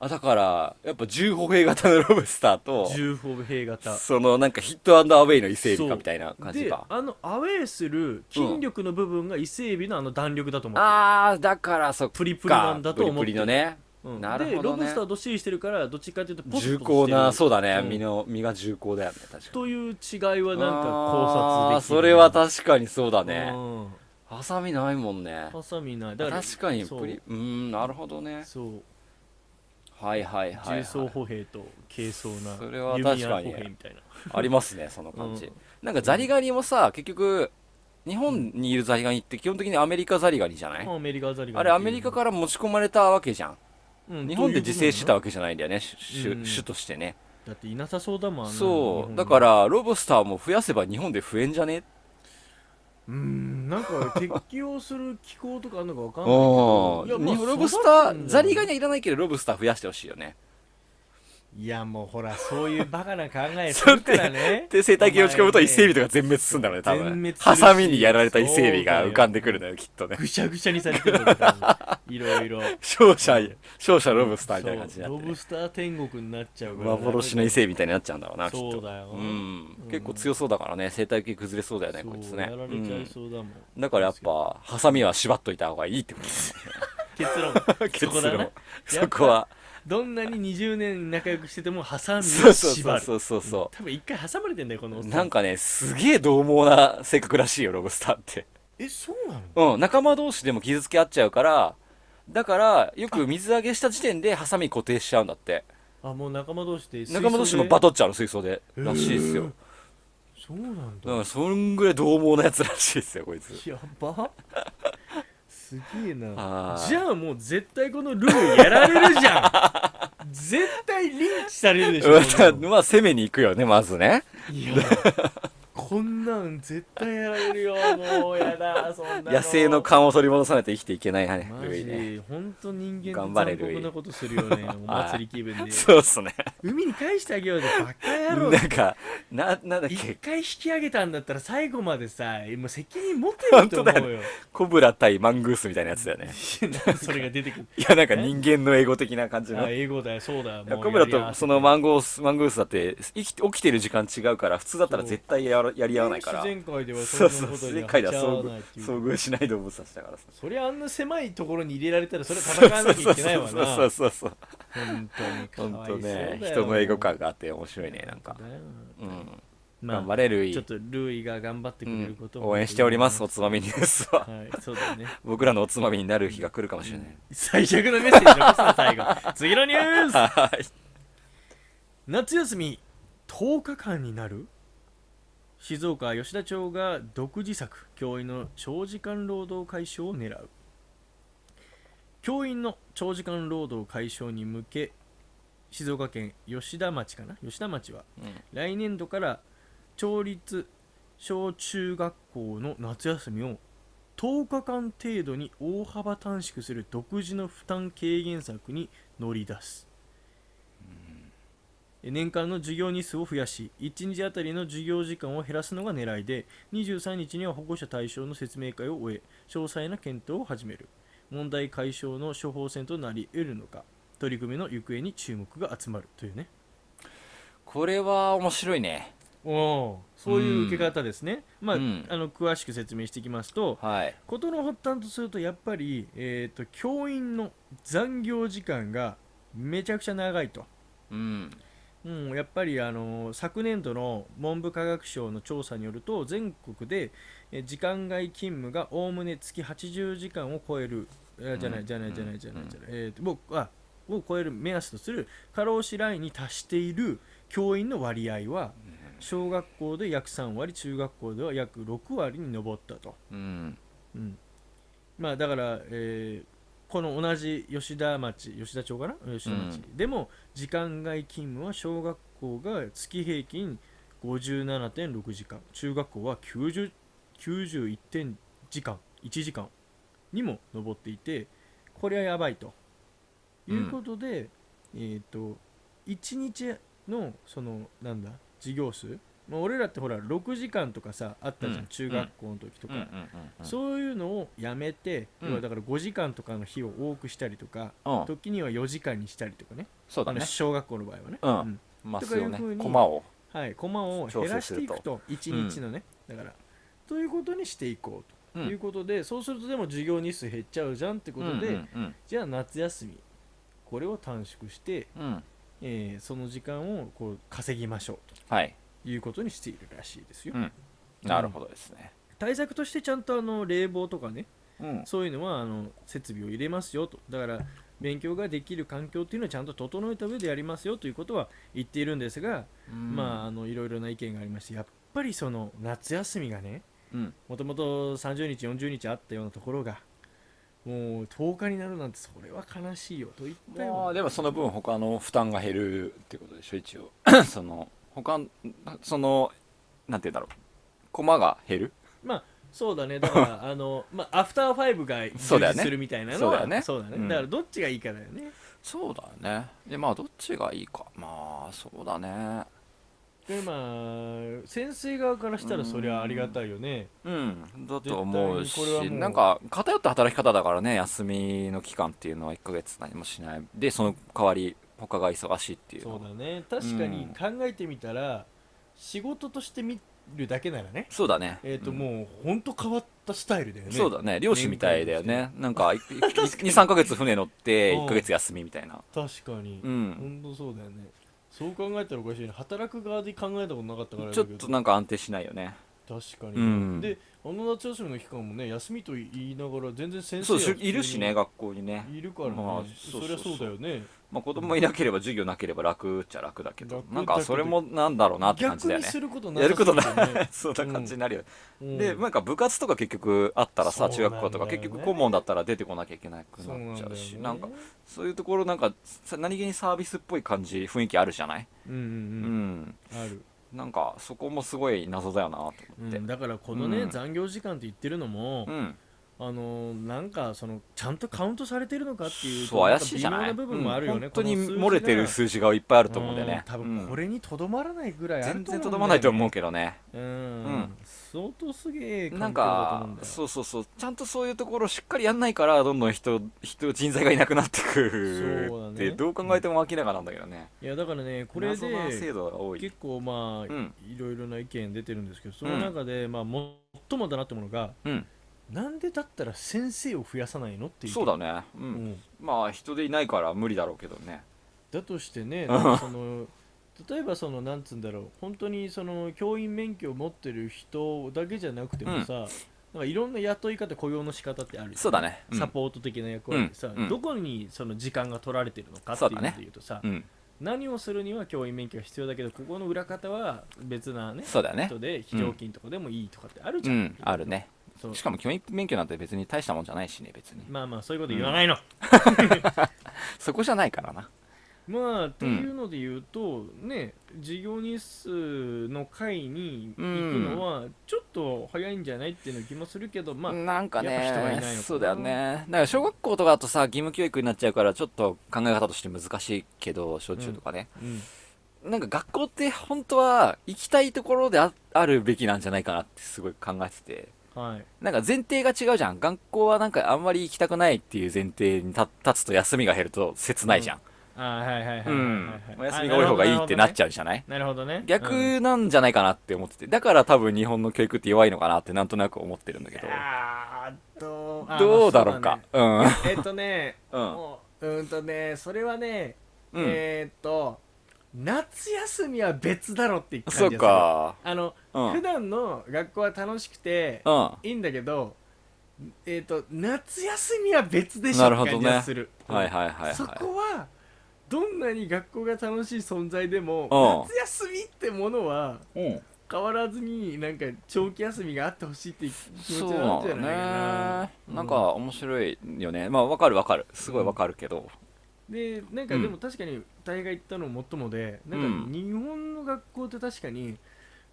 Speaker 4: あだからやっぱ重歩兵型のロブスターと
Speaker 5: 重歩兵型
Speaker 4: そのなんかヒットアンドアウェイの伊勢エビかみたいな感じ
Speaker 5: で
Speaker 4: か
Speaker 5: あのアウェーする筋力の部分が伊勢エビのあの弾力だと思う、
Speaker 4: あーだからそっか
Speaker 5: プリプリなんだと思ってる
Speaker 4: プリプリのね
Speaker 5: うん
Speaker 4: なるほどね
Speaker 5: でロブスターどっしりしてるからどっちかっていうとポツポ
Speaker 4: 重
Speaker 5: ツしてる
Speaker 4: 厚なそうだね、
Speaker 5: うん
Speaker 4: 身の身が重厚だよね確かに
Speaker 5: という違いはなんか考察できる
Speaker 4: あーそれは確かにそう
Speaker 5: か
Speaker 4: だねハサミないもんね
Speaker 5: ハサミないだから
Speaker 4: 確かに
Speaker 5: そう
Speaker 4: プリうーんなるほどね
Speaker 5: そう
Speaker 4: はいはいはい、はい、
Speaker 5: 重装歩兵と軽装な
Speaker 4: それは確かに
Speaker 5: 弓矢歩兵みたいな
Speaker 4: ありますねその感じ、
Speaker 5: うん
Speaker 4: なんかザリガニもさ結局日本にいるザリガニって基本的にアメリカザリガニじゃない、
Speaker 5: まあアメリカザリガニ
Speaker 4: あれアメリカから持ち込まれたわけじゃん
Speaker 5: うん
Speaker 4: 日本で自生してた
Speaker 5: どういう
Speaker 4: わけじゃないんだよね種
Speaker 5: うん
Speaker 4: 種としてね、
Speaker 5: ことなのだっていなさそうだもんあんなの日
Speaker 4: そ
Speaker 5: 本
Speaker 4: う
Speaker 5: に
Speaker 4: だからロブスターも増やせば日本で増えんじゃね
Speaker 5: うんなんか適応する気候とかあるのかわかんないけど
Speaker 4: うん
Speaker 5: いやまあ
Speaker 4: にロブス
Speaker 5: 育
Speaker 4: タ
Speaker 5: つん
Speaker 4: ー
Speaker 5: だ
Speaker 4: ザリガニはいらないけどロブスター増やしてほしいよね
Speaker 5: いやもうほらそういうバカな考えす
Speaker 4: そ
Speaker 5: る
Speaker 4: れ
Speaker 5: からね
Speaker 4: で生態系を打ち込むと
Speaker 5: お前ね
Speaker 4: 伊勢エビとか全滅するんだろうね多
Speaker 5: 全
Speaker 4: 分
Speaker 5: 滅するし
Speaker 4: ハサミにやられた伊勢エビが浮かんでくるのよきっとね
Speaker 5: ぐしゃぐしゃにされてるんだからいろいろ
Speaker 4: 勝者勝者ロブスターみたいな感じにな
Speaker 5: そうロ
Speaker 4: って
Speaker 5: ブ
Speaker 4: ね
Speaker 5: スター天国になっちゃうから
Speaker 4: 幻の伊勢エビみたいになっちゃうんだろうなきっと
Speaker 5: そうだよ
Speaker 4: うん
Speaker 5: うん
Speaker 4: 結構強そうだからね生態系崩れそうだよね
Speaker 5: そう
Speaker 4: こいつね
Speaker 5: やられちゃいそうだもん、
Speaker 4: うんだからやっぱハサミは縛っといた方がいいってことですね
Speaker 5: 結論
Speaker 4: 結
Speaker 5: そこだな
Speaker 4: 論そこは
Speaker 5: どんなに20年仲良くしててもハサミを縛る
Speaker 4: そうそうそうそうそ
Speaker 5: 多分一回挟まれてんだよこのおっ
Speaker 4: う
Speaker 5: さ
Speaker 4: なんかねすげえ獰猛な性格らしいよロブスターって
Speaker 5: えそうなの
Speaker 4: うん、仲間同士でも傷つけ合っちゃうから、だから、よく水揚げした時点でハサミ固定しちゃうんだって。
Speaker 5: あもう仲間同士で水槽で
Speaker 4: 仲間同士もバトっちゃうの、水槽で。らしいですよ。
Speaker 5: そうなん
Speaker 4: だか
Speaker 5: だ
Speaker 4: ら、そんぐらい獰猛なやつらしいですよ、こいつ。
Speaker 5: やばすげえな
Speaker 4: はい
Speaker 5: じゃあもう絶対このルールやられるじゃん絶対リンチされるでしょこんなの
Speaker 4: まあ、攻めに行くよね、まずね。
Speaker 5: いやこんなん絶対やられるよもうやだそんな
Speaker 4: 野生の勘を取り戻さないと生きていけないね、
Speaker 5: マ
Speaker 4: ルイね。
Speaker 5: ジ本当人間
Speaker 4: 頑
Speaker 5: っ
Speaker 4: 張
Speaker 5: て
Speaker 4: れ
Speaker 5: 残
Speaker 4: ルイ
Speaker 5: 酷なことするよねお祭り気 分で
Speaker 4: そうっすね。
Speaker 5: 海に返してあげようぜバカ野郎
Speaker 4: なんか、な、なんだっ
Speaker 5: 一
Speaker 4: け、
Speaker 5: 回引き上げたんだったら最後までさもう責任持てると思
Speaker 4: 本当
Speaker 5: う よ
Speaker 4: コブラ対マングースみたいなやつだよね。
Speaker 5: それが出てくる
Speaker 4: いや、なんか人間の英語的な感じの
Speaker 5: あ。英語だよそうだよ
Speaker 4: いや
Speaker 5: もう
Speaker 4: コブラ
Speaker 5: やり合
Speaker 4: と
Speaker 5: わせ
Speaker 4: そのマンゴースマングースだって生きて起きてる時間違うから普通だったら絶対やらやり合わないから
Speaker 5: 前回ではそん
Speaker 4: そう
Speaker 5: な
Speaker 4: そ
Speaker 5: こ
Speaker 4: う
Speaker 5: と
Speaker 4: 自
Speaker 5: に
Speaker 4: 然
Speaker 5: は
Speaker 4: 界で
Speaker 5: 立
Speaker 4: は
Speaker 5: ち合
Speaker 4: 遭
Speaker 5: わない
Speaker 4: 遇
Speaker 5: っていう
Speaker 4: 遭遇しない動物たちだからさ
Speaker 5: そりゃあんな狭いところに入れられたらそれは戦わなきゃいけないわな
Speaker 4: そうそうそう
Speaker 5: 本当に
Speaker 4: 本
Speaker 5: か
Speaker 4: 当
Speaker 5: わいそうだよ
Speaker 4: ね人の英語感があって面白いねなんか
Speaker 5: だよ
Speaker 4: うん
Speaker 5: まあ
Speaker 4: 頑張れるい
Speaker 5: ちょっとルイが頑張ってくれることを
Speaker 4: 応援しておりますお
Speaker 5: は
Speaker 4: つまみニュース は
Speaker 5: いそうだね
Speaker 4: 僕らのおつまみになる日が来るかもしれない
Speaker 5: 最悪のメッセージ残すな最後次のニュース
Speaker 4: はい
Speaker 5: 夏休み10日間になる静岡吉田町が独自策教員の長時間労働解消を狙う教員の長時間労働解消に向け静岡県吉田町かな吉田町は
Speaker 4: うん
Speaker 5: 来年度から町立小中学校の夏休みを10日間程度に大幅短縮する独自の負担軽減策に乗り出す年間の授業日数を増やし1日あたりの授業時間を減らすのが狙いで23日には保護者対象の説明会を終え詳細な検討を始める問題解消の処方箋となり得るのか取り組みの行方に注目が集まるというね
Speaker 4: これは面白いね
Speaker 5: おおそういう受け方ですね、まあ,、
Speaker 4: うん
Speaker 5: あの詳しく説明していきますと
Speaker 4: はい
Speaker 5: 事の発端とするとやっぱり、えー、と教員の残業時間がめちゃくちゃ長いと、
Speaker 4: うん
Speaker 5: うん、やっぱり、あの昨年度の文部科学省の調査によると全国でえー時間外勤務がおおむね月80時間を超えるいやじゃな
Speaker 4: う
Speaker 5: い
Speaker 4: ん
Speaker 5: じゃないじゃな
Speaker 4: う
Speaker 5: い
Speaker 4: ん
Speaker 5: じゃないじゃない、えーともうあを超える目安とする過労死ラインに達している教員の割合は小学校で約3割中学校では約6割に上ったと。
Speaker 4: うん
Speaker 5: うん、まあだから、えーこの同じ吉田町吉田町かな吉田町、でも時間外勤務は小学校が月平均57.6時間中学校は90 91点時間1時間にも上っていてこれはやばいということで、えっ、と1日のそのなんだ授業数まあ、俺らってほら6時間とかさあったじゃん、
Speaker 4: うん
Speaker 5: 中学校の時とか、
Speaker 4: そう
Speaker 5: そういうのをやめて、
Speaker 4: うん
Speaker 5: 要はだから5時間とかの日を多くしたりとか、
Speaker 4: うん
Speaker 5: 時には4時間にしたりとかね
Speaker 4: そうだ
Speaker 5: あ
Speaker 4: ね
Speaker 5: の小学校の場合はね、
Speaker 4: うんマスを
Speaker 5: とかいう
Speaker 4: ね
Speaker 5: ふうに
Speaker 4: 駒を
Speaker 5: はい、コマを減らしていくと1日のね、だからということにしていこうと
Speaker 4: うん
Speaker 5: いうことで、そうするとでも授業日数減っちゃうじゃんってことで、
Speaker 4: うんうん
Speaker 5: じゃあ夏休みこれを短縮して、
Speaker 4: うんうん
Speaker 5: えーその時間をこう稼ぎましょう
Speaker 4: はい
Speaker 5: ということにしているらしいですよ、
Speaker 4: うんなるほどですね
Speaker 5: 対策としてちゃんとあの冷房とかね
Speaker 4: うん
Speaker 5: そういうのはあの設備を入れますよとだから勉強ができる環境っていうのはちゃんと整えた上でやりますよということは言っているんですが、まああのいろいろな意見がありましてやっぱりその夏休みがね
Speaker 4: うん
Speaker 5: もともと30日40日あったようなところがもう10日になるなんてそれは悲しいよと言ったような
Speaker 4: まあでもその分他の負担が減るってことでしょ一 応その他のそのなんて言うんだろう駒が減る
Speaker 5: まあそうだねだからあの、まあ、アフターファイブが
Speaker 4: そ
Speaker 5: 充
Speaker 4: うだよ
Speaker 5: 実
Speaker 4: ね
Speaker 5: するみたいな
Speaker 4: そ
Speaker 5: の
Speaker 4: うだ
Speaker 5: は
Speaker 4: よね
Speaker 5: そうだね
Speaker 4: うん
Speaker 5: だからどっちがいいかだよね
Speaker 4: そうだよねでまあどっちがいいかまあそうだね
Speaker 5: でまあ先生側からしたらそりゃありがたいよね
Speaker 4: うんだと思うし
Speaker 5: 絶対にこれはもう
Speaker 4: なんか偏った働き方だからね休みの期間っていうのは1ヶ月何もしないでその代わり他が忙しいっていうの
Speaker 5: そ
Speaker 4: は
Speaker 5: うだね確かに考えてみたら、仕事として見るだけならね
Speaker 4: そうだね
Speaker 5: えっ、と、
Speaker 4: うん
Speaker 5: もうほんと変わったスタイルだよね
Speaker 4: そうだね漁師みたいだよ
Speaker 5: 年
Speaker 4: ねなんか23 ヶ月船乗って
Speaker 5: うん
Speaker 4: 1ヶ月休みみたいな
Speaker 5: 確かに、
Speaker 4: う
Speaker 5: ほ
Speaker 4: ん
Speaker 5: んとそうだよねそう考えたらおかしいね働く側で考えたことなかったからだ
Speaker 4: ち
Speaker 5: け
Speaker 4: ょっ
Speaker 5: ど
Speaker 4: となんか安定しないよね
Speaker 5: 確かに、
Speaker 4: うん
Speaker 5: であの夏休みの期間もね休みと言いながら全然先生
Speaker 4: そう
Speaker 5: や
Speaker 4: しいるしね学校にね
Speaker 5: いるからね、
Speaker 4: まあ
Speaker 5: そ
Speaker 4: そうそうそう
Speaker 5: りゃそうだよね
Speaker 4: まあ子供いなければ授業なければ楽っちゃ楽だけど
Speaker 5: 楽
Speaker 4: なんかそれもなんだろうなって感じだよ
Speaker 5: 逆に
Speaker 4: ね
Speaker 5: することな
Speaker 4: やることない
Speaker 5: さそうだよね
Speaker 4: そんな感じになるよね
Speaker 5: うん
Speaker 4: でなんか部活とか結局あったらさ
Speaker 5: そう
Speaker 4: 中
Speaker 5: なんだよ
Speaker 4: 学
Speaker 5: ね
Speaker 4: 校とか結局顧問だったら出てこなきゃいけなく
Speaker 5: そうな
Speaker 4: な
Speaker 5: ん
Speaker 4: っ
Speaker 5: だ
Speaker 4: ちゃ
Speaker 5: よ
Speaker 4: うし
Speaker 5: ね
Speaker 4: なんかそういうところなんかさ何気にサービスっぽい感じ雰囲気あるじゃない
Speaker 5: うんうん
Speaker 4: うん、
Speaker 5: うん、ある、
Speaker 4: なんかそこもすごい謎だよなと思って
Speaker 5: うんだからこのね、
Speaker 4: うん
Speaker 5: 残業時間って言ってるのも、
Speaker 4: うん
Speaker 5: あのーなんかそのちゃんとカウントされてるのかっていう
Speaker 4: そう怪しいじゃな
Speaker 5: 微妙
Speaker 4: い
Speaker 5: な部分もあるよね、
Speaker 4: うん本当に
Speaker 5: この数字が
Speaker 4: 漏れてる数字がいっぱいあると思うんだよ
Speaker 5: ん
Speaker 4: ね
Speaker 5: 多
Speaker 4: う
Speaker 5: 分
Speaker 4: ん
Speaker 5: これにとどまらないぐらいあると思うん
Speaker 4: 全然
Speaker 5: だよね
Speaker 4: とどまないと思うけどね
Speaker 5: うん、
Speaker 4: ん
Speaker 5: 相当すげえ環
Speaker 4: なん
Speaker 5: 境だと思う
Speaker 4: か
Speaker 5: んだよ
Speaker 4: そうそうそうちゃんとそういうところをしっかりやんないからどんどん人人人材がいなくなってくる
Speaker 5: そうだね
Speaker 4: ってどう考えても明らかなんだけどね
Speaker 5: いやだからねこ
Speaker 4: こ
Speaker 5: れ
Speaker 4: 謎な制
Speaker 5: で
Speaker 4: 度が多い
Speaker 5: 結構まあ、
Speaker 4: うん
Speaker 5: いろいろな意見出てるんですけどその中で、まあ最もだなと思うのが
Speaker 4: うん
Speaker 5: なんでだったら先生を増やさないのっていう
Speaker 4: そうだね、うん
Speaker 5: うん
Speaker 4: まあ人でいないから無理だろうけどね
Speaker 5: だとしてね
Speaker 4: うん
Speaker 5: なんかその例えばそのなんつうんだろう本当にその教員免許を持ってる人だけじゃなくてもさ、なんかいろんな雇い方雇用の仕方ってあるよね
Speaker 4: そうだねうん
Speaker 5: サポート的な役割でさ、
Speaker 4: うんうん
Speaker 5: どこにその時間が取られてるのかっていう
Speaker 4: そう
Speaker 5: の
Speaker 4: だ
Speaker 5: で
Speaker 4: ね
Speaker 5: 言うとさ
Speaker 4: うん
Speaker 5: 何をするには教員免許が必要だけどここの裏方は別なね
Speaker 4: そうだよね
Speaker 5: 人で非常勤とかでもいいとかってあるじ
Speaker 4: う
Speaker 5: ゃん、
Speaker 4: んあるね
Speaker 5: そう
Speaker 4: しかも教員免許なんて別に大したもんじゃないしね別に
Speaker 5: まあまあそういうこと言わないの、
Speaker 4: そこじゃないからな
Speaker 5: まあっていうので言うと、ね事業日数の会に行くのはちょっと早いんじゃないっていうの気もするけどまあ、
Speaker 4: なんか
Speaker 5: やっぱ人がいないの
Speaker 4: ね
Speaker 5: かな
Speaker 4: そうだよねだから小学校とかだとさ義務教育になっちゃうからちょっと考え方として難しいけど小中とかね、
Speaker 5: うん
Speaker 4: なんか学校って本当は行きたいところでああるべきなんじゃないかなってすごい考えてて
Speaker 5: はい
Speaker 4: なんか前提が違うじゃん学校はなんかあんまり行きたくないっていう前提に立立つと休みが減ると切ないじゃん、
Speaker 5: あーはいはいはいはい
Speaker 4: う
Speaker 5: はい
Speaker 4: ん
Speaker 5: はい、
Speaker 4: お休みが多い方がいいってなっち
Speaker 5: ゃ
Speaker 4: ゃうじゃない、
Speaker 5: うなるほどねうん
Speaker 4: 逆なんじゃないかなって思っててだから多分日本の教育って弱いのかなってなんとなく思ってるんだけど
Speaker 5: あーどうあー
Speaker 4: どうだろう
Speaker 5: ま
Speaker 4: か
Speaker 5: あ
Speaker 4: う
Speaker 5: そうだねえっと ね
Speaker 4: うん
Speaker 5: もううーんとねそれはね、
Speaker 4: ん、うん、
Speaker 5: えーっと夏休みは別だろって言った
Speaker 4: そうか
Speaker 5: あの、
Speaker 4: うん
Speaker 5: 普段の学校は楽しくて、
Speaker 4: うん
Speaker 5: いいんだけど、えー、と夏休みは別でしょ
Speaker 4: なるほどね
Speaker 5: って感じがする、
Speaker 4: はいはいはいはい
Speaker 5: そこはどんなに学校が楽しい存在でも
Speaker 4: う
Speaker 5: 夏休みってものは
Speaker 4: うん
Speaker 5: 変わらずになんか長期休みがあってほしいっていう気持ち
Speaker 4: そう
Speaker 5: があるんじゃないか
Speaker 4: なんだ
Speaker 5: な
Speaker 4: ね、なんか面白いよねまあわかるわかるすごいわかるけど、
Speaker 5: でなんか
Speaker 4: うん
Speaker 5: でも確かに大が言ったのもっともで、なん
Speaker 4: う
Speaker 5: か
Speaker 4: ん
Speaker 5: 日本の学校って確かに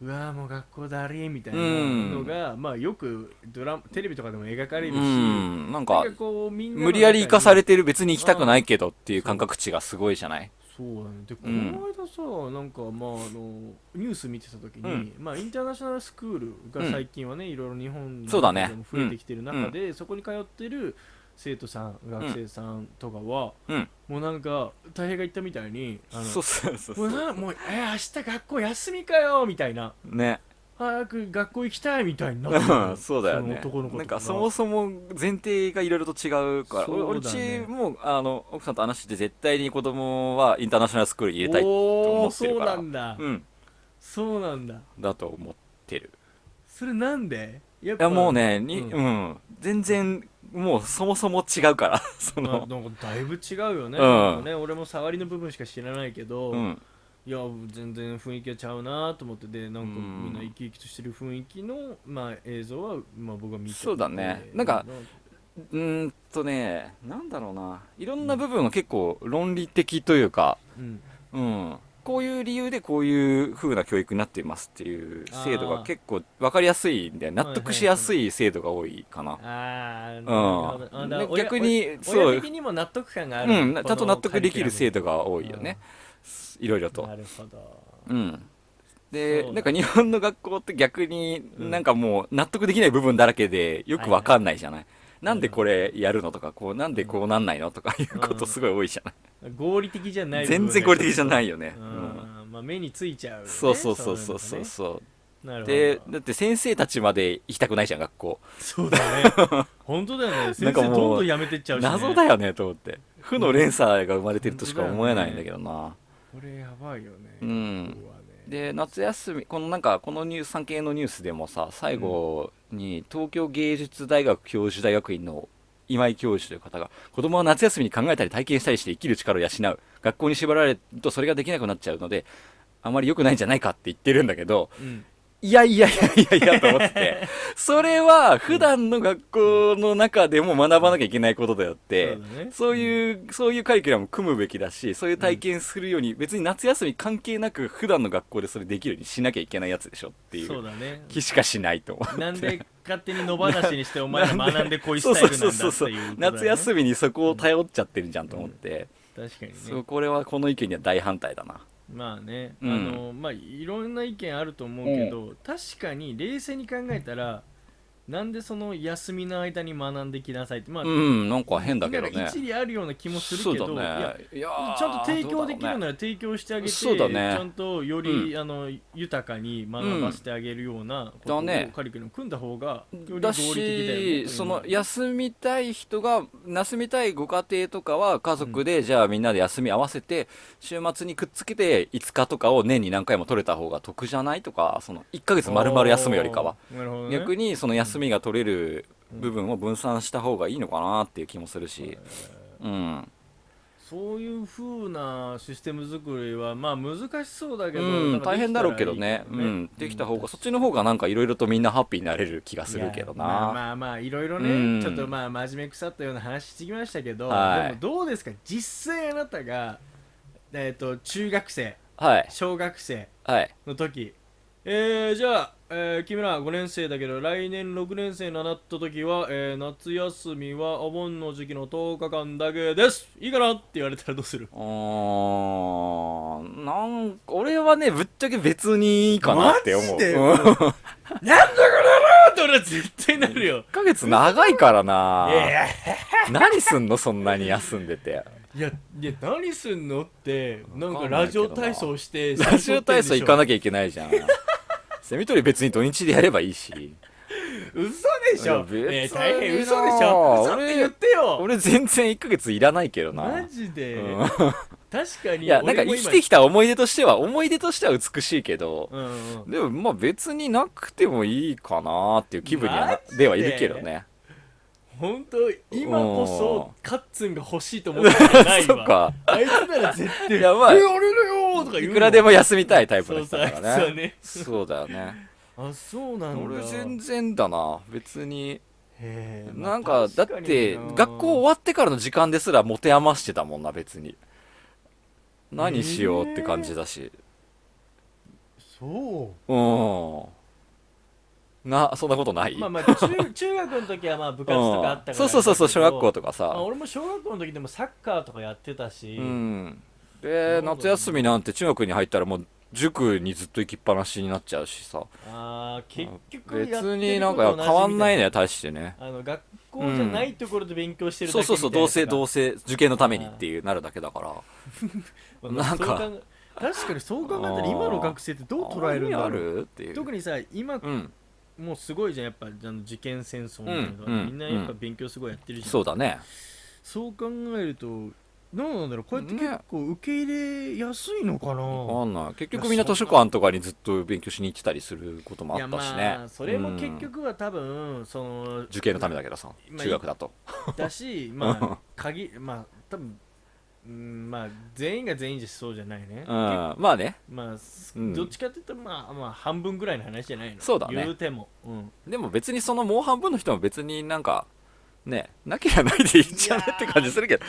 Speaker 5: うわーもう学校だりーみたいな
Speaker 4: うん
Speaker 5: のが、まあよくドラマテレビとかでも描かれるし、
Speaker 4: うん、なん
Speaker 5: な
Speaker 4: か
Speaker 5: んかこうみんなの
Speaker 4: 無理やり生かされ
Speaker 5: 中
Speaker 4: てる別に行きたくないけどっていう感覚値がすごいじゃない
Speaker 5: にそうだねでこ
Speaker 4: うん
Speaker 5: の間さ、なんかまああのニュース見てた時に、まあインターナショナルスクールが最近はね、いろいろ日本に
Speaker 4: そうだね
Speaker 5: でも増えてきてる中で、そこに通ってる生徒さん学生さんとかは、
Speaker 4: うん
Speaker 5: もうなんか大平が言ったみたいにあの
Speaker 4: そうそうそう
Speaker 5: も
Speaker 4: そうう
Speaker 5: なもうえー明日学校休みかよみたいな
Speaker 4: ね
Speaker 5: 早く学校行きたいみたいになってる
Speaker 4: うん そうだよね
Speaker 5: その男の子と
Speaker 4: なん
Speaker 5: か
Speaker 4: かそもそも前提がいろいろと違うから
Speaker 5: そうだね
Speaker 4: 俺うちもあの奥さんと話して絶対に子供はインターナショナルスクールに入れたいと
Speaker 5: お
Speaker 4: 思
Speaker 5: ー
Speaker 4: ってる
Speaker 5: そう
Speaker 4: か
Speaker 5: な
Speaker 4: ら
Speaker 5: んだ、
Speaker 4: うん
Speaker 5: そうなんだ
Speaker 4: だと思ってる
Speaker 5: それなんでやっ
Speaker 4: いやもうねに、
Speaker 5: うん
Speaker 4: うん全然もうそもそも違うから そ
Speaker 5: まあ
Speaker 4: の、
Speaker 5: なんかだいぶ違うよね,、
Speaker 4: うん
Speaker 5: なんかね俺も触りの部分しか知らないけど、
Speaker 4: うん、
Speaker 5: いや全然雰囲気がちゃうなと思ってでなんか
Speaker 4: うん
Speaker 5: みんな生き生きとしてる雰囲気の、まあ、映像は、まあ、僕は見てて
Speaker 4: そうだねなんかうーんとねなんだろうないろんな部分は結構論理的というか、
Speaker 5: うん
Speaker 4: うん、こういう理由でこういう風な教育になっていますっていう制度が結構分かりやすいんで納得しやすい制度が多いかな、
Speaker 5: あーなるほど
Speaker 4: う
Speaker 5: あ
Speaker 4: ん
Speaker 5: だから
Speaker 4: ね
Speaker 5: 親
Speaker 4: 逆に
Speaker 5: 親
Speaker 4: そう
Speaker 5: 親的にも納得感がある、
Speaker 4: うんなちゃんと納得できる制度が多いよねいろいろ
Speaker 5: 度
Speaker 4: と
Speaker 5: なるほど
Speaker 4: うんで、
Speaker 5: そうだ
Speaker 4: なんか日本の学校って逆になんかもう納得できない部分だらけでよくわかんないじゃない、なんでこれやるのとかこうなんでこうなんないのとかいうことすごい多いじゃない、
Speaker 5: 合理的じゃない部分
Speaker 4: 全
Speaker 5: が
Speaker 4: 然合理的じゃないよね、
Speaker 5: う
Speaker 4: うん
Speaker 5: ん、まあ、目についちゃうよね、
Speaker 4: そうそうそうそうそうそう
Speaker 5: うなるほど
Speaker 4: でだって先生たちまで行きたくないじゃん学校
Speaker 5: そうだね本当だよね
Speaker 4: な
Speaker 5: 先生
Speaker 4: んか
Speaker 5: ど
Speaker 4: も
Speaker 5: ん
Speaker 4: う
Speaker 5: どんやめてっちゃうし、ね、
Speaker 4: 謎だよねと思って負の連鎖が生まれてるとしか思えないんだけどな、
Speaker 5: これやばいよね。
Speaker 4: うん
Speaker 5: ここはね
Speaker 4: で夏休みこのなんかこのニュース産経のニュースでもさ最後に東京芸術大学教授大学院の今井教授という方が子供は夏休みに考えたり体験したりして生きる力を養う学校に縛られるとそれができなくなっちゃうのであまり良くないんじゃないかって言ってるんだけど
Speaker 5: うん
Speaker 4: いやいやいやいやいやと思っ ててそれは普段の学校の中でも学ばなきゃいけないことであっ
Speaker 5: そ
Speaker 4: て
Speaker 5: うだね
Speaker 4: そういう、そういうカリキュラム組むべきだし、そういう体験するように、別に夏休み関係なく、普段の学校でそれできるようにしなきゃいけないやつでしょってい
Speaker 5: そう
Speaker 4: う
Speaker 5: だね。
Speaker 4: 気しかしないと思う。
Speaker 5: なんで勝手に野放しにしてお前ら
Speaker 4: なんで
Speaker 5: 学んでこういう
Speaker 4: そ
Speaker 5: ス
Speaker 4: う
Speaker 5: タイ
Speaker 4: そう
Speaker 5: ル
Speaker 4: そ
Speaker 5: なだっていうことだ
Speaker 4: うんそうそう
Speaker 5: よね。
Speaker 4: 夏休みにそこを頼っちゃってるじゃんと思って、
Speaker 5: 確かに
Speaker 4: そう
Speaker 5: ね。
Speaker 4: これはこの意見には大反対だな。
Speaker 5: まあね、あ
Speaker 4: うん
Speaker 5: のまあいろんな意見あると思うけど、確かに冷静に考えたら、なんでその休みの間に学んできなさいってまあ、
Speaker 4: うん、なんか変だけど
Speaker 5: なん
Speaker 4: ね
Speaker 5: か。一理あるような気もする
Speaker 4: そう
Speaker 5: けど、いや
Speaker 4: だね。いやー
Speaker 5: ちゃんと提供できる
Speaker 4: どうだろうね
Speaker 5: なら提供してあげて、
Speaker 4: そうだね
Speaker 5: ちゃんとより、あの豊かに学ばせてあげるようなことを、
Speaker 4: だね
Speaker 5: カリキュラム組んだ方がより合理的だ
Speaker 4: だ
Speaker 5: よね
Speaker 4: し、
Speaker 5: うん
Speaker 4: その休みたい人が休みたいご家庭とかは家族で、じゃあみんなで休み合わせて週末にくっつけて5日とかを年に何回も取れた方が得じゃないとかその1ヶ月丸々休むよりかは、
Speaker 5: なるほどね、
Speaker 4: 逆
Speaker 5: に
Speaker 4: にその休みが取れる部分を分散した方がいいのかなっていう気もするし、うん、
Speaker 5: そういう風なシステム作りはまあ難しそうだけど、
Speaker 4: うん、大変だろうけどね
Speaker 5: なんかできた
Speaker 4: う
Speaker 5: らいい
Speaker 4: ん、できた方がそっちの方がなんかいろいろとみんなハッピーになれる気がするけど
Speaker 5: いやまあ
Speaker 4: な。
Speaker 5: まあまあいろいろね、
Speaker 4: うん
Speaker 5: ちょっとまあ真面目腐ったような話してきましたけど、
Speaker 4: はい
Speaker 5: でもどうですか実際あなたが、えっと中学生
Speaker 4: はい、
Speaker 5: 小学生
Speaker 4: はい
Speaker 5: の時えー、じゃあ、えー、木村5年生だけど来年6年生になった時は、えー、夏休みはお盆の時期の10日間だけですいいかなって言われたらどう する
Speaker 4: うーんなんか俺はねぶっちゃけ別にいいかなって思う
Speaker 5: マジで
Speaker 4: うん1
Speaker 5: あーと俺は絶対なるよ
Speaker 4: ヶ月長いから
Speaker 5: い
Speaker 4: な
Speaker 5: やいや
Speaker 4: 何すんのそんなに休んでて
Speaker 5: いやいや何すんのってなん
Speaker 4: わ
Speaker 5: か
Speaker 4: かんない
Speaker 5: ラ
Speaker 4: け
Speaker 5: ジ
Speaker 4: ど
Speaker 5: オ
Speaker 4: な
Speaker 5: 体操 して
Speaker 4: ラジオ体操行かな
Speaker 5: き
Speaker 4: きゃいけない じゃんセミ取り別に土日でやればいいし
Speaker 5: 嘘でしょ
Speaker 4: いや
Speaker 5: ねえ
Speaker 4: 別に
Speaker 5: 大変嘘でしょ嘘って言ってよ
Speaker 4: 俺全然1ヶ月いらないけど
Speaker 5: マ
Speaker 4: な、
Speaker 5: ジで、
Speaker 4: うん、
Speaker 5: 確かに
Speaker 4: いやなんか
Speaker 5: 俺も
Speaker 4: 生
Speaker 5: 今
Speaker 4: きてきた思い出としては思い出としては美しいけど
Speaker 5: うんうん
Speaker 4: でもまあ別になくてもいいかなっていう気分にはな
Speaker 5: マジで
Speaker 4: ではいるけどね
Speaker 5: 本当今こそカッツンが欲しいと思ったんじゃない
Speaker 4: そ
Speaker 5: わ
Speaker 4: っか
Speaker 5: あいつなら絶対「
Speaker 4: いやまあ
Speaker 5: え俺だよ!」とか言
Speaker 4: いう
Speaker 5: い
Speaker 4: くらでも休みたいタイプの人だから
Speaker 5: そうそう
Speaker 4: ね。そうだよね。
Speaker 5: あそうなんだ
Speaker 4: 俺全然だな。別に。
Speaker 5: へえまあ
Speaker 4: なんか、だっ
Speaker 5: 確に
Speaker 4: て、
Speaker 5: な
Speaker 4: 学校終わってからの時間ですら持て余してたもんな、別に。何しようって感じだし。
Speaker 5: そ
Speaker 4: うん。な、そんなことないう
Speaker 5: まあまあ中中学の時はまあ部活とかあったか
Speaker 4: うん
Speaker 5: ら
Speaker 4: そうそうそうそう、小学
Speaker 5: と
Speaker 4: 校とか
Speaker 5: まあ、
Speaker 4: さ。
Speaker 5: 俺も小学校の時でもサッカーとかやってたし、
Speaker 4: うん。で夏休みなんて中学に入ったらもう塾にずっと行きっぱなしになっちゃうしさ
Speaker 5: あー結局やって
Speaker 4: 別
Speaker 5: る
Speaker 4: に
Speaker 5: こ
Speaker 4: な
Speaker 5: と
Speaker 4: ん
Speaker 5: 同じ
Speaker 4: か
Speaker 5: みた
Speaker 4: 変わんないね大してね
Speaker 5: あの学校じゃないところで勉強してるだ
Speaker 4: そ
Speaker 5: け
Speaker 4: う
Speaker 5: みたいうな
Speaker 4: そそうどうせど
Speaker 5: う
Speaker 4: うせ受験のためにっていうなるだけだからなんか
Speaker 5: 確かにそう考えたら今の学生ってどう捉えるんだ
Speaker 4: あ意味
Speaker 5: ろう
Speaker 4: あるっていう
Speaker 5: 特にさ今
Speaker 4: うん
Speaker 5: もうすごいじゃんやっぱあの受験戦争みたいなのが、
Speaker 4: うんうん
Speaker 5: みんなやっぱ勉強すごいやってるじゃん、
Speaker 4: そうだね
Speaker 5: そう考えるとどうなんだろうこうやって結構受け入れやすいのか
Speaker 4: わ
Speaker 5: な、
Speaker 4: かんない結局みんな図書館とかにずっと勉強しに行ってたりすることも
Speaker 5: い
Speaker 4: あ
Speaker 5: や
Speaker 4: ったしね
Speaker 5: まあそれも結
Speaker 4: うん
Speaker 5: 局は多分、その
Speaker 4: 受験のためだけどさ
Speaker 5: まあ
Speaker 4: 中学だと
Speaker 5: だしま あ鍵まあ多分うんまあ全員が全員じゃそうじゃないね、
Speaker 4: うんまあね
Speaker 5: まあす
Speaker 4: うん
Speaker 5: どっちかっていうとまあまあ半分ぐらいの話じゃないの
Speaker 4: そうだね
Speaker 5: 言うても、うん、
Speaker 4: でも別にそのもう半分の人も別になんかねなけりゃないでいいんじゃないって感じするけど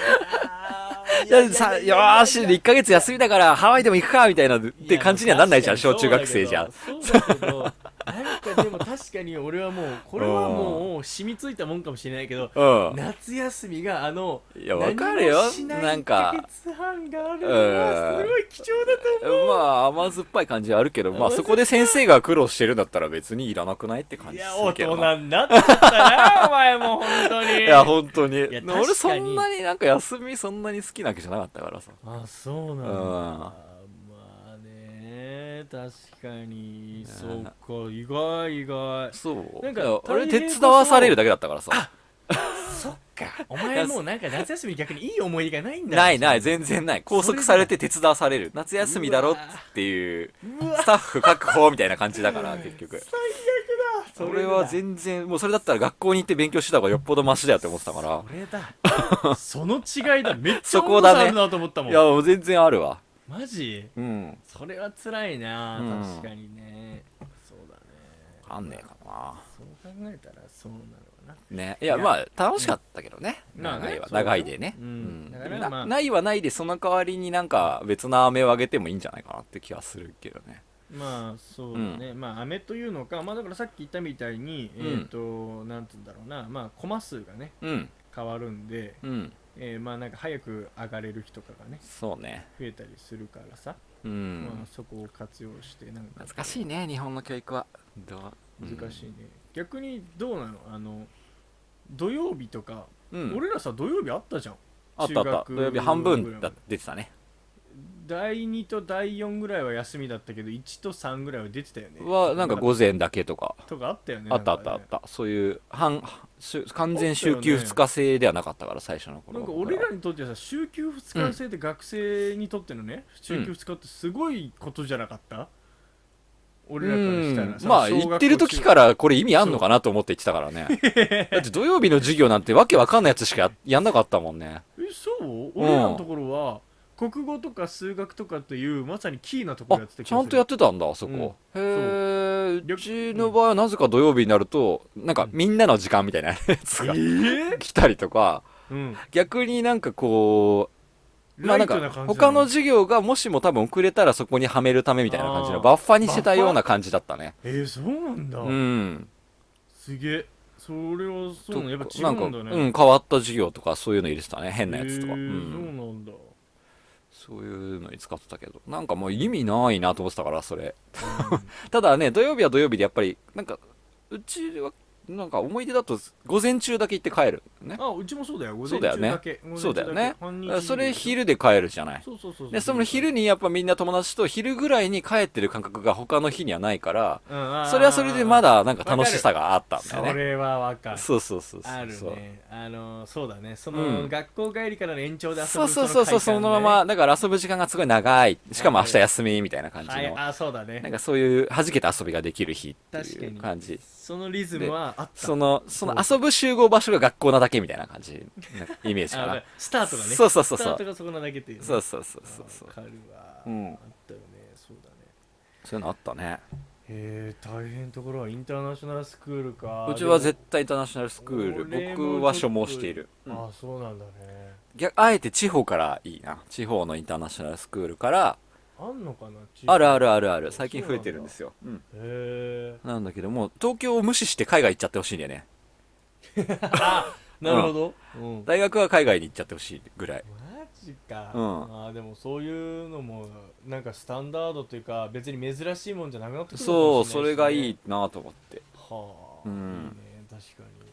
Speaker 4: いやさよーし1ヶ月休みだからハワイでも行くかみたいなって感じにはなんないじゃん小中学生じゃん
Speaker 5: そうだけどなんかでも確かに俺はもうこれはもう染みついたもんかもしれないけど
Speaker 4: うん
Speaker 5: 夏休みがあの
Speaker 4: いやわかるよ
Speaker 5: 何もしい
Speaker 4: なんか
Speaker 5: 1ヶ月半があるのは
Speaker 4: うん
Speaker 5: すごい貴重だと思う
Speaker 4: まあ甘酸っぱい感じはあるけどまあ
Speaker 5: 甘酸っぱ
Speaker 4: そ
Speaker 5: い
Speaker 4: こで先生が苦労してるんだったら別にいらなくないって感
Speaker 5: い
Speaker 4: じす
Speaker 5: や
Speaker 4: る
Speaker 5: 大
Speaker 4: けど
Speaker 5: 人
Speaker 4: な
Speaker 5: になっちゃったなお前もう本当に
Speaker 4: いや本当に
Speaker 5: や確かに
Speaker 4: 俺そんなになんか休みそんなに好きなわけじゃなかったからさ
Speaker 5: あそうなんだ
Speaker 4: うん
Speaker 5: まあね確かにそうか意外意外
Speaker 4: そう
Speaker 5: なんか
Speaker 4: いや俺
Speaker 5: 大
Speaker 4: 手
Speaker 5: 変
Speaker 4: 伝わされるだけだったからさ
Speaker 5: そっかお前もうなんか夏休み逆にいい思い出がないんだ
Speaker 4: ないない
Speaker 5: 全
Speaker 4: 全然ない拘束されて手伝わされる夏休みだろっていうスタッフ確保みたいな感じだから結局それは全然もうそれだったら学校に行って勉強してた方がよっぽどマシだよって思ってたから
Speaker 5: 俺だその違いだめっちゃ
Speaker 4: そ
Speaker 5: 温
Speaker 4: こ
Speaker 5: 度
Speaker 4: だ
Speaker 5: 差あ
Speaker 4: ね
Speaker 5: るなと思ったもん
Speaker 4: いやもう全然あるわ
Speaker 5: マジ
Speaker 4: うん
Speaker 5: それは辛いな、
Speaker 4: うん
Speaker 5: 確かにねそうだね
Speaker 4: あんねえかな
Speaker 5: そう考えたらそうなのかな
Speaker 4: ねいや
Speaker 5: いや
Speaker 4: まあ楽しかったけどね、
Speaker 5: うんまあ
Speaker 4: 長い
Speaker 5: ねそ
Speaker 4: は
Speaker 5: うだね
Speaker 4: 長いでね、
Speaker 5: うんだから
Speaker 4: な
Speaker 5: まあ
Speaker 4: ないはないでその代わりになんか別の飴をあげてもいいんじゃないかなって気はするけどね
Speaker 5: まあそうだね、まあ飴というのかまあだからさっき言ったみたいに、
Speaker 4: うん
Speaker 5: えっ、となんて言うんだろうなまあコマ数がね
Speaker 4: うん
Speaker 5: 変わるんで、
Speaker 4: うん
Speaker 5: えーまあなんか早く上がれる日とかがね
Speaker 4: そうね
Speaker 5: 増えたりするからさ、
Speaker 4: う
Speaker 5: まあ
Speaker 4: ん
Speaker 5: そこを活用してなんか
Speaker 4: 難しいね日本の教育はどううん
Speaker 5: 難しいね、逆にどうなのあの土曜日とか、
Speaker 4: うん
Speaker 5: 俺らさ土曜日あったじゃん
Speaker 4: あったあった
Speaker 5: 中学
Speaker 4: 土曜日半分
Speaker 5: ぐら
Speaker 4: だ
Speaker 5: いまで
Speaker 4: 出てたね
Speaker 5: 第2と第4ぐらいは休みだったけど1と3ぐらいは出てたよね
Speaker 4: はなんか午前だけとか
Speaker 5: とかあったよね
Speaker 4: あったあっ
Speaker 5: な
Speaker 4: たあ
Speaker 5: んかね
Speaker 4: ったそういう半週完全週休2日制ではなかったから最初の頃
Speaker 5: なんか俺らにとってはさ週休2日制って学生にとってのね、週休2日ってすごいことじゃなかった、俺らからしたら
Speaker 4: うんまあ言ってる時かららこれ意味あんのかなと思って言ってたからね だって土曜日の授業なんてわけわかんないやつしかややんなかったもんね
Speaker 5: えそう俺らのところは、国語とか数学とかというまさにキーなところや
Speaker 4: あ
Speaker 5: ってた気
Speaker 4: ち
Speaker 5: が
Speaker 4: ゃ
Speaker 5: する
Speaker 4: んとやってたんだあそこ、へえうちの場合はなぜか土曜日になるとなんかみんなの時間みたいなやつが来たりとか
Speaker 5: うん
Speaker 4: 逆になんかこうまあ
Speaker 5: ラ
Speaker 4: な
Speaker 5: イト
Speaker 4: んか
Speaker 5: な感じ
Speaker 4: 他の
Speaker 5: へ
Speaker 4: 授業がもしも多分遅れたらそこにはめるためみたいな感じのバッファにしてたような感じだったね
Speaker 5: えー、そうなんだ、
Speaker 4: うん
Speaker 5: すげえそれはそうなのやっぱ違
Speaker 4: なん
Speaker 5: う
Speaker 4: か
Speaker 5: んだね
Speaker 4: うん変わった授業とかそういうの入れてたね変なやつとか、
Speaker 5: へ
Speaker 4: う
Speaker 5: ー
Speaker 4: ん
Speaker 5: そうなん だ
Speaker 4: そういうのに使ってたけど、なんかもう意味ないなと思ってたから、それ。ただね、土曜日は土曜日でやっぱり、なんか、うちは、なんか思い出だと午前中だけ行って帰るね。
Speaker 5: あうちもそうだよ午
Speaker 4: そ
Speaker 5: 前中
Speaker 4: うだよね
Speaker 5: だけ午前
Speaker 4: そう
Speaker 5: 中
Speaker 4: だよね
Speaker 5: 半。日
Speaker 4: だからそれ昼で帰るじゃない。
Speaker 5: そうそうそうそう
Speaker 4: で、その昼にやっぱみんな友達と昼ぐらいに帰ってる感覚が他の日にはないから、そ
Speaker 5: そ
Speaker 4: れはそれでまだなんか楽しさがあったんだ
Speaker 5: そ
Speaker 4: よね。
Speaker 5: れはわかる
Speaker 4: そうそうそうそう。
Speaker 5: あるねあのそうだねそうの
Speaker 4: ん
Speaker 5: 学校帰りからの延長で遊ぶ
Speaker 4: そうそうそうそう、そのまま、だから遊ぶ時間がすごい長い。しかも明日休みみたいな感じ
Speaker 5: 快感
Speaker 4: の。
Speaker 5: ねはいあそうだね
Speaker 4: なんかそういう弾けた遊びができる日って
Speaker 5: 確か
Speaker 4: い
Speaker 5: に
Speaker 4: う感じ
Speaker 5: そのリズムはあった
Speaker 4: そのその
Speaker 5: そ
Speaker 4: 遊ぶ集合場所が学校なだけみたいな感じなんかイメージか
Speaker 5: あ
Speaker 4: な
Speaker 5: スタートがね
Speaker 4: そうそうそう
Speaker 5: ス
Speaker 4: そ
Speaker 5: ター
Speaker 4: う
Speaker 5: トがそこなだけっていうね
Speaker 4: そうそうそうそうそう
Speaker 5: わかるわあ
Speaker 4: うん
Speaker 5: ったよねそうだね
Speaker 4: そういうのあったね
Speaker 5: へえ大変ところはインターナショナルスクールか
Speaker 4: うちは
Speaker 5: でも
Speaker 4: 絶対インターナショナルスクー
Speaker 5: 俺
Speaker 4: ル
Speaker 5: も
Speaker 4: 僕は所望している
Speaker 5: ちょっとあそうなんだね
Speaker 4: 逆あえて地方からいいな地方のインターナショナルスクールから
Speaker 5: あんのかな地域
Speaker 4: あるあるあるある最近増えてるんですようん
Speaker 5: へえ
Speaker 4: なんだけどもう東京を無視して海外行っちゃってほしいんだよね
Speaker 5: なるほどうん
Speaker 4: 大学は海外に行っちゃってほしいぐらい
Speaker 5: マジジか、
Speaker 4: うん
Speaker 5: あーでもそういうのもなんかスタンダードというか別に珍しいもんじゃなくなってくるのか
Speaker 4: そう
Speaker 5: もしな
Speaker 4: そ
Speaker 5: いですね
Speaker 4: れがいいなと思って
Speaker 5: はあ、
Speaker 4: うん
Speaker 5: いいね確かに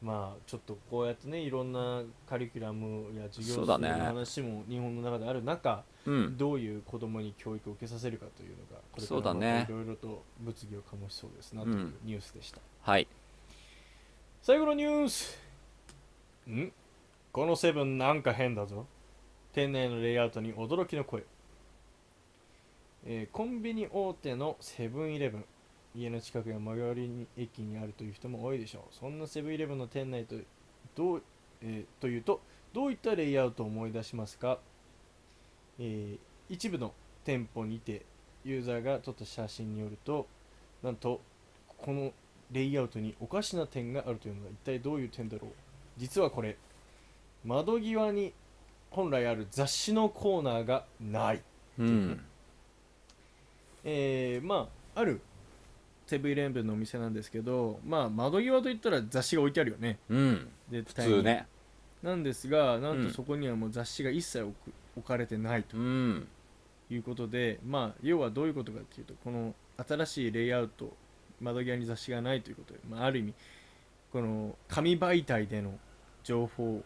Speaker 5: まあちょっとこうやってねいろんなカリキュラムや授業
Speaker 4: そう
Speaker 5: 数の
Speaker 4: だね
Speaker 5: 話も日本の中である中、
Speaker 4: うん
Speaker 5: どういう子供に教育を受けさせるかというのがこれか
Speaker 4: そう
Speaker 5: ら
Speaker 4: だ
Speaker 5: ま
Speaker 4: ね
Speaker 5: たいろいろと物議を醸しそうですなというニュースでした、
Speaker 4: はい
Speaker 5: 最後のニュースんこのセブンなんか変だぞ店内のレイアウトに驚きの声、えーコンビニ大手のセブンイレブン家の近くや最寄りに駅にあるという人も多いでしょうそんなセブンイレブンの店内とどう、えーというとどういったレイアウトを思い出しますか、えー一部の店舗にてユーザーが撮った写真によるとなんとこのレイアウトにおかしな点があるというのは一体どういう点だろう実はこれ窓際に本来ある雑誌のコーナーがない、
Speaker 4: うん
Speaker 5: えーまああるセブンイレブンのお店なんですけどまあ窓際といったら雑誌が置いてあるよね
Speaker 4: うん
Speaker 5: 絶
Speaker 4: 普
Speaker 5: 対に
Speaker 4: 通ね
Speaker 5: なんですがなん
Speaker 4: う
Speaker 5: と
Speaker 4: ん
Speaker 5: そこにはもう雑誌が一切置く置かれてないと
Speaker 4: うん
Speaker 5: いうことでまあ要はどういうことかっていうとこの新しいレイアウト窓際に雑誌がないということで、まあ、ある意味この紙媒体での情報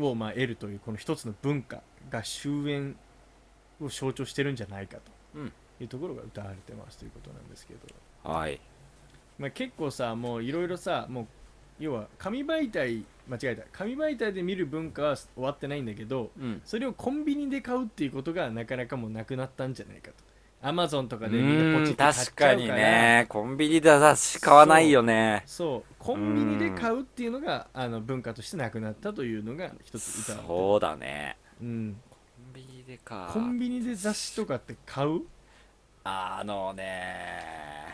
Speaker 5: をまあ得るというこの一つの文化が終焉を象徴してるんじゃないかと
Speaker 4: うん
Speaker 5: いうところが歌われてますということなんですけど、
Speaker 4: はい
Speaker 5: まあ、結構さもういろいろさもう要は紙媒体間違えた紙媒体で見る文化は終わってないんだけど、
Speaker 4: うん
Speaker 5: それをコンビニで買うっていうことがなかなかもうなくなったんじゃないかとアマゾンとかでみんなポチッと買っちゃう
Speaker 4: 確
Speaker 5: か
Speaker 4: からにねコンビニで雑誌買わないよね
Speaker 5: そうコンビニで買うっていうのがあの文化としてなくなったというのが一つ歌わ
Speaker 4: そうだね
Speaker 5: れてるうん
Speaker 4: コンビニでか
Speaker 5: コンビニで雑誌とかって買う
Speaker 4: あのね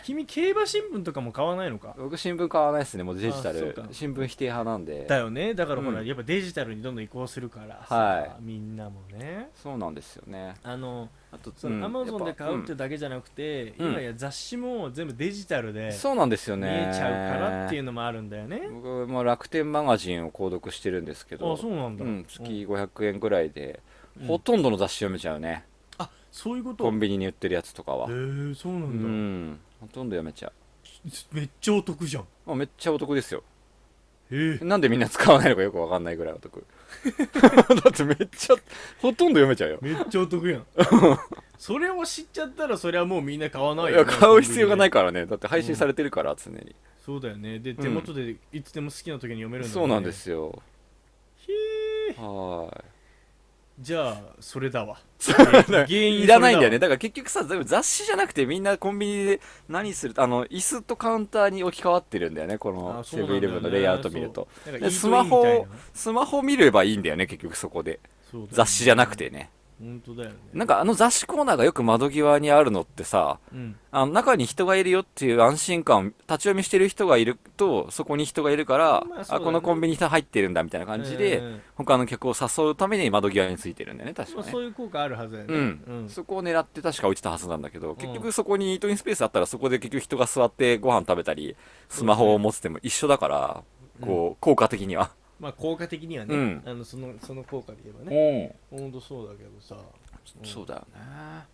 Speaker 5: 君競馬新聞とかも買わないのか
Speaker 4: 僕新聞買わないですねもうデジタ
Speaker 5: あそう
Speaker 4: ル
Speaker 5: か
Speaker 4: 新聞否定派なんで
Speaker 5: だよねだからほら、
Speaker 4: うん
Speaker 5: やっぱデジタルにどんどん移行するからさ、
Speaker 4: は
Speaker 5: みんなもね
Speaker 4: そうなんですよね
Speaker 5: あの
Speaker 4: あと
Speaker 5: そのアマゾンで買うって
Speaker 4: ん
Speaker 5: だけじゃなくて、
Speaker 4: うん
Speaker 5: 今や雑誌も全部デジタルで
Speaker 4: そうなんですよ
Speaker 5: 見
Speaker 4: ね
Speaker 5: えちゃうからっていうのもあるんだよね
Speaker 4: 僕も楽天マガジンを購読してるんですけど
Speaker 5: あそうなんだ、
Speaker 4: うん、月500円ぐらいで、
Speaker 5: うん
Speaker 4: ほとんどの雑誌読めちゃうね
Speaker 5: あそういうこと
Speaker 4: コンビニに売ってるやつとかは
Speaker 5: へえー、そうな
Speaker 4: うん
Speaker 5: だ、
Speaker 4: んほとんど読めちゃ
Speaker 5: めっちゃお得じゃん
Speaker 4: うあめっちゃお得ですよ
Speaker 5: えー、
Speaker 4: なんでみんな使わないのかよくわかんないぐらいお 得だってめっちゃほとんど読めちゃうよ
Speaker 5: めっちゃお得 やんそれを知っちゃったらそれはもうみんな買わない
Speaker 4: い
Speaker 5: よ、
Speaker 4: や買う必要がないいからねだって配信されてるから常に、
Speaker 5: そうだよねで手元でいつでも好きな時に読めるんだ、ね
Speaker 4: そうなんですよ
Speaker 5: へえ
Speaker 4: はーい
Speaker 5: じゃあそれだわ
Speaker 4: だから
Speaker 5: 原因
Speaker 4: いらないんだよね
Speaker 5: それだわ
Speaker 4: だから結局さ全部雑誌じゃなくてみんなコンビニで何するあの椅子とカウンターに置き換わってるんだよねこの
Speaker 5: あそ
Speaker 4: セ
Speaker 5: うなん
Speaker 4: ブ
Speaker 5: だよ
Speaker 4: ンイ
Speaker 5: ね
Speaker 4: レブンのレイアウト見ると
Speaker 5: そうなんかイー
Speaker 4: で
Speaker 5: トイン
Speaker 4: スマホ
Speaker 5: みたい
Speaker 4: を
Speaker 5: な
Speaker 4: スマホ見ればいいんだよね結局そこで
Speaker 5: そうだよね
Speaker 4: 雑誌じゃなくてね
Speaker 5: 本当だよね
Speaker 4: なんかあの雑誌コーナーがよく窓際にあるのってさ
Speaker 5: うん
Speaker 4: あの中に人がいるよっていう安心感立ち読みしてる人がいるとそこに人がいるから、
Speaker 5: まあそうだ
Speaker 4: あ
Speaker 5: ね
Speaker 4: このコンビニさ入ってるんだみたいな感じで、
Speaker 5: うんうんうん
Speaker 4: 他の客を誘うために窓際についてるんだよね確
Speaker 5: ま
Speaker 4: か
Speaker 5: あ
Speaker 4: ね
Speaker 5: そういう効果あるはずだよね
Speaker 4: うん、そこを狙って確か置いてたはずなんだけど、結局そこにイートインスペースあったらそこで結局人が座ってご飯食べたりスマホを持つても一緒だから、こう効果的には、
Speaker 5: まあ効果的にはね、
Speaker 4: うん
Speaker 5: あのそのその効果で言えばね
Speaker 4: ね
Speaker 5: 本当そうだけどさうん
Speaker 4: そうだよね、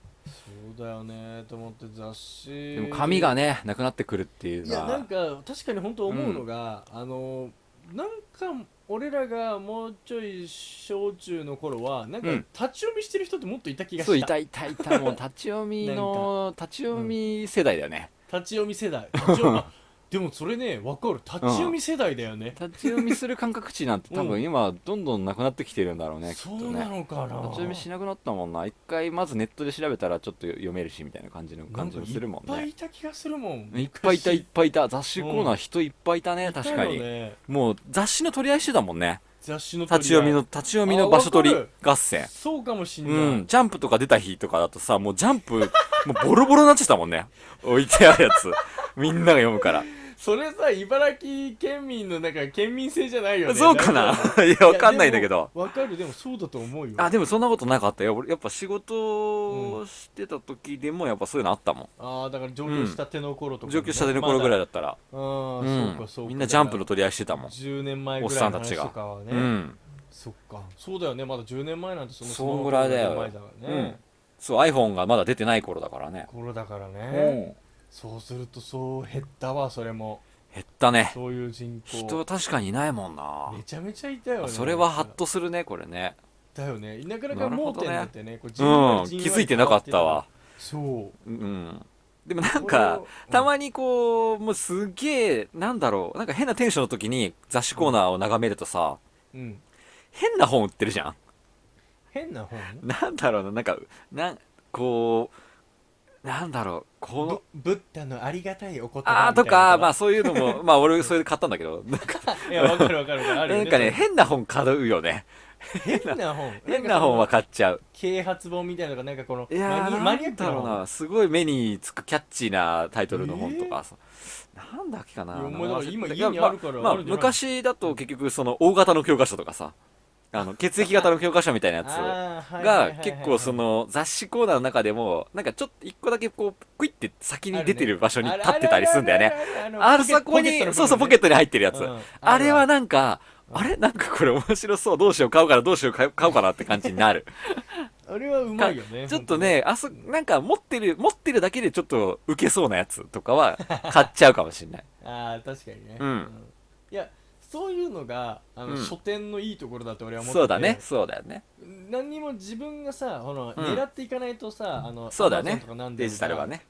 Speaker 5: そうだよねと思って雑誌
Speaker 4: でも紙がねなくなってくるっていう
Speaker 5: い
Speaker 4: の
Speaker 5: や
Speaker 4: は
Speaker 5: なんか確かに本当思うのが、あのなんか俺らがもうちょい小中の頃はなんか
Speaker 4: うん
Speaker 5: 立ち読みしてる人ってもっといた気がした、
Speaker 4: そういたいたいたもう立ち読み の 立ち読み世代だよね、
Speaker 5: 立ち読み世代立ち読 みあでもそれね分かる立ち読み世代だよね、
Speaker 4: 立ち読みする感覚値なんて多
Speaker 5: う
Speaker 4: 分
Speaker 5: ん
Speaker 4: 今どんどんなくなってきてるんだろうね、きっと
Speaker 5: そう
Speaker 4: ね
Speaker 5: なのかな
Speaker 4: 立ち読みしなくなったもんな一回まずネットで調べたらちょっと読めるしみたいな感じの感じもするもん
Speaker 5: なんかいっぱい
Speaker 4: ね
Speaker 5: いた気がするもん
Speaker 4: いっぱいいたい
Speaker 5: 昔
Speaker 4: っぱいいた雑誌コーナー人いっぱいいたね、確か
Speaker 5: い
Speaker 4: に、
Speaker 5: たよね
Speaker 4: もう雑誌の取り合いしてたもんね
Speaker 5: 雑誌の取
Speaker 4: 立
Speaker 5: り合い
Speaker 4: ち読みの立ち読みの場所取
Speaker 5: あ
Speaker 4: り
Speaker 5: わか
Speaker 4: 合戦
Speaker 5: そうかもしんない、
Speaker 4: うん、ジャンプとか出た日とかだとさ、もうジャンプ、もうボロボロになってたもんね。置いてあるやつ。みんなが読むから。
Speaker 5: それさ茨城県民のなんか県民性じゃないよね
Speaker 4: そうかな いや、わかんないんだけど。
Speaker 5: わかるでもそうだと思うよ
Speaker 4: あ、でもそんなことなかったよ。俺やっぱ仕事をしてた時でもやっぱそういうのあったも
Speaker 5: あーだから上京したての頃と
Speaker 4: ん。
Speaker 5: か、
Speaker 4: 上級したての頃ぐら
Speaker 5: だ
Speaker 4: いだったら。
Speaker 5: ああ、
Speaker 4: う
Speaker 5: そうかそうか
Speaker 4: ん。みんなジャンプの取り合いしてたもん。
Speaker 5: 10年前
Speaker 4: おっ
Speaker 5: ぐら
Speaker 4: さ
Speaker 5: い
Speaker 4: ん
Speaker 5: の
Speaker 4: たち
Speaker 5: 話
Speaker 4: が
Speaker 5: とかはね、
Speaker 4: うん。
Speaker 5: そっかそうだよねまだ10年前なんてその
Speaker 4: そんぐらいだよ
Speaker 5: スマホの10年前だからね、
Speaker 4: そう iPhone がまだ出てない頃だからね、
Speaker 5: 頃だからね、
Speaker 4: うん
Speaker 5: そうするとそう減ったわそれも
Speaker 4: 減ったね
Speaker 5: そういう人口
Speaker 4: 人確かにいないもんな
Speaker 5: めちゃめちゃいたよね
Speaker 4: それはハッとするねこれね
Speaker 5: だよねなかなか盲点だってねこう
Speaker 4: う
Speaker 5: じわ
Speaker 4: ん
Speaker 5: りじ
Speaker 4: 気
Speaker 5: わり
Speaker 4: づいてなかったわ
Speaker 5: そう
Speaker 4: うんでもなん
Speaker 5: これ
Speaker 4: か
Speaker 5: をうん
Speaker 4: たまにこうもうすげえなんだろうなんか変なテンションの時に雑誌コーナーを眺めるとさ
Speaker 5: うん
Speaker 4: 変な本売ってるじゃん
Speaker 5: 変な本
Speaker 4: なんだろうななんかなんこうなんだろうこの
Speaker 5: ぶブッダのありがたいお言葉みたいな
Speaker 4: あーとか、まあそういうのも、まあ俺それで買ったん だけど、なんか
Speaker 5: いやわかるわかるわかるあるよ
Speaker 4: なんかね、変な本買うよね。
Speaker 5: 変な本
Speaker 4: 変な本は
Speaker 5: んか
Speaker 4: 買っちゃう。
Speaker 5: その啓発本みたいなのがなんかこの
Speaker 4: いや
Speaker 5: マニ
Speaker 4: ー、
Speaker 5: マニアッ
Speaker 4: なん
Speaker 5: ク
Speaker 4: だ
Speaker 5: な
Speaker 4: ろう
Speaker 5: 本
Speaker 4: な、すごい目につくキャッチーなタイトルの本とか、さなんだっけかな。
Speaker 5: いやお前
Speaker 4: 名前
Speaker 5: だから今
Speaker 4: 忘れ
Speaker 5: 家にあるから
Speaker 4: まあ、
Speaker 5: あ
Speaker 4: まあ
Speaker 5: るんじゃない
Speaker 4: 昔だと結局、その大型の教科書とかさ、あの血液型の教科書みたいなや
Speaker 5: あ
Speaker 4: つ。
Speaker 5: ーはいはいはい
Speaker 4: が
Speaker 5: はい
Speaker 4: 結構その雑誌コーナーの中でもなんかちょっと一個だけこうクイって先に出てる場所に立ってたりするんだよね
Speaker 5: ね
Speaker 4: あそこにそうそうポケットに入ってるやつ、
Speaker 5: うん
Speaker 4: あれは
Speaker 5: ある
Speaker 4: なんかあれなんかこれ面白そうどうしよう買おうかなどうしよう買おうかなって感じになる
Speaker 5: あれはうまいよね
Speaker 4: ちょっとねあそなんか持ってる持ってるだけでちょっとウケそうなやつとかは買っちゃうかもしれない
Speaker 5: ああ確かにね、
Speaker 4: うん
Speaker 5: いやそういうのがあの、
Speaker 4: うん
Speaker 5: 書店のい いところだって俺は思ってて
Speaker 4: そうだねそうだよね
Speaker 5: 何にも自分がさこの、
Speaker 4: うん
Speaker 5: 狙っていかないとさあの
Speaker 4: そうだね
Speaker 5: Amazon とかなんで
Speaker 4: デジタルはね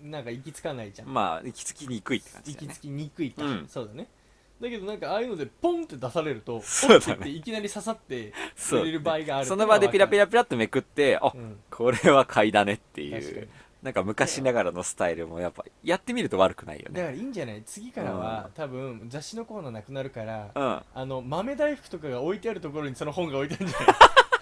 Speaker 5: なんか行き着かないじゃん、
Speaker 4: まあ行き着きにくいって感じ
Speaker 5: 行
Speaker 4: だよ
Speaker 5: き
Speaker 4: ね
Speaker 5: 着きにくいか、
Speaker 4: うん
Speaker 5: そうだねだけどなんかああいうのでポンって出されると
Speaker 4: そうだね
Speaker 5: おっっていきなり刺さって
Speaker 4: そう
Speaker 5: 売れる場合がある
Speaker 4: その場でピラピ
Speaker 5: ラ
Speaker 4: ラピラっとめくってあ、
Speaker 5: うん
Speaker 4: これは買いだねってい
Speaker 5: 確かに
Speaker 4: うなんか昔ながらのスタイルもやっぱやってみると悪くないよ
Speaker 5: だか
Speaker 4: ね
Speaker 5: らいいんじゃない次からは、
Speaker 4: うん
Speaker 5: 多分雑誌のコーナーなくなるから、
Speaker 4: うん
Speaker 5: あの豆大福とかが置いてあるところにその本が置いてあるんじゃ ない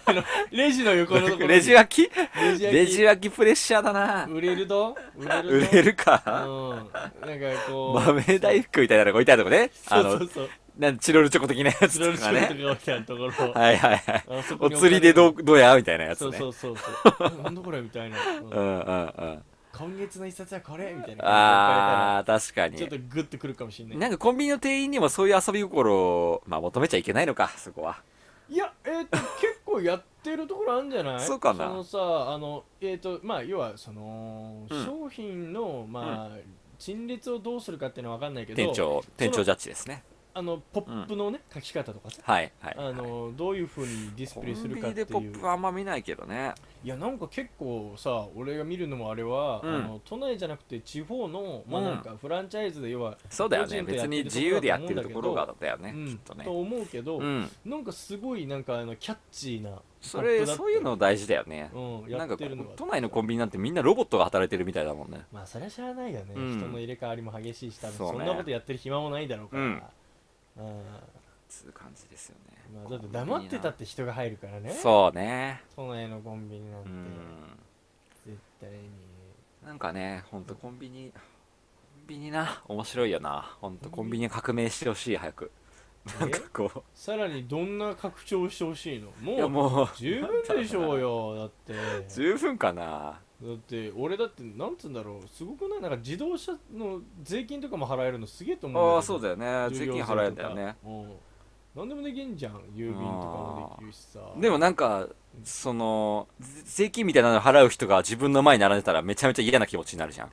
Speaker 5: あのレジの横のところに
Speaker 4: レジ脇
Speaker 5: レジ焼き
Speaker 4: レジ脇プレッシャーだな
Speaker 5: 売れるぞ売れる
Speaker 4: 売れ
Speaker 5: る
Speaker 4: るか、
Speaker 5: うんなんかこう
Speaker 4: 豆大福みたいなのが置いてあるとこね。
Speaker 5: そ
Speaker 4: あ
Speaker 5: うそ
Speaker 4: の
Speaker 5: う、そう
Speaker 4: なんチロルチョコ的なやつ
Speaker 5: チロル
Speaker 4: と
Speaker 5: チョ
Speaker 4: か
Speaker 5: コと
Speaker 4: ね。
Speaker 5: か置いてあるところ
Speaker 4: はいはいはい。
Speaker 5: あそこ
Speaker 4: お
Speaker 5: に
Speaker 4: 釣りでど
Speaker 5: 置
Speaker 4: う、どうやみたいなや
Speaker 5: かれてる
Speaker 4: つね。
Speaker 5: そうそうそうそうなんだこれみたいな、うん
Speaker 4: うんうんうん。
Speaker 5: 今月の一冊はこれみたいな
Speaker 4: あ
Speaker 5: 感
Speaker 4: ー、確か
Speaker 5: じで置かれたらちょっ
Speaker 4: に。
Speaker 5: とグッとくるかもしれない
Speaker 4: なんかコンビニの店員にもそういう遊び心を、まあ求めちゃいけないのか、そこは。
Speaker 5: いやえっ、と結構やってるところあるんじゃない
Speaker 4: そうかな
Speaker 5: そのさあのえっ、とまあ要はその、
Speaker 4: うん
Speaker 5: 商品のまあ、陳列をどうするかっていうのは分かんないけど
Speaker 4: 店長、店長ジャッジですね。
Speaker 5: あのポップのね、書き方とかさ
Speaker 4: はいはい。
Speaker 5: あのどういうふうにディス
Speaker 4: コ
Speaker 5: プレ
Speaker 4: ン
Speaker 5: イする
Speaker 4: ビ
Speaker 5: かっ
Speaker 4: ニ
Speaker 5: てい
Speaker 4: で
Speaker 5: う
Speaker 4: ポップはあんま見ないけどね。
Speaker 5: いやなんか結構さ俺が見るのもあれは、
Speaker 4: うん
Speaker 5: あの都内じゃなくて地方の、まあ、
Speaker 4: うん
Speaker 5: なんかフランチャイズで要は、
Speaker 4: そうだよね。
Speaker 5: 個人でやっ
Speaker 4: 別
Speaker 5: てる
Speaker 4: に自由でやってるところがだよ
Speaker 5: う
Speaker 4: ね、きっ
Speaker 5: ん
Speaker 4: とね。
Speaker 5: と思うけど、
Speaker 4: うん。
Speaker 5: なんかすごいなんかあのキャッチーな
Speaker 4: そ
Speaker 5: ポ
Speaker 4: れ、
Speaker 5: ップだった
Speaker 4: そういうの大事だよね。
Speaker 5: うん、や
Speaker 4: なん
Speaker 5: っ
Speaker 4: か
Speaker 5: てるのが
Speaker 4: 都内のコンビニなんてみんなロボットが働いてるみたいだもんね。
Speaker 5: まあそれは知らないよね、
Speaker 4: うん
Speaker 5: 人の入れ替わりも激しいし多分
Speaker 4: そう
Speaker 5: そ
Speaker 4: ね
Speaker 5: んなことやってる暇もないだろうから、
Speaker 4: う
Speaker 5: うんん
Speaker 4: つう感じですよね。
Speaker 5: まあ、だって黙ってたって人が入るからね
Speaker 4: そうね。
Speaker 5: 都内のコンビニなん
Speaker 4: う
Speaker 5: て
Speaker 4: ん。
Speaker 5: 絶対に
Speaker 4: なんかね、ほんとコンビニ、コンビニな、面白いよな。ほんとコンビニ革命してほしい、早く。なんかこ
Speaker 5: さらにどんな拡張してほしいの
Speaker 4: う、いや
Speaker 5: もう
Speaker 4: もう、
Speaker 5: 十分でしょうよだって
Speaker 4: 十分かな。
Speaker 5: だって俺だってなんつうんだろうすごくないなんか自動車の税金とかも払えるのすげえと思うん
Speaker 4: ああ、
Speaker 5: けど
Speaker 4: そうだよね。
Speaker 5: 重
Speaker 4: 税
Speaker 5: 要
Speaker 4: 金
Speaker 5: 税
Speaker 4: 払えんだよね。
Speaker 5: とかうん何でもできんじゃん郵便とかもできるしさ
Speaker 4: でもなんか、その、ぜ税金みたいなの払う人が自分の前に並んでたらめちゃめちゃ嫌な気持ちになるじゃん。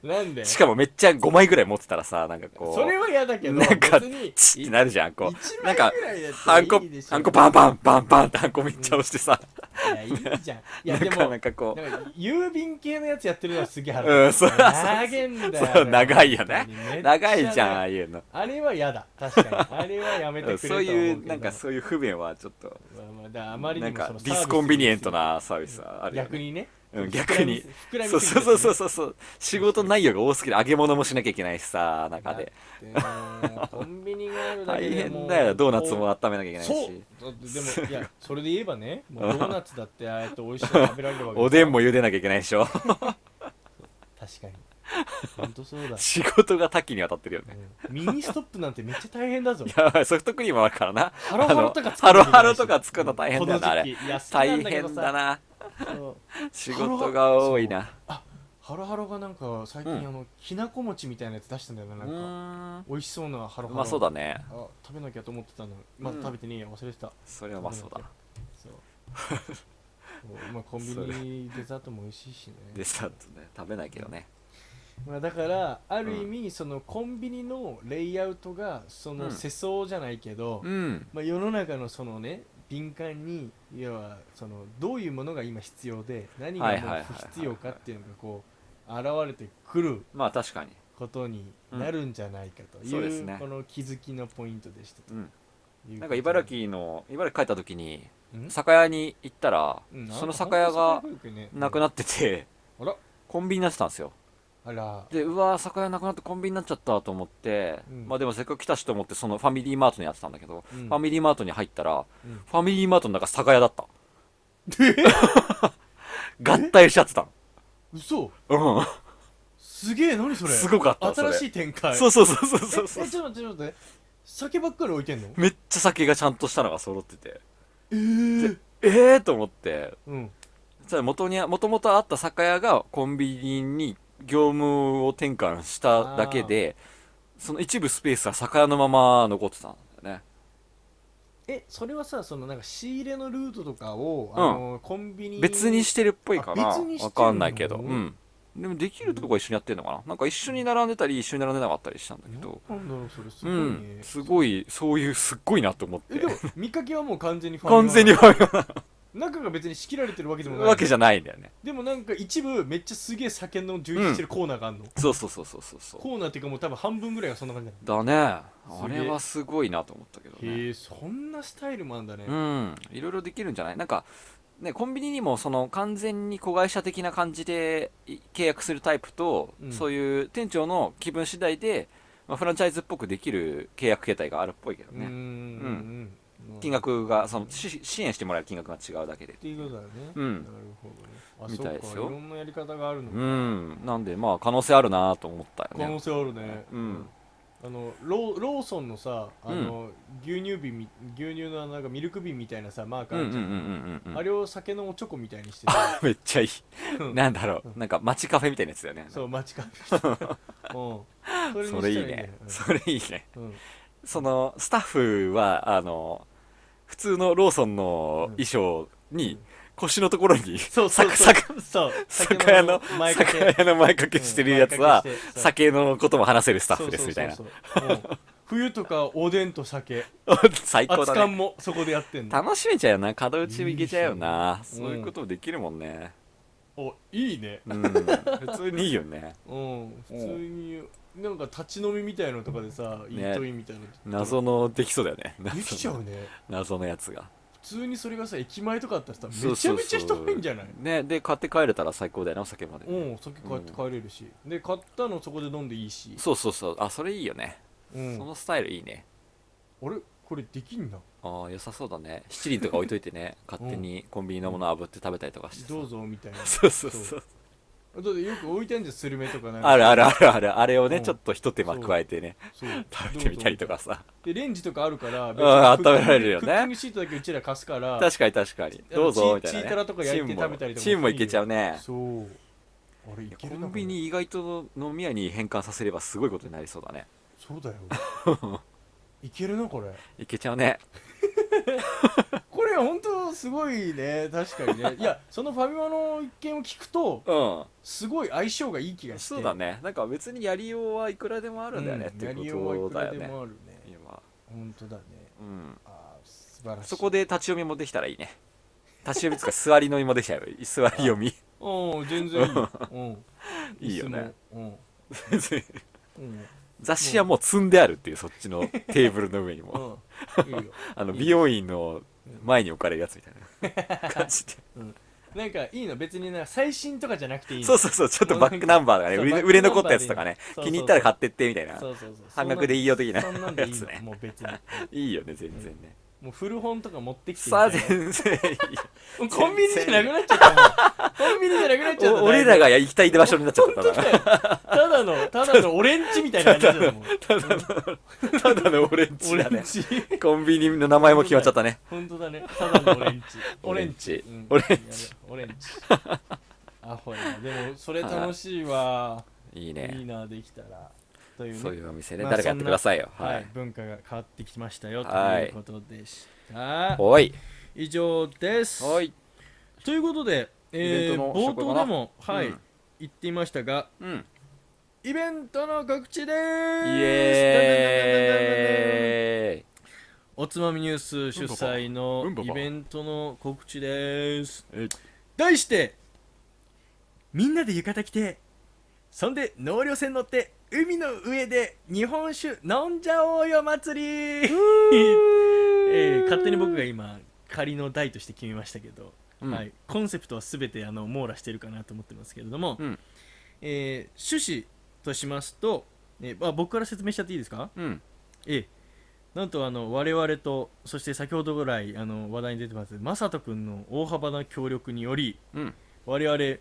Speaker 5: なんで
Speaker 4: しかもめっちゃ5枚ぐらい持ってたらさ、なんかこう。
Speaker 5: それは嫌だけど
Speaker 4: なんか
Speaker 5: 別に、
Speaker 4: チッってなるじゃん、こ
Speaker 5: 一
Speaker 4: う。な
Speaker 5: 枚
Speaker 4: んか
Speaker 5: ぐらいだ、ったら
Speaker 4: ハ
Speaker 5: い
Speaker 4: ンコ
Speaker 5: いでし、ょ
Speaker 4: ハンコバンバンバンバンってハンコめっちゃ押してさ、
Speaker 5: いやいいじゃんい
Speaker 4: な
Speaker 5: や
Speaker 4: ん
Speaker 5: でも
Speaker 4: か、なんかこう、
Speaker 5: なんか郵便系のやつやってるのはすげえ腹
Speaker 4: うん、そう
Speaker 5: 長げんだよ
Speaker 4: そう長いよね
Speaker 5: 本当に
Speaker 4: 長いじゃん、あ
Speaker 5: めっち
Speaker 4: あいうの。
Speaker 5: 長あれは嫌だ確かにあれはやめてくれと
Speaker 4: そう
Speaker 5: は思
Speaker 4: いうう、
Speaker 5: け
Speaker 4: なんか
Speaker 5: ど
Speaker 4: そういう不便はちょっと、
Speaker 5: まあまあだからあまり
Speaker 4: な
Speaker 5: に
Speaker 4: ん
Speaker 5: も
Speaker 4: か
Speaker 5: その
Speaker 4: ディスコンビニエン
Speaker 5: サ
Speaker 4: トなサービスはあ
Speaker 5: ービス
Speaker 4: るよ
Speaker 5: 逆
Speaker 4: ね。
Speaker 5: にね
Speaker 4: うん、逆に。
Speaker 5: 膨らみ
Speaker 4: そう
Speaker 5: すぎてね
Speaker 4: そうそうそうそう。仕事内容が多すぎる。揚げ物もしなきゃいけないしさ、中で。
Speaker 5: だってコンビニがあるだけ
Speaker 4: 大
Speaker 5: でもう
Speaker 4: 変だよ。ドーナツも温めなきゃいけない
Speaker 5: そう
Speaker 4: し。
Speaker 5: だってでもいやそれで言えばね もうドーナツだってああやって美味しいの食べられるわけ
Speaker 4: おでんも茹でなきゃいけないでしょ。
Speaker 5: 確かに本当そうだ、
Speaker 4: 仕事が多岐にわたってるよね。
Speaker 5: うんミニストップなんてめっちゃ大変だぞ
Speaker 4: やばい、ソフトクリームあるからな。
Speaker 5: ハロハロとか
Speaker 4: ハロ
Speaker 5: 作んなきゃいけないし
Speaker 4: ハロとか作るの大変だよな、あ
Speaker 5: この
Speaker 4: れ。
Speaker 5: 時期いや好きな
Speaker 4: 大
Speaker 5: んだけど
Speaker 4: 変だ
Speaker 5: さ
Speaker 4: な。
Speaker 5: そう
Speaker 4: 仕事が多いな。
Speaker 5: ハハロハロがなんか最近、
Speaker 4: うん
Speaker 5: あのきなこ餅みたいなやつ出したんだよね
Speaker 4: う
Speaker 5: なんか、
Speaker 4: ーん
Speaker 5: 美味しそうなハロハロ
Speaker 4: まあそうだね
Speaker 5: あ食べなきゃと思ってたのまあ、
Speaker 4: うん
Speaker 5: 食べてねえや忘れてた
Speaker 4: それはまあそうだ
Speaker 5: そうそうまあコンビニデザートも美味しいしね
Speaker 4: デザートね食べないけどね
Speaker 5: まあ、だからある意味、そのコンビニのレイアウトがその
Speaker 4: うん
Speaker 5: 世相じゃないけど、
Speaker 4: うん
Speaker 5: まあ、世の中のそのね敏感に要はそのどういうものが今必要で何がも
Speaker 4: は
Speaker 5: う
Speaker 4: いはいはいはい
Speaker 5: 不必要かっていうのがこう現れてくる
Speaker 4: まあ確かに
Speaker 5: ことになるんじゃないかと
Speaker 4: うん
Speaker 5: い
Speaker 4: そうです
Speaker 5: う,、
Speaker 4: ね
Speaker 5: この気づきのポイントでしたと
Speaker 4: うん
Speaker 5: いう
Speaker 4: なんか茨城の茨城帰った時に
Speaker 5: うん
Speaker 4: 酒屋に行ったら
Speaker 5: うん
Speaker 4: その酒屋がなく
Speaker 5: っ
Speaker 4: なってて
Speaker 5: あら
Speaker 4: コンビニになってたんですよ
Speaker 5: あら
Speaker 4: でうわー酒屋なくなってコンビニになっちゃったと思って、
Speaker 5: うん
Speaker 4: まあでもせっかく来たしと思ってそのファミリーマートにやってたんだけど、
Speaker 5: うん
Speaker 4: ファミリーマートに入ったら、
Speaker 5: うん
Speaker 4: ファミリーマートの中酒屋だった合体しちゃってた
Speaker 5: 嘘
Speaker 4: の
Speaker 5: すげえ何そ
Speaker 4: うん
Speaker 5: れ
Speaker 4: すごかったそれ
Speaker 5: 新しい展開
Speaker 4: そうそうそうそうそう
Speaker 5: ええちょっと待ってちょっと待って酒ばっかり置いてんの
Speaker 4: めっちゃ酒がちゃんとしたのが揃ってて
Speaker 5: えー、
Speaker 4: えーと思って
Speaker 5: うん
Speaker 4: それ元に元々あった酒屋がコンビニに業務を転換しただけでその一部スペースは酒屋のまま残ってたんだよね
Speaker 5: えそれはさそのなんか仕入れのルートとかを、
Speaker 4: うん
Speaker 5: あのコンビニ
Speaker 4: 別にしてるっぽいかな
Speaker 5: あ別にしてんの
Speaker 4: わかんないけどうんでもできるとこは一緒にやってんのかななんか一緒に並んでたり一緒に並んでなかったりしたんだけど
Speaker 5: なんだろうそれす
Speaker 4: う
Speaker 5: ごいね、
Speaker 4: んすごいそういうすっごいなと思っ
Speaker 5: え
Speaker 4: て
Speaker 5: でも見かけはもう完全にファミマ
Speaker 4: 完全にファミマ
Speaker 5: 中が別に仕切られてるわけでも
Speaker 4: な
Speaker 5: ない
Speaker 4: わけじゃないんだよね
Speaker 5: でもなんか一部めっちゃすげえ酒の充実してるコーナーがあるの、
Speaker 4: そうそうそうそうそうそう
Speaker 5: コーナーっていうかもう多分半分ぐらいがそんな感じだ
Speaker 4: だねあ
Speaker 5: すげえ
Speaker 4: れはすごいなと思ったけどね
Speaker 5: へえそんなスタイルもあんだね、
Speaker 4: うん、いろいろできるんじゃないなんか、ね、コンビニにもその完全に子会社的な感じでい契約するタイプと、
Speaker 5: うん
Speaker 4: そういう店長の気分次第で、まあ、フランチャイズっぽくできる契約形態があるっぽいけど
Speaker 5: うーん
Speaker 4: ね。
Speaker 5: うん
Speaker 4: 金額が、その、し支援してもらえる金額が違うだけで
Speaker 5: っ。ていうことだよね、
Speaker 4: うん
Speaker 5: なるほどねあ
Speaker 4: みたいですよ
Speaker 5: そうかいろんなやり方があるの、
Speaker 4: うん、なんで、まあ、可能性あるなと思った
Speaker 5: 可
Speaker 4: よ
Speaker 5: 能
Speaker 4: ね。
Speaker 5: 性あるね、
Speaker 4: うん、
Speaker 5: あのローローソンのさあの、牛乳瓶み牛乳のなんかミルク瓶みたいなさマーク
Speaker 4: う
Speaker 5: あ
Speaker 4: んうん
Speaker 5: るじ
Speaker 4: うん
Speaker 5: ゃん、
Speaker 4: うんう
Speaker 5: あ
Speaker 4: ん。
Speaker 5: れを酒のおチョコみたいにしてさ
Speaker 4: めっちゃいい。
Speaker 5: うん
Speaker 4: なんだろう、なんか街カフェみたいなやつだよね。
Speaker 5: そう街角に してうんそれにしたらいいんじゃない
Speaker 4: それいいね。それいいね。
Speaker 5: うんうん
Speaker 4: そのスタッフはあの普通のローソンの衣装に、腰のところに
Speaker 5: そうそうそう
Speaker 4: 酒
Speaker 5: そう
Speaker 4: 酒屋の
Speaker 5: 前掛け
Speaker 4: 酒屋の前掛けしてるやつ
Speaker 5: う
Speaker 4: は、
Speaker 5: ん前掛けして
Speaker 4: 酒のことも話せるスタッフですみたいな
Speaker 5: そうそうそうそううん冬とかおでんと酒
Speaker 4: 最高
Speaker 5: 熱
Speaker 4: だ
Speaker 5: 燗
Speaker 4: ね
Speaker 5: もそこでやってんの
Speaker 4: 楽しめちゃうよな角打ちもいけちゃうよな
Speaker 5: し
Speaker 4: そういうこともできるもんね、
Speaker 5: おいいね
Speaker 4: うん、普通にいいよね
Speaker 5: うん普通になんか立ち飲みみたいのとかでさイートインみたいなの
Speaker 4: 謎のできそうだよね
Speaker 5: できちゃうね
Speaker 4: 謎のやつが
Speaker 5: 普通にそれがさ駅前とかあったらさめちゃめちゃ人入んじゃない
Speaker 4: そうそうそうねで買って帰れたら最高だよなお酒までね、
Speaker 5: うん酒買って帰れるし、で買ったのそこで飲んでいいし、
Speaker 4: そうそうそうあそれいいよね
Speaker 5: うん、
Speaker 4: そ
Speaker 5: あ
Speaker 4: のスタイルいいね。
Speaker 5: れこれできんな
Speaker 4: ああ、良さそうだね。七輪とか置いといてね、勝手にコンビニのもの炙って食べたりとかしてさ。
Speaker 5: どうぞみたいな
Speaker 4: そうそうそう。
Speaker 5: だってよく置いてんじゃんスルメとかなんか
Speaker 4: あるあるあるある。あれを
Speaker 5: う
Speaker 4: ね、
Speaker 5: ん
Speaker 4: ちょっと一手間加えてね、
Speaker 5: そう
Speaker 4: 食べてみたりとかさ。
Speaker 5: でレンジとかあるから
Speaker 4: あー
Speaker 5: 別に
Speaker 4: 温められるよね
Speaker 5: クッキングシートだけうちら貸すから
Speaker 4: 確かに確かに。
Speaker 5: あの
Speaker 4: どうぞ、み
Speaker 5: チ
Speaker 4: たいな、ね。
Speaker 5: チータラとか焼いて食べたりとかも
Speaker 4: チンもいけちゃうね。
Speaker 5: そうあれいけるな
Speaker 4: コンビニ意外と飲み屋に変換させればすごいことになりそうだね。
Speaker 5: これそうだよ いけるなこれ
Speaker 4: いけちゃうね。
Speaker 5: これ本当すごいね確かにねいやそのファミマの一見を聞くと
Speaker 4: うん。
Speaker 5: すごい相性がいい気がして
Speaker 4: そうだね。なんか別にやりようはいくらでもあるんだよね、
Speaker 5: う
Speaker 4: って
Speaker 5: や
Speaker 4: い
Speaker 5: り
Speaker 4: う
Speaker 5: よう
Speaker 4: こ
Speaker 5: はい
Speaker 4: と
Speaker 5: く
Speaker 4: だ
Speaker 5: ら
Speaker 4: よ
Speaker 5: で
Speaker 4: ね。
Speaker 5: もあるね
Speaker 4: 今。
Speaker 5: 本当だね
Speaker 4: うん。
Speaker 5: あー素晴らしい
Speaker 4: そこで立ち読みもできたらいいね。立ち読みつか座り飲みもできた らいい。座り読み。
Speaker 5: うん全然いいよ、うん、
Speaker 4: いいよね
Speaker 5: 椅子もう んうん
Speaker 4: 雑誌はもう積んであるっていう、そっちのテーブルの上にも。
Speaker 5: うんいいよ
Speaker 4: あの、美容院の前に置かれるやつみたいな感じで。
Speaker 5: なんかいいの別にな最新とかじゃなくていいの
Speaker 4: そうそうそう、ちょっとバックナンバーがね、
Speaker 5: そう
Speaker 4: 売れ
Speaker 5: バック
Speaker 4: 売れ残ったやつとかね
Speaker 5: ナンバーでいいのそうそうそう、
Speaker 4: 気に入ったら買ってってみたいな。
Speaker 5: そうそうそう
Speaker 4: 半額でいいよ的な
Speaker 5: そんなんでい
Speaker 4: や
Speaker 5: い
Speaker 4: つ
Speaker 5: の
Speaker 4: ね
Speaker 5: もう別に
Speaker 4: いいよね、全然ね。
Speaker 5: もう古本とか持ってきてみ
Speaker 4: さ
Speaker 5: た
Speaker 4: あ、
Speaker 5: いな
Speaker 4: 全然いいよ
Speaker 5: もうコンビニじゃなくなっちゃったもんコンビニじゃなくなっちゃっ
Speaker 4: お
Speaker 5: た
Speaker 4: 俺らが行きたい場所になっちゃった
Speaker 5: 本当だ よただのただのオレンジみたいな感じだったもん
Speaker 4: な。ただのオレンジ
Speaker 5: オレ
Speaker 4: だ
Speaker 5: ン
Speaker 4: ね。
Speaker 5: ジ
Speaker 4: コンビニの名前も決まっちゃったね。
Speaker 5: 本当だねただのオレンジ
Speaker 4: オレンジ
Speaker 5: うん
Speaker 4: オレンジ
Speaker 5: やべオレンジアホやなでもそれ楽しいわ
Speaker 4: いい
Speaker 5: いい
Speaker 4: ね。
Speaker 5: なできたらというね
Speaker 4: そういうお店ね、
Speaker 5: まあ
Speaker 4: 誰かやってくださいよ。
Speaker 5: そんな
Speaker 4: は
Speaker 5: はいい。文化が変わってきましたよと
Speaker 4: はい
Speaker 5: いうことでした
Speaker 4: おい。
Speaker 5: 以上です
Speaker 4: おい。
Speaker 5: ということで、えー、
Speaker 4: イベントの紹
Speaker 5: 冒
Speaker 4: 介かな
Speaker 5: 頭でも、はい
Speaker 4: うん
Speaker 5: 言っていましたが
Speaker 4: うん。
Speaker 5: イベントの告知でーす
Speaker 4: イエーイ。
Speaker 5: おつまみニュース主催の
Speaker 4: うんばば
Speaker 5: イベントの告知です
Speaker 4: えい。
Speaker 5: 題して、みんなで浴衣着て、そんで納涼船乗って、海の上で日本酒飲んじゃおうよ祭り、えー勝手に僕が今、仮の題として決めましたけど、
Speaker 4: うん
Speaker 5: はい、コンセプトは全てあの網羅してるかなと思ってますけれども、
Speaker 4: うん
Speaker 5: えー趣旨としますと、えーまあ、僕から説明しちゃっていいですか
Speaker 4: うん。
Speaker 5: ええなんとあの我々とそして先ほどぐらいあの話題に出てますマサト君の大幅な協力により
Speaker 4: うん。
Speaker 5: 我々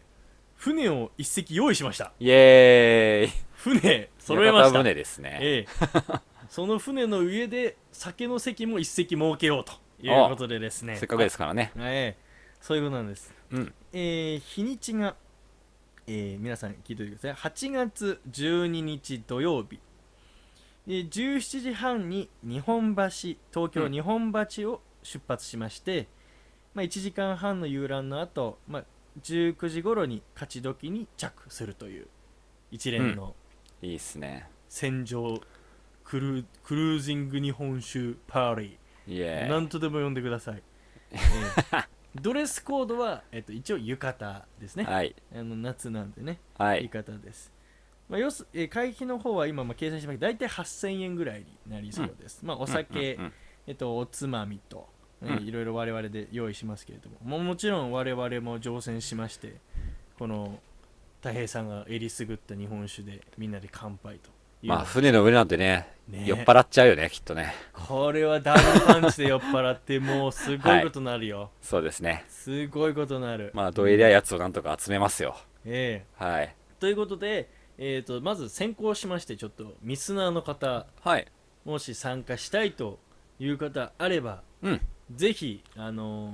Speaker 5: 船を一隻用意しました
Speaker 4: イエーイ。
Speaker 5: 船揃えまし
Speaker 4: 屋形
Speaker 5: た、
Speaker 4: 船ですね。
Speaker 5: ええ、その船の上で酒の席も一隻設けようということでですね
Speaker 4: せっかくですからね。
Speaker 5: ええそういうことなんです、
Speaker 4: うん
Speaker 5: えー日にちが、えー皆さん聞いておいてください8月12日土曜日で17時半に日本橋東京
Speaker 4: うん
Speaker 5: 日本橋を出発しまして、まあ、1時間半の遊覧の後、まあ19時頃に勝ち時に着するという一連の
Speaker 4: いいっすね。
Speaker 5: 戦場クルークルージング日本酒パーリー
Speaker 4: イエ
Speaker 5: な
Speaker 4: ーイ。
Speaker 5: んとでも呼んでくださ い、ええドレスコードは、えっと、一応浴衣ですね、
Speaker 4: はい。
Speaker 5: あの夏なんでね、
Speaker 4: はい。
Speaker 5: 浴衣です、まあ、要すえー会費の方は今まあ計算しましたけど大体8000円ぐらいになりそうです、まあ、お酒、
Speaker 4: うんうんうん
Speaker 5: えっと、おつまみと、えー
Speaker 4: うん
Speaker 5: いろいろ我々で用意しますけれどももうもちろん我々も乗船しましてこの太平さんがえりすぐった日本酒でみんなで乾杯という
Speaker 4: まあ、船の上なんてね、
Speaker 5: ね
Speaker 4: 酔っ払っちゃうよね、きっとね。
Speaker 5: これはダブルパンチで酔っ払ってもうすごいことになるよ、
Speaker 4: そうですね。
Speaker 5: すごいことになる。
Speaker 4: まあ、どえりゃやつをなんとか集めますよ。
Speaker 5: え
Speaker 4: はい。
Speaker 5: えということで、えー、とまず先行しましてちょっとミスナーの方
Speaker 4: はい。
Speaker 5: もし参加したいという方あれば
Speaker 4: うん。
Speaker 5: ぜひ、あのー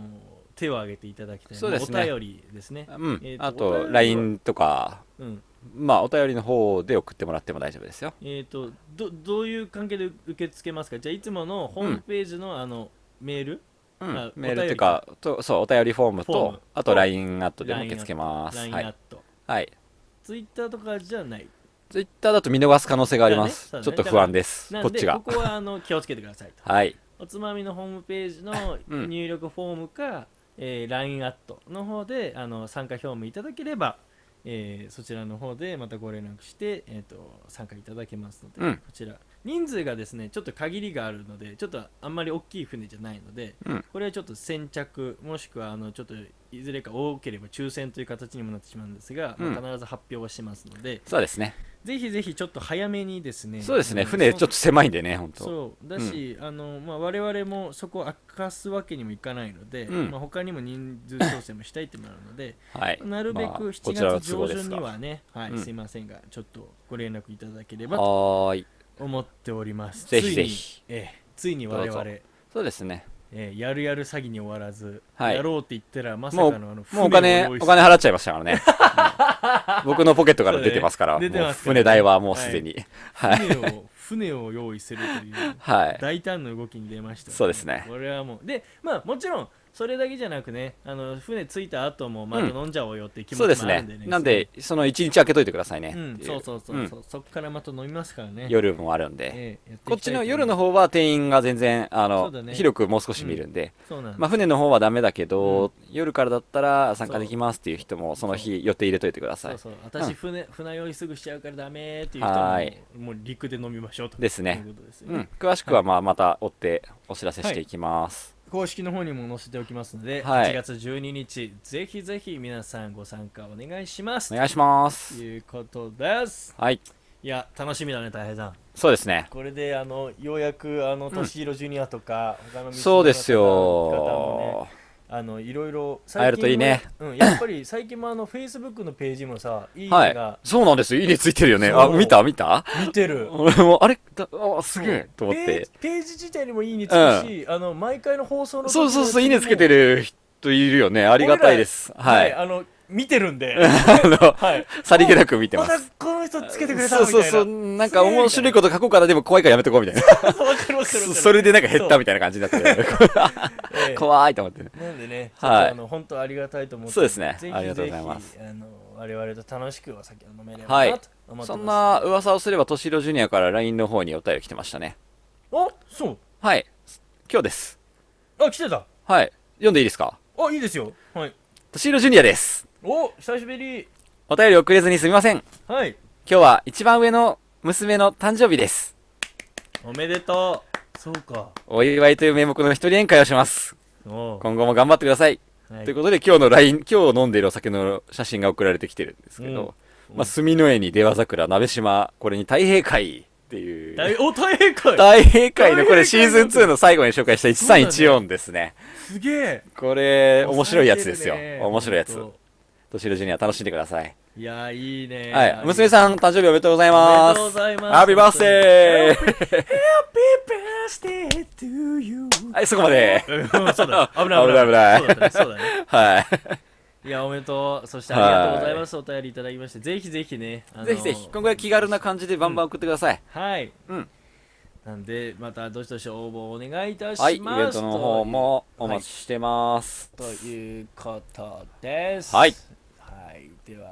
Speaker 5: 手を挙げていただきたい
Speaker 4: そうですね
Speaker 5: お便りですね、
Speaker 4: うん。
Speaker 5: えー
Speaker 4: あ
Speaker 5: お便り
Speaker 4: と、
Speaker 5: は
Speaker 4: LINE とか、
Speaker 5: うん
Speaker 4: まあ、お便りの方で送ってもらっても大丈夫ですよ。
Speaker 5: えー、とどどういう関係で受け付けますかじゃあいつものホームページの、あのメール
Speaker 4: う
Speaker 5: あ
Speaker 4: ん、メー
Speaker 5: お便り
Speaker 4: ルっていうかとそうお便りフォームと
Speaker 5: フォーム
Speaker 4: あ
Speaker 5: と
Speaker 4: と LINE アットでも
Speaker 5: LINE
Speaker 4: 受け付けますは
Speaker 5: LINE アッ
Speaker 4: い、
Speaker 5: ト、
Speaker 4: はい、
Speaker 5: ツイッターとかじゃない
Speaker 4: ツイッターだと見逃す可能性があります、
Speaker 5: だね
Speaker 4: ち
Speaker 5: そう
Speaker 4: ょっ
Speaker 5: だね
Speaker 4: と不安です
Speaker 5: なん
Speaker 4: こ
Speaker 5: で
Speaker 4: っちが
Speaker 5: ここはあの気をつけてください と
Speaker 4: はい
Speaker 5: おつまみのホームページの
Speaker 4: うん
Speaker 5: 入力フォームか、えー LINE アットの方であの参加表明いただければ、えーそちらの方でまたご連絡して、えー、と参加いただけますので、
Speaker 4: うん
Speaker 5: こちら人数がですねちょっと限りがあるのでちょっとあんまり大きい船じゃないので、
Speaker 4: うん
Speaker 5: これはちょっと先着もしくはあのちょっといずれか多ければ抽選という形にもなってしまうんですが、まあ
Speaker 4: うん
Speaker 5: 必ず発表はしますので
Speaker 4: そうですね
Speaker 5: ぜひぜひちょっと早めにですね
Speaker 4: そうですね
Speaker 5: あの
Speaker 4: 船ちょっ
Speaker 5: そん
Speaker 4: と狭いんでね本当
Speaker 5: そうだし、あのまあ、我々もそこを明かすわけにもいかないので、
Speaker 4: うん
Speaker 5: まあ、他にも人数調整もしたいってもあるので
Speaker 4: はい
Speaker 5: なるべ
Speaker 4: ま
Speaker 5: く
Speaker 4: あこ
Speaker 5: 7
Speaker 4: ちらの
Speaker 5: 月
Speaker 4: 都合
Speaker 5: 上
Speaker 4: です
Speaker 5: 旬に
Speaker 4: が
Speaker 5: はね、はい
Speaker 4: うん
Speaker 5: すいませんがちょっとご連絡いただければと
Speaker 4: はーい
Speaker 5: 思っております
Speaker 4: ぜひぜひ
Speaker 5: ついに,、ええついに我
Speaker 4: ど
Speaker 5: 々
Speaker 4: うぞそうですね
Speaker 5: ええやるやる詐欺に終わらず、
Speaker 4: はい
Speaker 5: やろうって言ったらまさ
Speaker 4: も
Speaker 5: か
Speaker 4: う
Speaker 5: のあの
Speaker 4: もうお金お金払っちゃいましたからね、うん僕のポケットから出てますから
Speaker 5: そうね出て
Speaker 4: もう
Speaker 5: ますからね
Speaker 4: 船代はもうすでにはい
Speaker 5: 船を船を用意するという
Speaker 4: は い、
Speaker 5: 大胆な動きに出ました、
Speaker 4: そうですね
Speaker 5: これはもうでまあもちろんそれだけじゃなくねあの船着いた後もまた飲んじゃおうよっていう気
Speaker 4: そう
Speaker 5: 持
Speaker 4: で
Speaker 5: ち
Speaker 4: す
Speaker 5: もある
Speaker 4: ね
Speaker 5: んでね
Speaker 4: なんでその1日開けといてくださいね
Speaker 5: そのうん
Speaker 4: ってい
Speaker 5: そうそうそう、
Speaker 4: うん
Speaker 5: そうそっからまた飲みますからね、
Speaker 4: 夜もあるんで、
Speaker 5: ええやて
Speaker 4: こ
Speaker 5: い
Speaker 4: っ
Speaker 5: きた
Speaker 4: ち
Speaker 5: いと
Speaker 4: の
Speaker 5: 思い
Speaker 4: 夜の方は定員が全然
Speaker 5: そ
Speaker 4: あ
Speaker 5: う
Speaker 4: の、
Speaker 5: だね
Speaker 4: 広くもう少し見るんで、
Speaker 5: そうなん
Speaker 4: ま
Speaker 5: で
Speaker 4: あ、船の方はダメだけど、夜からだったら参加できますっていう人もその
Speaker 5: そ
Speaker 4: 日予定入れといてくだ
Speaker 5: す
Speaker 4: さ
Speaker 5: そ
Speaker 4: いう
Speaker 5: そう私船,、船酔いすぐしちゃうからダメーっていう人は
Speaker 4: は
Speaker 5: も
Speaker 4: ー
Speaker 5: うもう陸で飲みましょうと
Speaker 4: ですね
Speaker 5: ということですよ
Speaker 4: う
Speaker 5: ね
Speaker 4: ん、詳しくはまあまた追ってお知らせしていきます、
Speaker 5: 公式の方にも載せておきますので、
Speaker 4: はい
Speaker 5: 8月12日ぜひぜひ皆さんご参加お願いします
Speaker 4: お願いしま
Speaker 5: と
Speaker 4: す
Speaker 5: いうことです
Speaker 4: はい
Speaker 5: いや楽しみだね大平さん
Speaker 4: そうですね
Speaker 6: これであのようやくあの年広ジュニアとか、他のミスナーの
Speaker 4: そうです
Speaker 6: 方も
Speaker 4: よ
Speaker 6: ね、あのいろいろ
Speaker 4: 会えるといいね
Speaker 6: 最近もうん、やっぱり 最近もあのフェイスブックのページもさいいね
Speaker 4: は
Speaker 6: が
Speaker 4: いそうなんですよいいねついてるよね
Speaker 6: そう
Speaker 4: あ見た見た
Speaker 6: 見てる、
Speaker 4: 俺もあれだあすげえと思っ
Speaker 6: ペー
Speaker 4: て
Speaker 6: ジページ自体にもいいねつくし、あの毎回の放送の時
Speaker 4: そうそ
Speaker 6: の
Speaker 4: う
Speaker 6: やつ
Speaker 4: そう
Speaker 6: に
Speaker 4: いい
Speaker 6: も
Speaker 4: ねつけてる人いるよねありがたいです
Speaker 6: 俺ら
Speaker 4: はい、
Speaker 6: あの
Speaker 5: 見てるんで、
Speaker 4: あの、
Speaker 5: はい、
Speaker 4: さりげなく見てま。
Speaker 5: ますたこの人つけてくれた
Speaker 4: そう
Speaker 5: みたいな
Speaker 4: そ うそう、なんか面白いこと書こうかな、でも怖いからやめとこうみたいな。
Speaker 5: そうわかるわかるわか
Speaker 4: そ
Speaker 5: る
Speaker 4: それでなんか減ったみたいな感じにな って、
Speaker 5: ええ
Speaker 4: 怖いと思って。
Speaker 5: なんでね、ちょっと
Speaker 4: はい
Speaker 5: あの本当ありがたいと思って、
Speaker 4: そうですね
Speaker 5: ぜひ
Speaker 4: ありがとうございます
Speaker 5: ぜひあの我々と楽しくお酒を飲めれば
Speaker 4: はい
Speaker 5: なと思ってます。
Speaker 4: そんな噂をすれば、としろジュニアから LINE の方にお便り来てましたね。
Speaker 5: あ、そう。
Speaker 4: はい。今日です。
Speaker 5: あ、来てた。
Speaker 4: はい。読んでいいですか
Speaker 5: あ、いいですよ。はい。
Speaker 4: としろジュニアです。
Speaker 5: お、久しぶり。
Speaker 4: お便り遅れずにすみません。
Speaker 5: はい。
Speaker 4: 今日は一番上の娘の誕生日です。
Speaker 5: おめでとう。そうか。
Speaker 4: お祝いという名目の一人宴会をします。
Speaker 5: お
Speaker 4: 今後も頑張ってください。
Speaker 5: はい
Speaker 4: ということで、今日の LINE、今日飲んでいるお酒の写真が送られてきてるんですけど、まあ、墨の絵に出羽桜、鍋島、これに太平会っていう。
Speaker 5: 大お大変かい。
Speaker 4: 大平会のこれ
Speaker 5: 太
Speaker 4: シ
Speaker 5: 平
Speaker 4: ー
Speaker 5: 会
Speaker 4: ズン2の最後に紹介した1314ですね。
Speaker 7: すげえ
Speaker 4: これ、面白いやつです
Speaker 5: 抑
Speaker 4: よ
Speaker 5: えて。るね
Speaker 4: 面白いやつ
Speaker 5: ほん。と
Speaker 4: としろジュニア楽しんでください。
Speaker 5: いやいいね。
Speaker 4: はい。娘
Speaker 5: ん。
Speaker 4: さん、誕生日おめでとうございます。
Speaker 5: おめでとうございます
Speaker 4: ハッピーバースデ
Speaker 7: 「Happy birthday to you
Speaker 4: ーはい、そこまで。
Speaker 5: うんそうだ。危ない危ない
Speaker 4: 危ない危ない
Speaker 5: そうだね。そうだね。
Speaker 4: はい。
Speaker 5: いやおめでとう。そしてありがとうございます。お便りいただきまして、ぜひぜひね。あの
Speaker 4: ぜひぜひ、こんぐらい気軽な感じでバンバン送ってください。
Speaker 5: はい。
Speaker 4: うん
Speaker 5: なんで、またどしどし応募をお願いいたします。
Speaker 4: はい、イベントの方もお待ちしてます。
Speaker 5: という。ということです。
Speaker 4: はい。
Speaker 5: はい。では、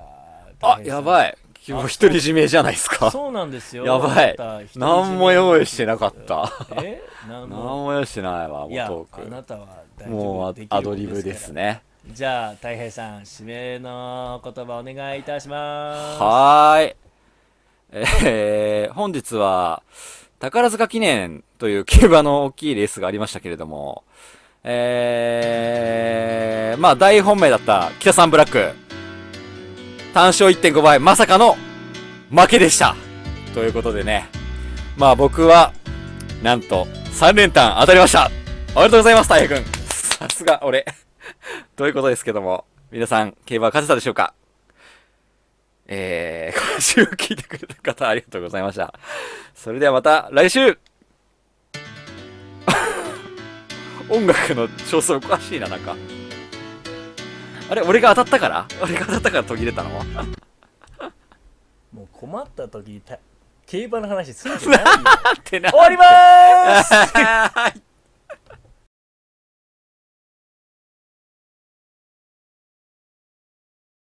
Speaker 4: あ、やば
Speaker 5: い。
Speaker 4: い。今日独り占めじゃないですか。
Speaker 5: そうなんですよ。
Speaker 4: やばい
Speaker 5: また一人占め
Speaker 4: 何も用意してなかった。
Speaker 5: え何
Speaker 4: 何
Speaker 5: も。
Speaker 4: も用意してないわ、もう
Speaker 5: いや、
Speaker 4: ト
Speaker 5: あな
Speaker 4: ー
Speaker 5: たは大
Speaker 4: ク。
Speaker 5: 丈夫
Speaker 4: もう
Speaker 5: できる
Speaker 4: アドリブですね。
Speaker 5: ことですから。じゃあ、たい平さん、締めの言葉お願いいたします。
Speaker 4: はーい。えー、本日は、宝塚記念という競馬の大きいレースがありましたけれども、えー、まあ大本命だった北三ブラック、単勝1.5倍、まさかの負けでした。ということでね、まあ僕は、なんと3連単当たりましたおめでとうございます、大平君。さすが、俺。 ということですけども、皆さん、競馬勝てたでしょうかえー、今週聞いてくれた方ありがとうございました。それではまた来週音楽の調子おかしいな、なんか。あれ、俺が当たったから俺が当たったから途切れたの
Speaker 5: もう困った時、た競馬の話するんじゃないよ。
Speaker 4: ってな。
Speaker 5: 終わりまーす
Speaker 4: はい